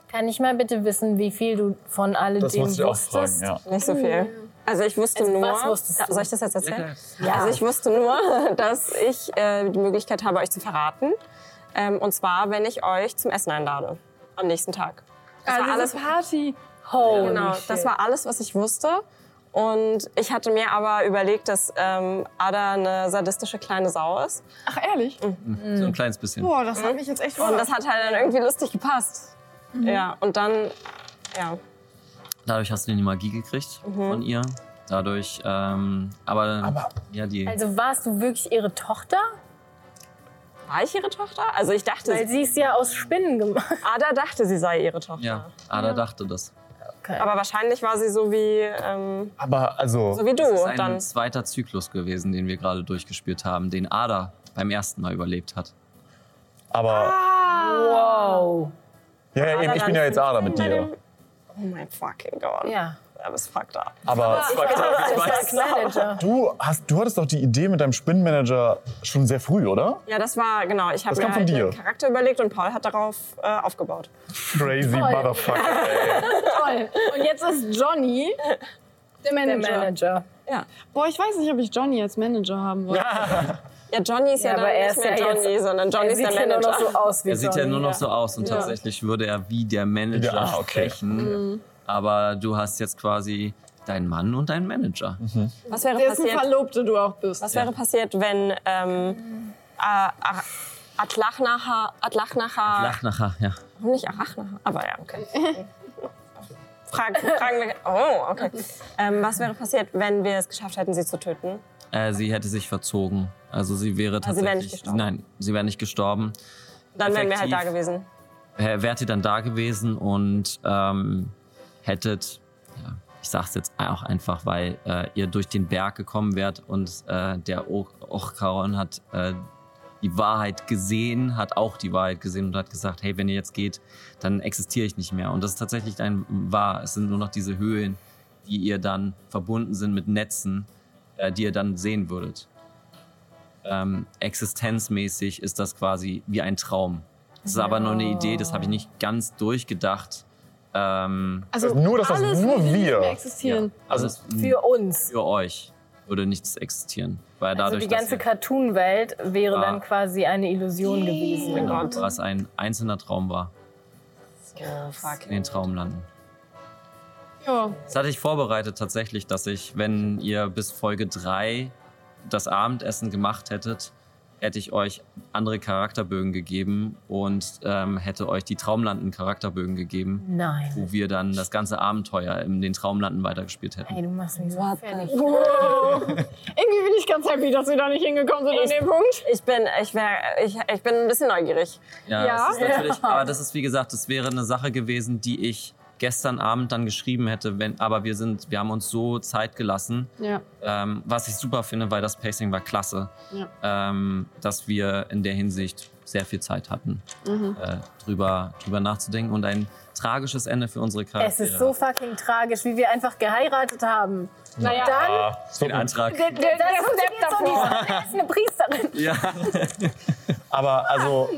Speaker 8: Kann ich mal bitte wissen, wie viel du von alledem
Speaker 7: Das wollte ich auch fragen,
Speaker 8: wusstest?
Speaker 7: ja.
Speaker 5: Nicht so viel. Also ich wusste nur.
Speaker 8: was wusstest du?
Speaker 5: Soll ich das jetzt erzählen?
Speaker 8: Ja.
Speaker 5: Also ich wusste nur, dass ich äh, die Möglichkeit habe, euch zu verraten. Ähm, und zwar, wenn ich euch zum Essen einlade am nächsten Tag. Also, Das war alles
Speaker 3: Party.
Speaker 8: Holy
Speaker 5: Genau,
Speaker 8: shit.
Speaker 5: das war alles, was ich wusste. Und ich hatte mir aber überlegt, dass ähm, Ada eine sadistische kleine Sau ist.
Speaker 3: Ach, ehrlich?
Speaker 6: Mhm. So ein kleines bisschen.
Speaker 3: Boah, das habe ich jetzt echt
Speaker 5: Und das hat halt dann irgendwie lustig gepasst. Ja, und dann, ja.
Speaker 6: Dadurch hast du die Magie gekriegt von ihr. Dadurch, ähm, aber, ja, die.
Speaker 8: Also warst du wirklich ihre Tochter?
Speaker 5: War ich ihre Tochter? Also ich dachte,
Speaker 8: Weil sie ist ja aus Spinnen gemacht.
Speaker 5: Ada dachte, sie sei ihre Tochter.
Speaker 6: ja, Ada dachte das.
Speaker 5: Aber wahrscheinlich war sie so wie, ähm,
Speaker 7: Aber also,
Speaker 5: so wie du.
Speaker 6: Das ist ein
Speaker 5: dann.
Speaker 6: zweiter Zyklus gewesen, den wir gerade durchgespielt haben, den Ada beim ersten Mal überlebt hat.
Speaker 7: aber
Speaker 8: Wow.
Speaker 7: ja, ja, eben, ich bin ja jetzt Ada mit dir.
Speaker 5: Oh mein fucking Gott.
Speaker 8: Ja.
Speaker 5: Aber es fucked up.
Speaker 7: Aber
Speaker 8: Manager.
Speaker 7: du hast, du hattest doch die Idee mit deinem Spinnenmanager schon sehr früh, oder?
Speaker 5: Ja, das war, genau. Ich habe
Speaker 7: Das
Speaker 5: mir
Speaker 7: kam von
Speaker 5: halt
Speaker 7: dir.
Speaker 5: einen Charakter überlegt und Paul hat darauf äh, aufgebaut.
Speaker 7: Crazy Motherfucker.
Speaker 3: toll. Und jetzt ist Johnny der
Speaker 14: Der
Speaker 3: Manager.
Speaker 14: Manager.
Speaker 5: Ja.
Speaker 3: Boah, ich weiß nicht, ob ich Johnny als Manager haben wollte.
Speaker 5: Ja, Johnny ist ja,
Speaker 14: Ja,
Speaker 5: dann
Speaker 14: aber er
Speaker 5: nicht
Speaker 14: ist
Speaker 5: mehr
Speaker 14: ja
Speaker 5: Johnny,
Speaker 14: jetzt-
Speaker 5: sondern Johnny
Speaker 14: Er
Speaker 5: ist
Speaker 14: sieht
Speaker 5: der
Speaker 14: ja nur
Speaker 5: Manager.
Speaker 14: noch so aus wie
Speaker 6: Er sieht ja
Speaker 14: Johnny.
Speaker 6: nur noch so aus und tatsächlich würde er wie der Ah, Manager
Speaker 7: Ja, okay.
Speaker 6: sprechen.
Speaker 5: Mhm.
Speaker 6: Aber du hast jetzt quasi deinen Mann und deinen Manager.
Speaker 5: Was wäre
Speaker 3: Dessen
Speaker 5: passiert,
Speaker 3: Verlobte du auch bist.
Speaker 5: was wäre passiert wenn ähm, äh, äh, Atlachnacher, Atlachnacher, Hm,
Speaker 6: Lach nachher, ja.
Speaker 5: warum nicht Arachnacher? Aber ja, okay. Frag, fragen wir. Oh, okay. Ähm, was wäre passiert, wenn wir es geschafft hätten, sie zu töten?
Speaker 6: Äh, sie hätte sich verzogen. Also sie wäre
Speaker 5: Also sie
Speaker 6: tatsächlich.
Speaker 5: wäre nicht gestorben.
Speaker 6: Nein, sie wäre nicht gestorben.
Speaker 5: Dann wären wir halt
Speaker 6: Effektiv.
Speaker 5: da gewesen.
Speaker 6: Äh, wärt ihr dann da gewesen und ähm, hättet, ja, ich sag's jetzt auch einfach, weil äh, ihr durch den Berg gekommen wärt und äh, der Och- Ochkaron hat äh, die Wahrheit gesehen, hat auch die Wahrheit gesehen und hat gesagt, hey, wenn ihr jetzt geht, dann existiere ich nicht mehr. Und das ist tatsächlich ein wahr. Es sind nur noch diese Höhlen, die ihr dann verbunden sind mit Netzen, äh, die ihr dann sehen würdet. Ähm, existenzmäßig ist das quasi wie ein Traum. Das ist aber nur eine Idee, das habe ich nicht ganz durchgedacht. Ähm,
Speaker 3: Also
Speaker 7: Nur, dass das
Speaker 3: alles
Speaker 7: nur
Speaker 3: würde nicht
Speaker 7: wir-
Speaker 3: mehr existieren.
Speaker 6: also
Speaker 8: Für uns.
Speaker 6: für euch würde nichts existieren. Weil
Speaker 8: Also
Speaker 6: dadurch,
Speaker 8: die ganze
Speaker 6: dass
Speaker 8: Cartoon-Welt wäre
Speaker 6: Ah.
Speaker 8: dann quasi eine Illusion gewesen.
Speaker 3: Oh
Speaker 6: ihr, genau, was ein einzelner Traum war,
Speaker 5: Fuck.
Speaker 6: in den Traumlanden.
Speaker 3: Ja.
Speaker 6: Das hatte ich vorbereitet tatsächlich, dass ich, wenn ihr bis Folge 3 das Abendessen gemacht hättet, hätte ich euch andere Charakterbögen gegeben und ähm, hätte euch die Traumlanden-Charakterbögen gegeben,
Speaker 8: Nein.
Speaker 6: wo wir dann das ganze Abenteuer in den Traumlanden weitergespielt hätten.
Speaker 8: Ey, du machst mich so fertig.
Speaker 3: Irgendwie bin ich ganz happy, dass wir da nicht hingekommen sind an
Speaker 5: Ich-
Speaker 3: dem Punkt.
Speaker 5: Ich bin, ich, wär, ich, ich bin ein bisschen neugierig.
Speaker 6: Ja,
Speaker 3: Ja.
Speaker 6: Das ist natürlich, aber das ist wie gesagt, das wäre eine Sache gewesen, die ich gestern Abend dann geschrieben hätte, wenn, aber wir sind, wir haben uns so Zeit gelassen,
Speaker 3: Ja.
Speaker 6: ähm, was ich super finde, weil das Pacing war klasse,
Speaker 3: Ja.
Speaker 6: ähm, dass wir in der Hinsicht sehr viel Zeit hatten, äh, drüber, drüber nachzudenken und ein tragisches Ende für unsere Charaktere.
Speaker 8: Es ist so fucking tragisch, wie wir einfach geheiratet haben.
Speaker 3: Naja.
Speaker 8: Dann,
Speaker 7: Ah, so
Speaker 6: den Antrag.
Speaker 3: Der, der,
Speaker 8: das
Speaker 3: der
Speaker 8: funktioniert
Speaker 3: Step
Speaker 8: so
Speaker 3: davor.
Speaker 8: nicht. Er ist eine Priesterin.
Speaker 6: Ja.
Speaker 7: aber also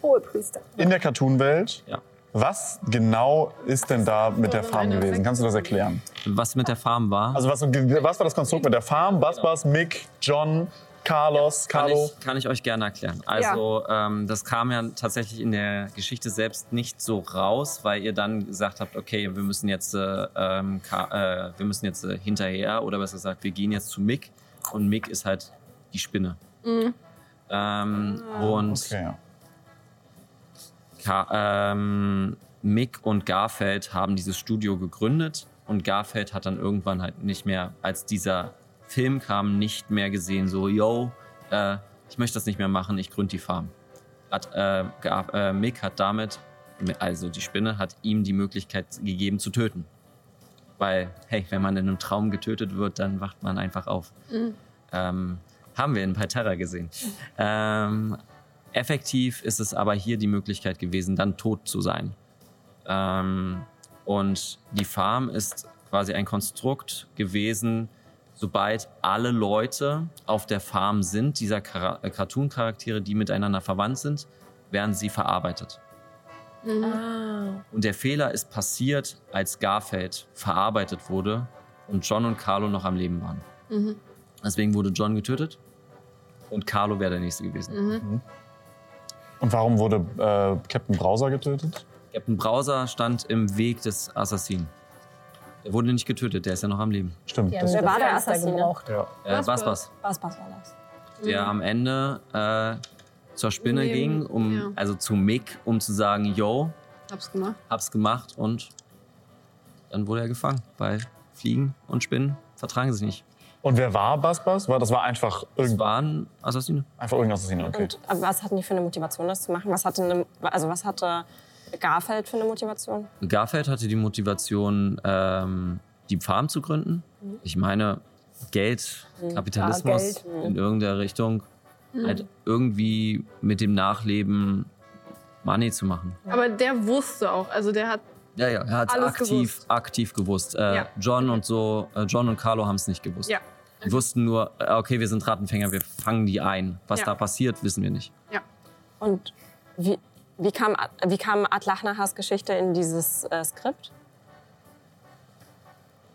Speaker 8: Hohe Priester.
Speaker 7: in der Cartoon-Welt,
Speaker 6: Ja.
Speaker 7: was genau ist denn da mit der Farm gewesen? Kannst du das erklären?
Speaker 6: Was mit der Farm war,
Speaker 7: Also was, was war das Konstrukt mit der Farm? Basbas, Mick, John, Carlos,
Speaker 6: kann
Speaker 7: Carlo?
Speaker 6: ich, kann ich euch gerne erklären. Also ähm, das kam ja tatsächlich in der Geschichte selbst nicht so raus, weil ihr dann gesagt habt, okay, wir müssen jetzt, äh, ähm, Ka- äh, wir müssen jetzt äh, hinterher oder besser gesagt, wir gehen jetzt zu Mick und Mick ist halt die Spinne. Ähm, und
Speaker 7: Okay, ja.
Speaker 6: Ka ähm, Mick und Garfeld haben dieses Studio gegründet und Garfeld hat dann irgendwann halt nicht mehr, als dieser Film kam, nicht mehr gesehen, so, yo, äh, ich möchte das nicht mehr machen, ich gründe die Farm. Hat, äh, Gar äh, Mick hat damit, also die Spinne, hat ihm die Möglichkeit gegeben zu töten. Weil, hey, wenn man in einem Traum getötet wird, dann wacht man einfach auf. Ähm, haben wir in Parterra gesehen. Ähm, effektiv ist es aber hier die Möglichkeit gewesen, dann tot zu sein. Ähm, und die Farm ist quasi ein Konstrukt gewesen, sobald alle Leute auf der Farm sind, dieser Chara- äh, Cartoon-Charaktere, die miteinander verwandt sind, werden sie verarbeitet.
Speaker 14: Ah.
Speaker 6: Und der Fehler ist passiert, als Garfeld verarbeitet wurde und John und Carlo noch am Leben waren. Deswegen wurde John getötet und Carlo wäre der Nächste gewesen.
Speaker 7: Und warum wurde äh, Captain Browser getötet?
Speaker 6: Captain Browser stand im Weg des Assassinen. Er wurde nicht getötet, der ist ja noch am Leben.
Speaker 7: Stimmt.
Speaker 8: Die haben
Speaker 7: Das,
Speaker 8: das
Speaker 5: war der
Speaker 8: Fenster
Speaker 5: Assassine?
Speaker 8: gebraucht.
Speaker 7: ja.
Speaker 6: Äh, was was?
Speaker 5: Was, was war das?
Speaker 6: Der am Ende äh, zur Spinne
Speaker 3: Nee,
Speaker 6: ging, um
Speaker 3: ja.
Speaker 6: also zu Mick, um zu sagen, yo,
Speaker 3: Hab's gemacht.
Speaker 6: hab's gemacht und dann wurde er gefangen, weil Fliegen und Spinnen vertragen sich nicht.
Speaker 7: Und wer war Basbas? War, das war einfach,
Speaker 6: Es
Speaker 7: irgend,
Speaker 6: waren Assassine.
Speaker 7: einfach irgendein Assassiner. Okay.
Speaker 5: Und aber was hatten die für eine Motivation, das zu machen? Was hatte, eine, also was hatte Garfeld für eine Motivation?
Speaker 6: Garfeld hatte die Motivation, ähm, die Farm zu gründen.
Speaker 3: Mhm.
Speaker 6: Ich meine, Geld, Kapitalismus
Speaker 3: mhm.
Speaker 6: in irgendeiner Richtung, halt irgendwie mit dem Nachleben Money zu machen.
Speaker 3: Aber der wusste auch. Also der hat.
Speaker 6: Ja, ja, er hat
Speaker 3: Alles
Speaker 6: aktiv
Speaker 3: gewusst.
Speaker 6: aktiv gewusst. Äh,
Speaker 3: Ja.
Speaker 6: John und so, äh, John und Carlo haben es nicht gewusst.
Speaker 3: Ja.
Speaker 6: Die wussten nur, äh, okay, wir sind Rattenfänger, wir fangen die ein. Was
Speaker 3: Ja.
Speaker 6: da passiert, wissen wir nicht.
Speaker 5: Und wie, wie kam, Ad- wie kam Adlachnahas Geschichte in dieses äh, Skript?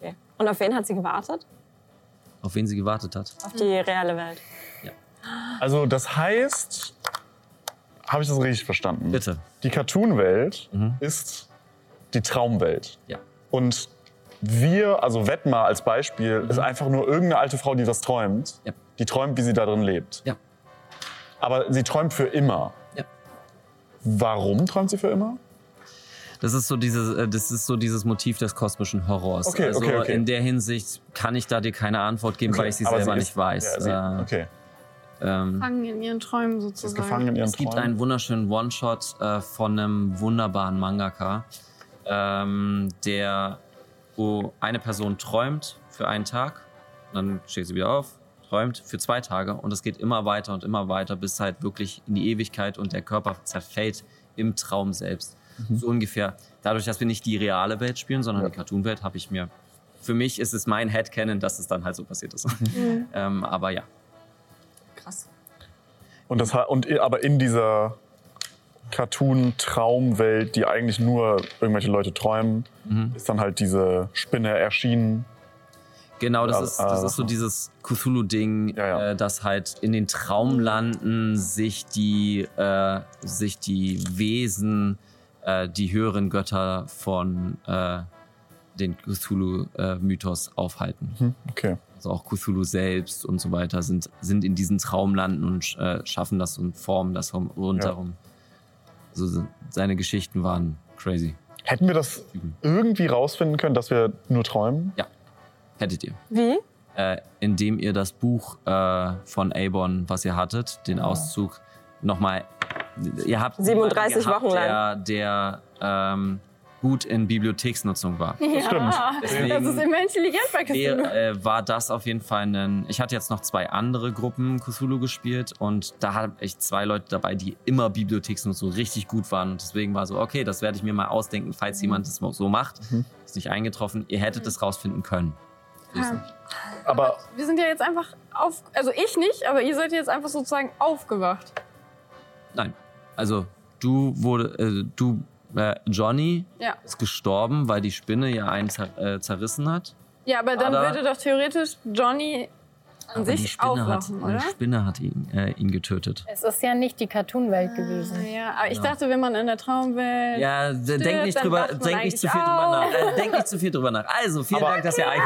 Speaker 5: Okay. Und auf wen hat sie gewartet?
Speaker 6: Auf wen sie gewartet hat.
Speaker 5: Auf die reale Welt.
Speaker 7: Also das heißt, habe ich das richtig verstanden?
Speaker 6: Bitte. Mhm.
Speaker 7: Die Cartoon-Welt ist die Traumwelt.
Speaker 6: Ja.
Speaker 7: Und wir, also Wetmar als Beispiel, ist einfach nur irgendeine alte Frau, die das träumt.
Speaker 6: Mhm. Ja.
Speaker 7: Die träumt, wie sie da drin lebt.
Speaker 6: Ja.
Speaker 7: Aber sie träumt für immer.
Speaker 6: Ja.
Speaker 7: Warum träumt sie für immer?
Speaker 6: das ist so dieses, äh, das ist so dieses Motiv des kosmischen Horrors.
Speaker 7: Okay,
Speaker 6: also
Speaker 7: okay, okay.
Speaker 6: in der Hinsicht kann ich da dir keine Antwort geben, weil ich sie
Speaker 7: Aber
Speaker 6: selber
Speaker 7: sie ist-
Speaker 6: nicht weiß.
Speaker 7: Ja, sie,
Speaker 6: äh,
Speaker 7: okay.
Speaker 6: ähm,
Speaker 3: Gefangen in ihren Träumen
Speaker 7: Sie ist
Speaker 3: sozusagen.
Speaker 7: gefangen in ihren
Speaker 6: es gibt
Speaker 7: Träumen.
Speaker 6: einen wunderschönen One-Shot äh, von einem wunderbaren Mangaka, ähm, der, wo eine Person träumt für einen Tag, dann steht sie wieder auf, träumt für zwei Tage und es geht immer weiter und immer weiter, bis halt wirklich in die Ewigkeit und der Körper zerfällt im Traum selbst. So ungefähr. Dadurch, dass wir nicht die reale Welt spielen, sondern die Cartoon-Welt, habe ich mir. Für mich ist es mein Headcanon, dass es dann halt so passiert ist. ähm, aber ja.
Speaker 5: Krass.
Speaker 7: Und das, ha- und, i- aber in dieser Cartoon-Traumwelt, die eigentlich nur irgendwelche Leute träumen, ist dann halt diese Spinne erschienen.
Speaker 6: Genau, das,
Speaker 7: Ja,
Speaker 6: ist, das
Speaker 7: äh,
Speaker 6: ist so dieses Cthulhu-Ding,
Speaker 7: Ja, ja.
Speaker 6: äh, dass halt in den Traum landen, sich die, äh, sich die Wesen, äh, die höheren Götter von äh, den Cthulhu-Mythos aufhalten.
Speaker 7: Hm, okay.
Speaker 6: Also auch Cthulhu selbst und so weiter sind, sind in diesen Traumlanden und äh, schaffen das und formen das rum- rundherum. Also seine Geschichten waren crazy.
Speaker 7: Hätten wir das irgendwie rausfinden können, dass wir nur träumen?
Speaker 6: Hättet ihr.
Speaker 5: Wie?
Speaker 6: äh, indem ihr das Buch äh, von Avon, was ihr hattet, den
Speaker 3: Genau.
Speaker 6: Auszug, nochmal. Ihr habt
Speaker 5: 37
Speaker 6: jemanden
Speaker 5: Wochen
Speaker 6: gehabt, Der, der ähm, gut in Bibliotheksnutzung war.
Speaker 3: Ja,
Speaker 6: Deswegen-
Speaker 3: das ist immer intelligent bei Cthulhu.
Speaker 6: Der, äh, war das auf jeden Fall ein. Ich hatte jetzt noch zwei andere Gruppen Cthulhu gespielt und da hatte ich zwei Leute dabei, die immer Bibliotheksnutzung richtig gut waren. Und deswegen war so, okay, das werde ich mir mal ausdenken,
Speaker 3: Mhm.
Speaker 6: falls jemand das so macht. Ist nicht eingetroffen. Ihr hättet das rausfinden können.
Speaker 7: Aber
Speaker 3: Wir sind ja jetzt einfach auf. Also ich nicht, aber ihr seid jetzt einfach sozusagen aufgewacht.
Speaker 6: Nein. Also du wurde, äh, du äh, Johnny
Speaker 3: Ja.
Speaker 6: ist gestorben, weil die Spinne ja einen zer äh, zerrissen hat.
Speaker 3: Ja, aber dann
Speaker 6: Ada-
Speaker 3: würde doch theoretisch Johnny an
Speaker 6: Aber die
Speaker 3: sich
Speaker 6: Spinne hat,
Speaker 3: aufwachen,
Speaker 6: eine
Speaker 3: oder?
Speaker 6: Spinne hat ihn, äh, ihn getötet.
Speaker 8: Es ist ja nicht die Cartoon-Welt gewesen.
Speaker 3: Ja, aber ich dachte, wenn man in der Traumwelt.
Speaker 6: Ja, d- denk nicht
Speaker 3: Äh, dann
Speaker 6: drüber,
Speaker 3: wacht man
Speaker 6: denk nicht zu
Speaker 3: eigentlich
Speaker 6: viel drüber
Speaker 3: auf.
Speaker 6: nach. Äh, denk nicht zu viel drüber nach. Also vielen
Speaker 7: Aber-
Speaker 6: Dank, dass ihr eigentlich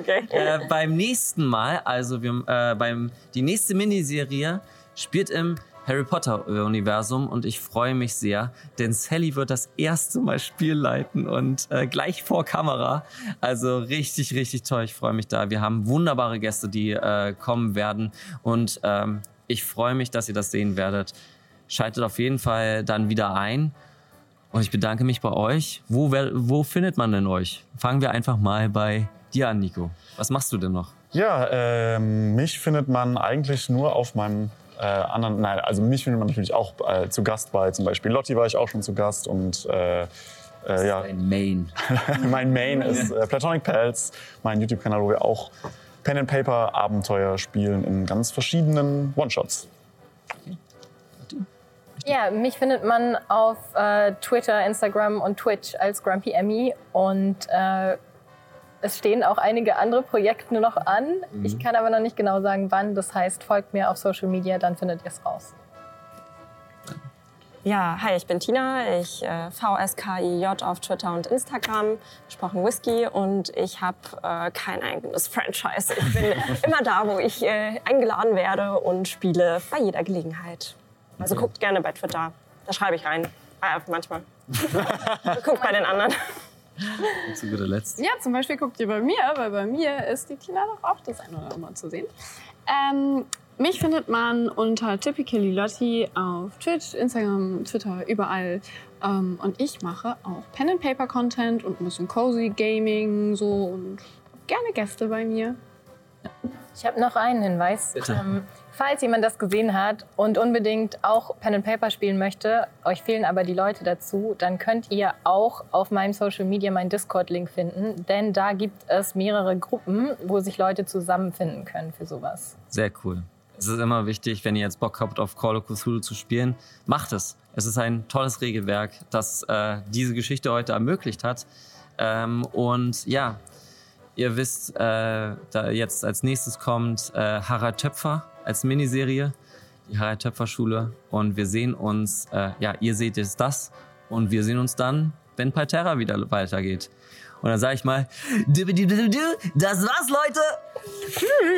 Speaker 5: Okay.
Speaker 6: äh, beim nächsten Mal, also wir, äh, beim die nächste Miniserie spielt im Harry Potter Universum und ich freue mich sehr, denn Sally wird das erste Mal Spiel leiten und äh, gleich vor Kamera. Also richtig, richtig toll. Ich freue mich da. Wir haben wunderbare Gäste, die äh, kommen werden und ähm, ich freue mich, dass ihr das sehen werdet. Schaltet auf jeden Fall dann wieder ein. Und ich bedanke mich bei euch. Wo, wer, wo findet man denn euch? Fangen wir einfach mal bei dir an, Nico. Was machst du denn noch?
Speaker 7: Ja, ähm, mich findet man eigentlich nur auf meinem äh, anderen. Nein, also mich findet man natürlich auch äh, zu Gast bei zum Beispiel Lotti war ich auch schon zu Gast und äh, äh, ja,
Speaker 6: Dein Main.
Speaker 7: mein Main ist äh, Platonic Pals, mein YouTube-Kanal, wo wir auch Pen and Paper Abenteuer spielen in ganz verschiedenen One-Shots.
Speaker 14: Ja, mich findet man auf äh, Twitter, Instagram und Twitch als Grumpy Emmy und äh, es stehen auch einige andere Projekte noch an. Ich kann aber noch nicht genau sagen, wann. Das heißt, folgt mir auf Social Media, dann findet ihr es raus.
Speaker 5: Ja, hi, ich bin Tina. Ich äh, VSKIJ auf Twitter und Instagram, gesprochen Whisky und ich habe äh, kein eigenes Franchise. Ich bin immer da, wo ich äh, eingeladen werde und spiele bei jeder Gelegenheit. Also guckt gerne bei Twitter. Da schreibe ich rein. Ah, ja, manchmal. guckt bei den anderen.
Speaker 6: Und zu guter Letzt.
Speaker 3: Ja, zum Beispiel guckt ihr bei mir, weil bei mir ist die Tina doch auch das eine oder andere Mal zu sehen. Ähm, mich findet man unter Typically Lotti auf Twitch, Instagram, Twitter, überall. Ähm, und ich mache auch Pen and Paper Content und ein bisschen Cozy Gaming so und gerne Gäste bei mir.
Speaker 14: Ich habe noch einen Hinweis. Ähm, falls jemand das gesehen hat und unbedingt auch Pen and Paper spielen möchte, euch fehlen aber die Leute dazu, dann könnt ihr auch auf meinem Social Media meinen Discord-Link finden, denn da gibt es mehrere Gruppen, wo sich Leute zusammenfinden können für sowas.
Speaker 6: Sehr cool. Es ist immer wichtig, wenn ihr jetzt Bock habt, auf Call of Cthulhu zu spielen, macht es. Es ist ein tolles Regelwerk, das äh, diese Geschichte heute ermöglicht hat. Ähm, und ja, ihr wisst, äh, da jetzt als nächstes kommt äh, Harald Töpfer als Miniserie, die Harald Töpfer Schule. Und wir sehen uns, äh, ja, ihr seht jetzt das. Und wir sehen uns dann, wenn Palterra wieder weitergeht. Und dann sage ich mal, das war's, Leute. Tschüss.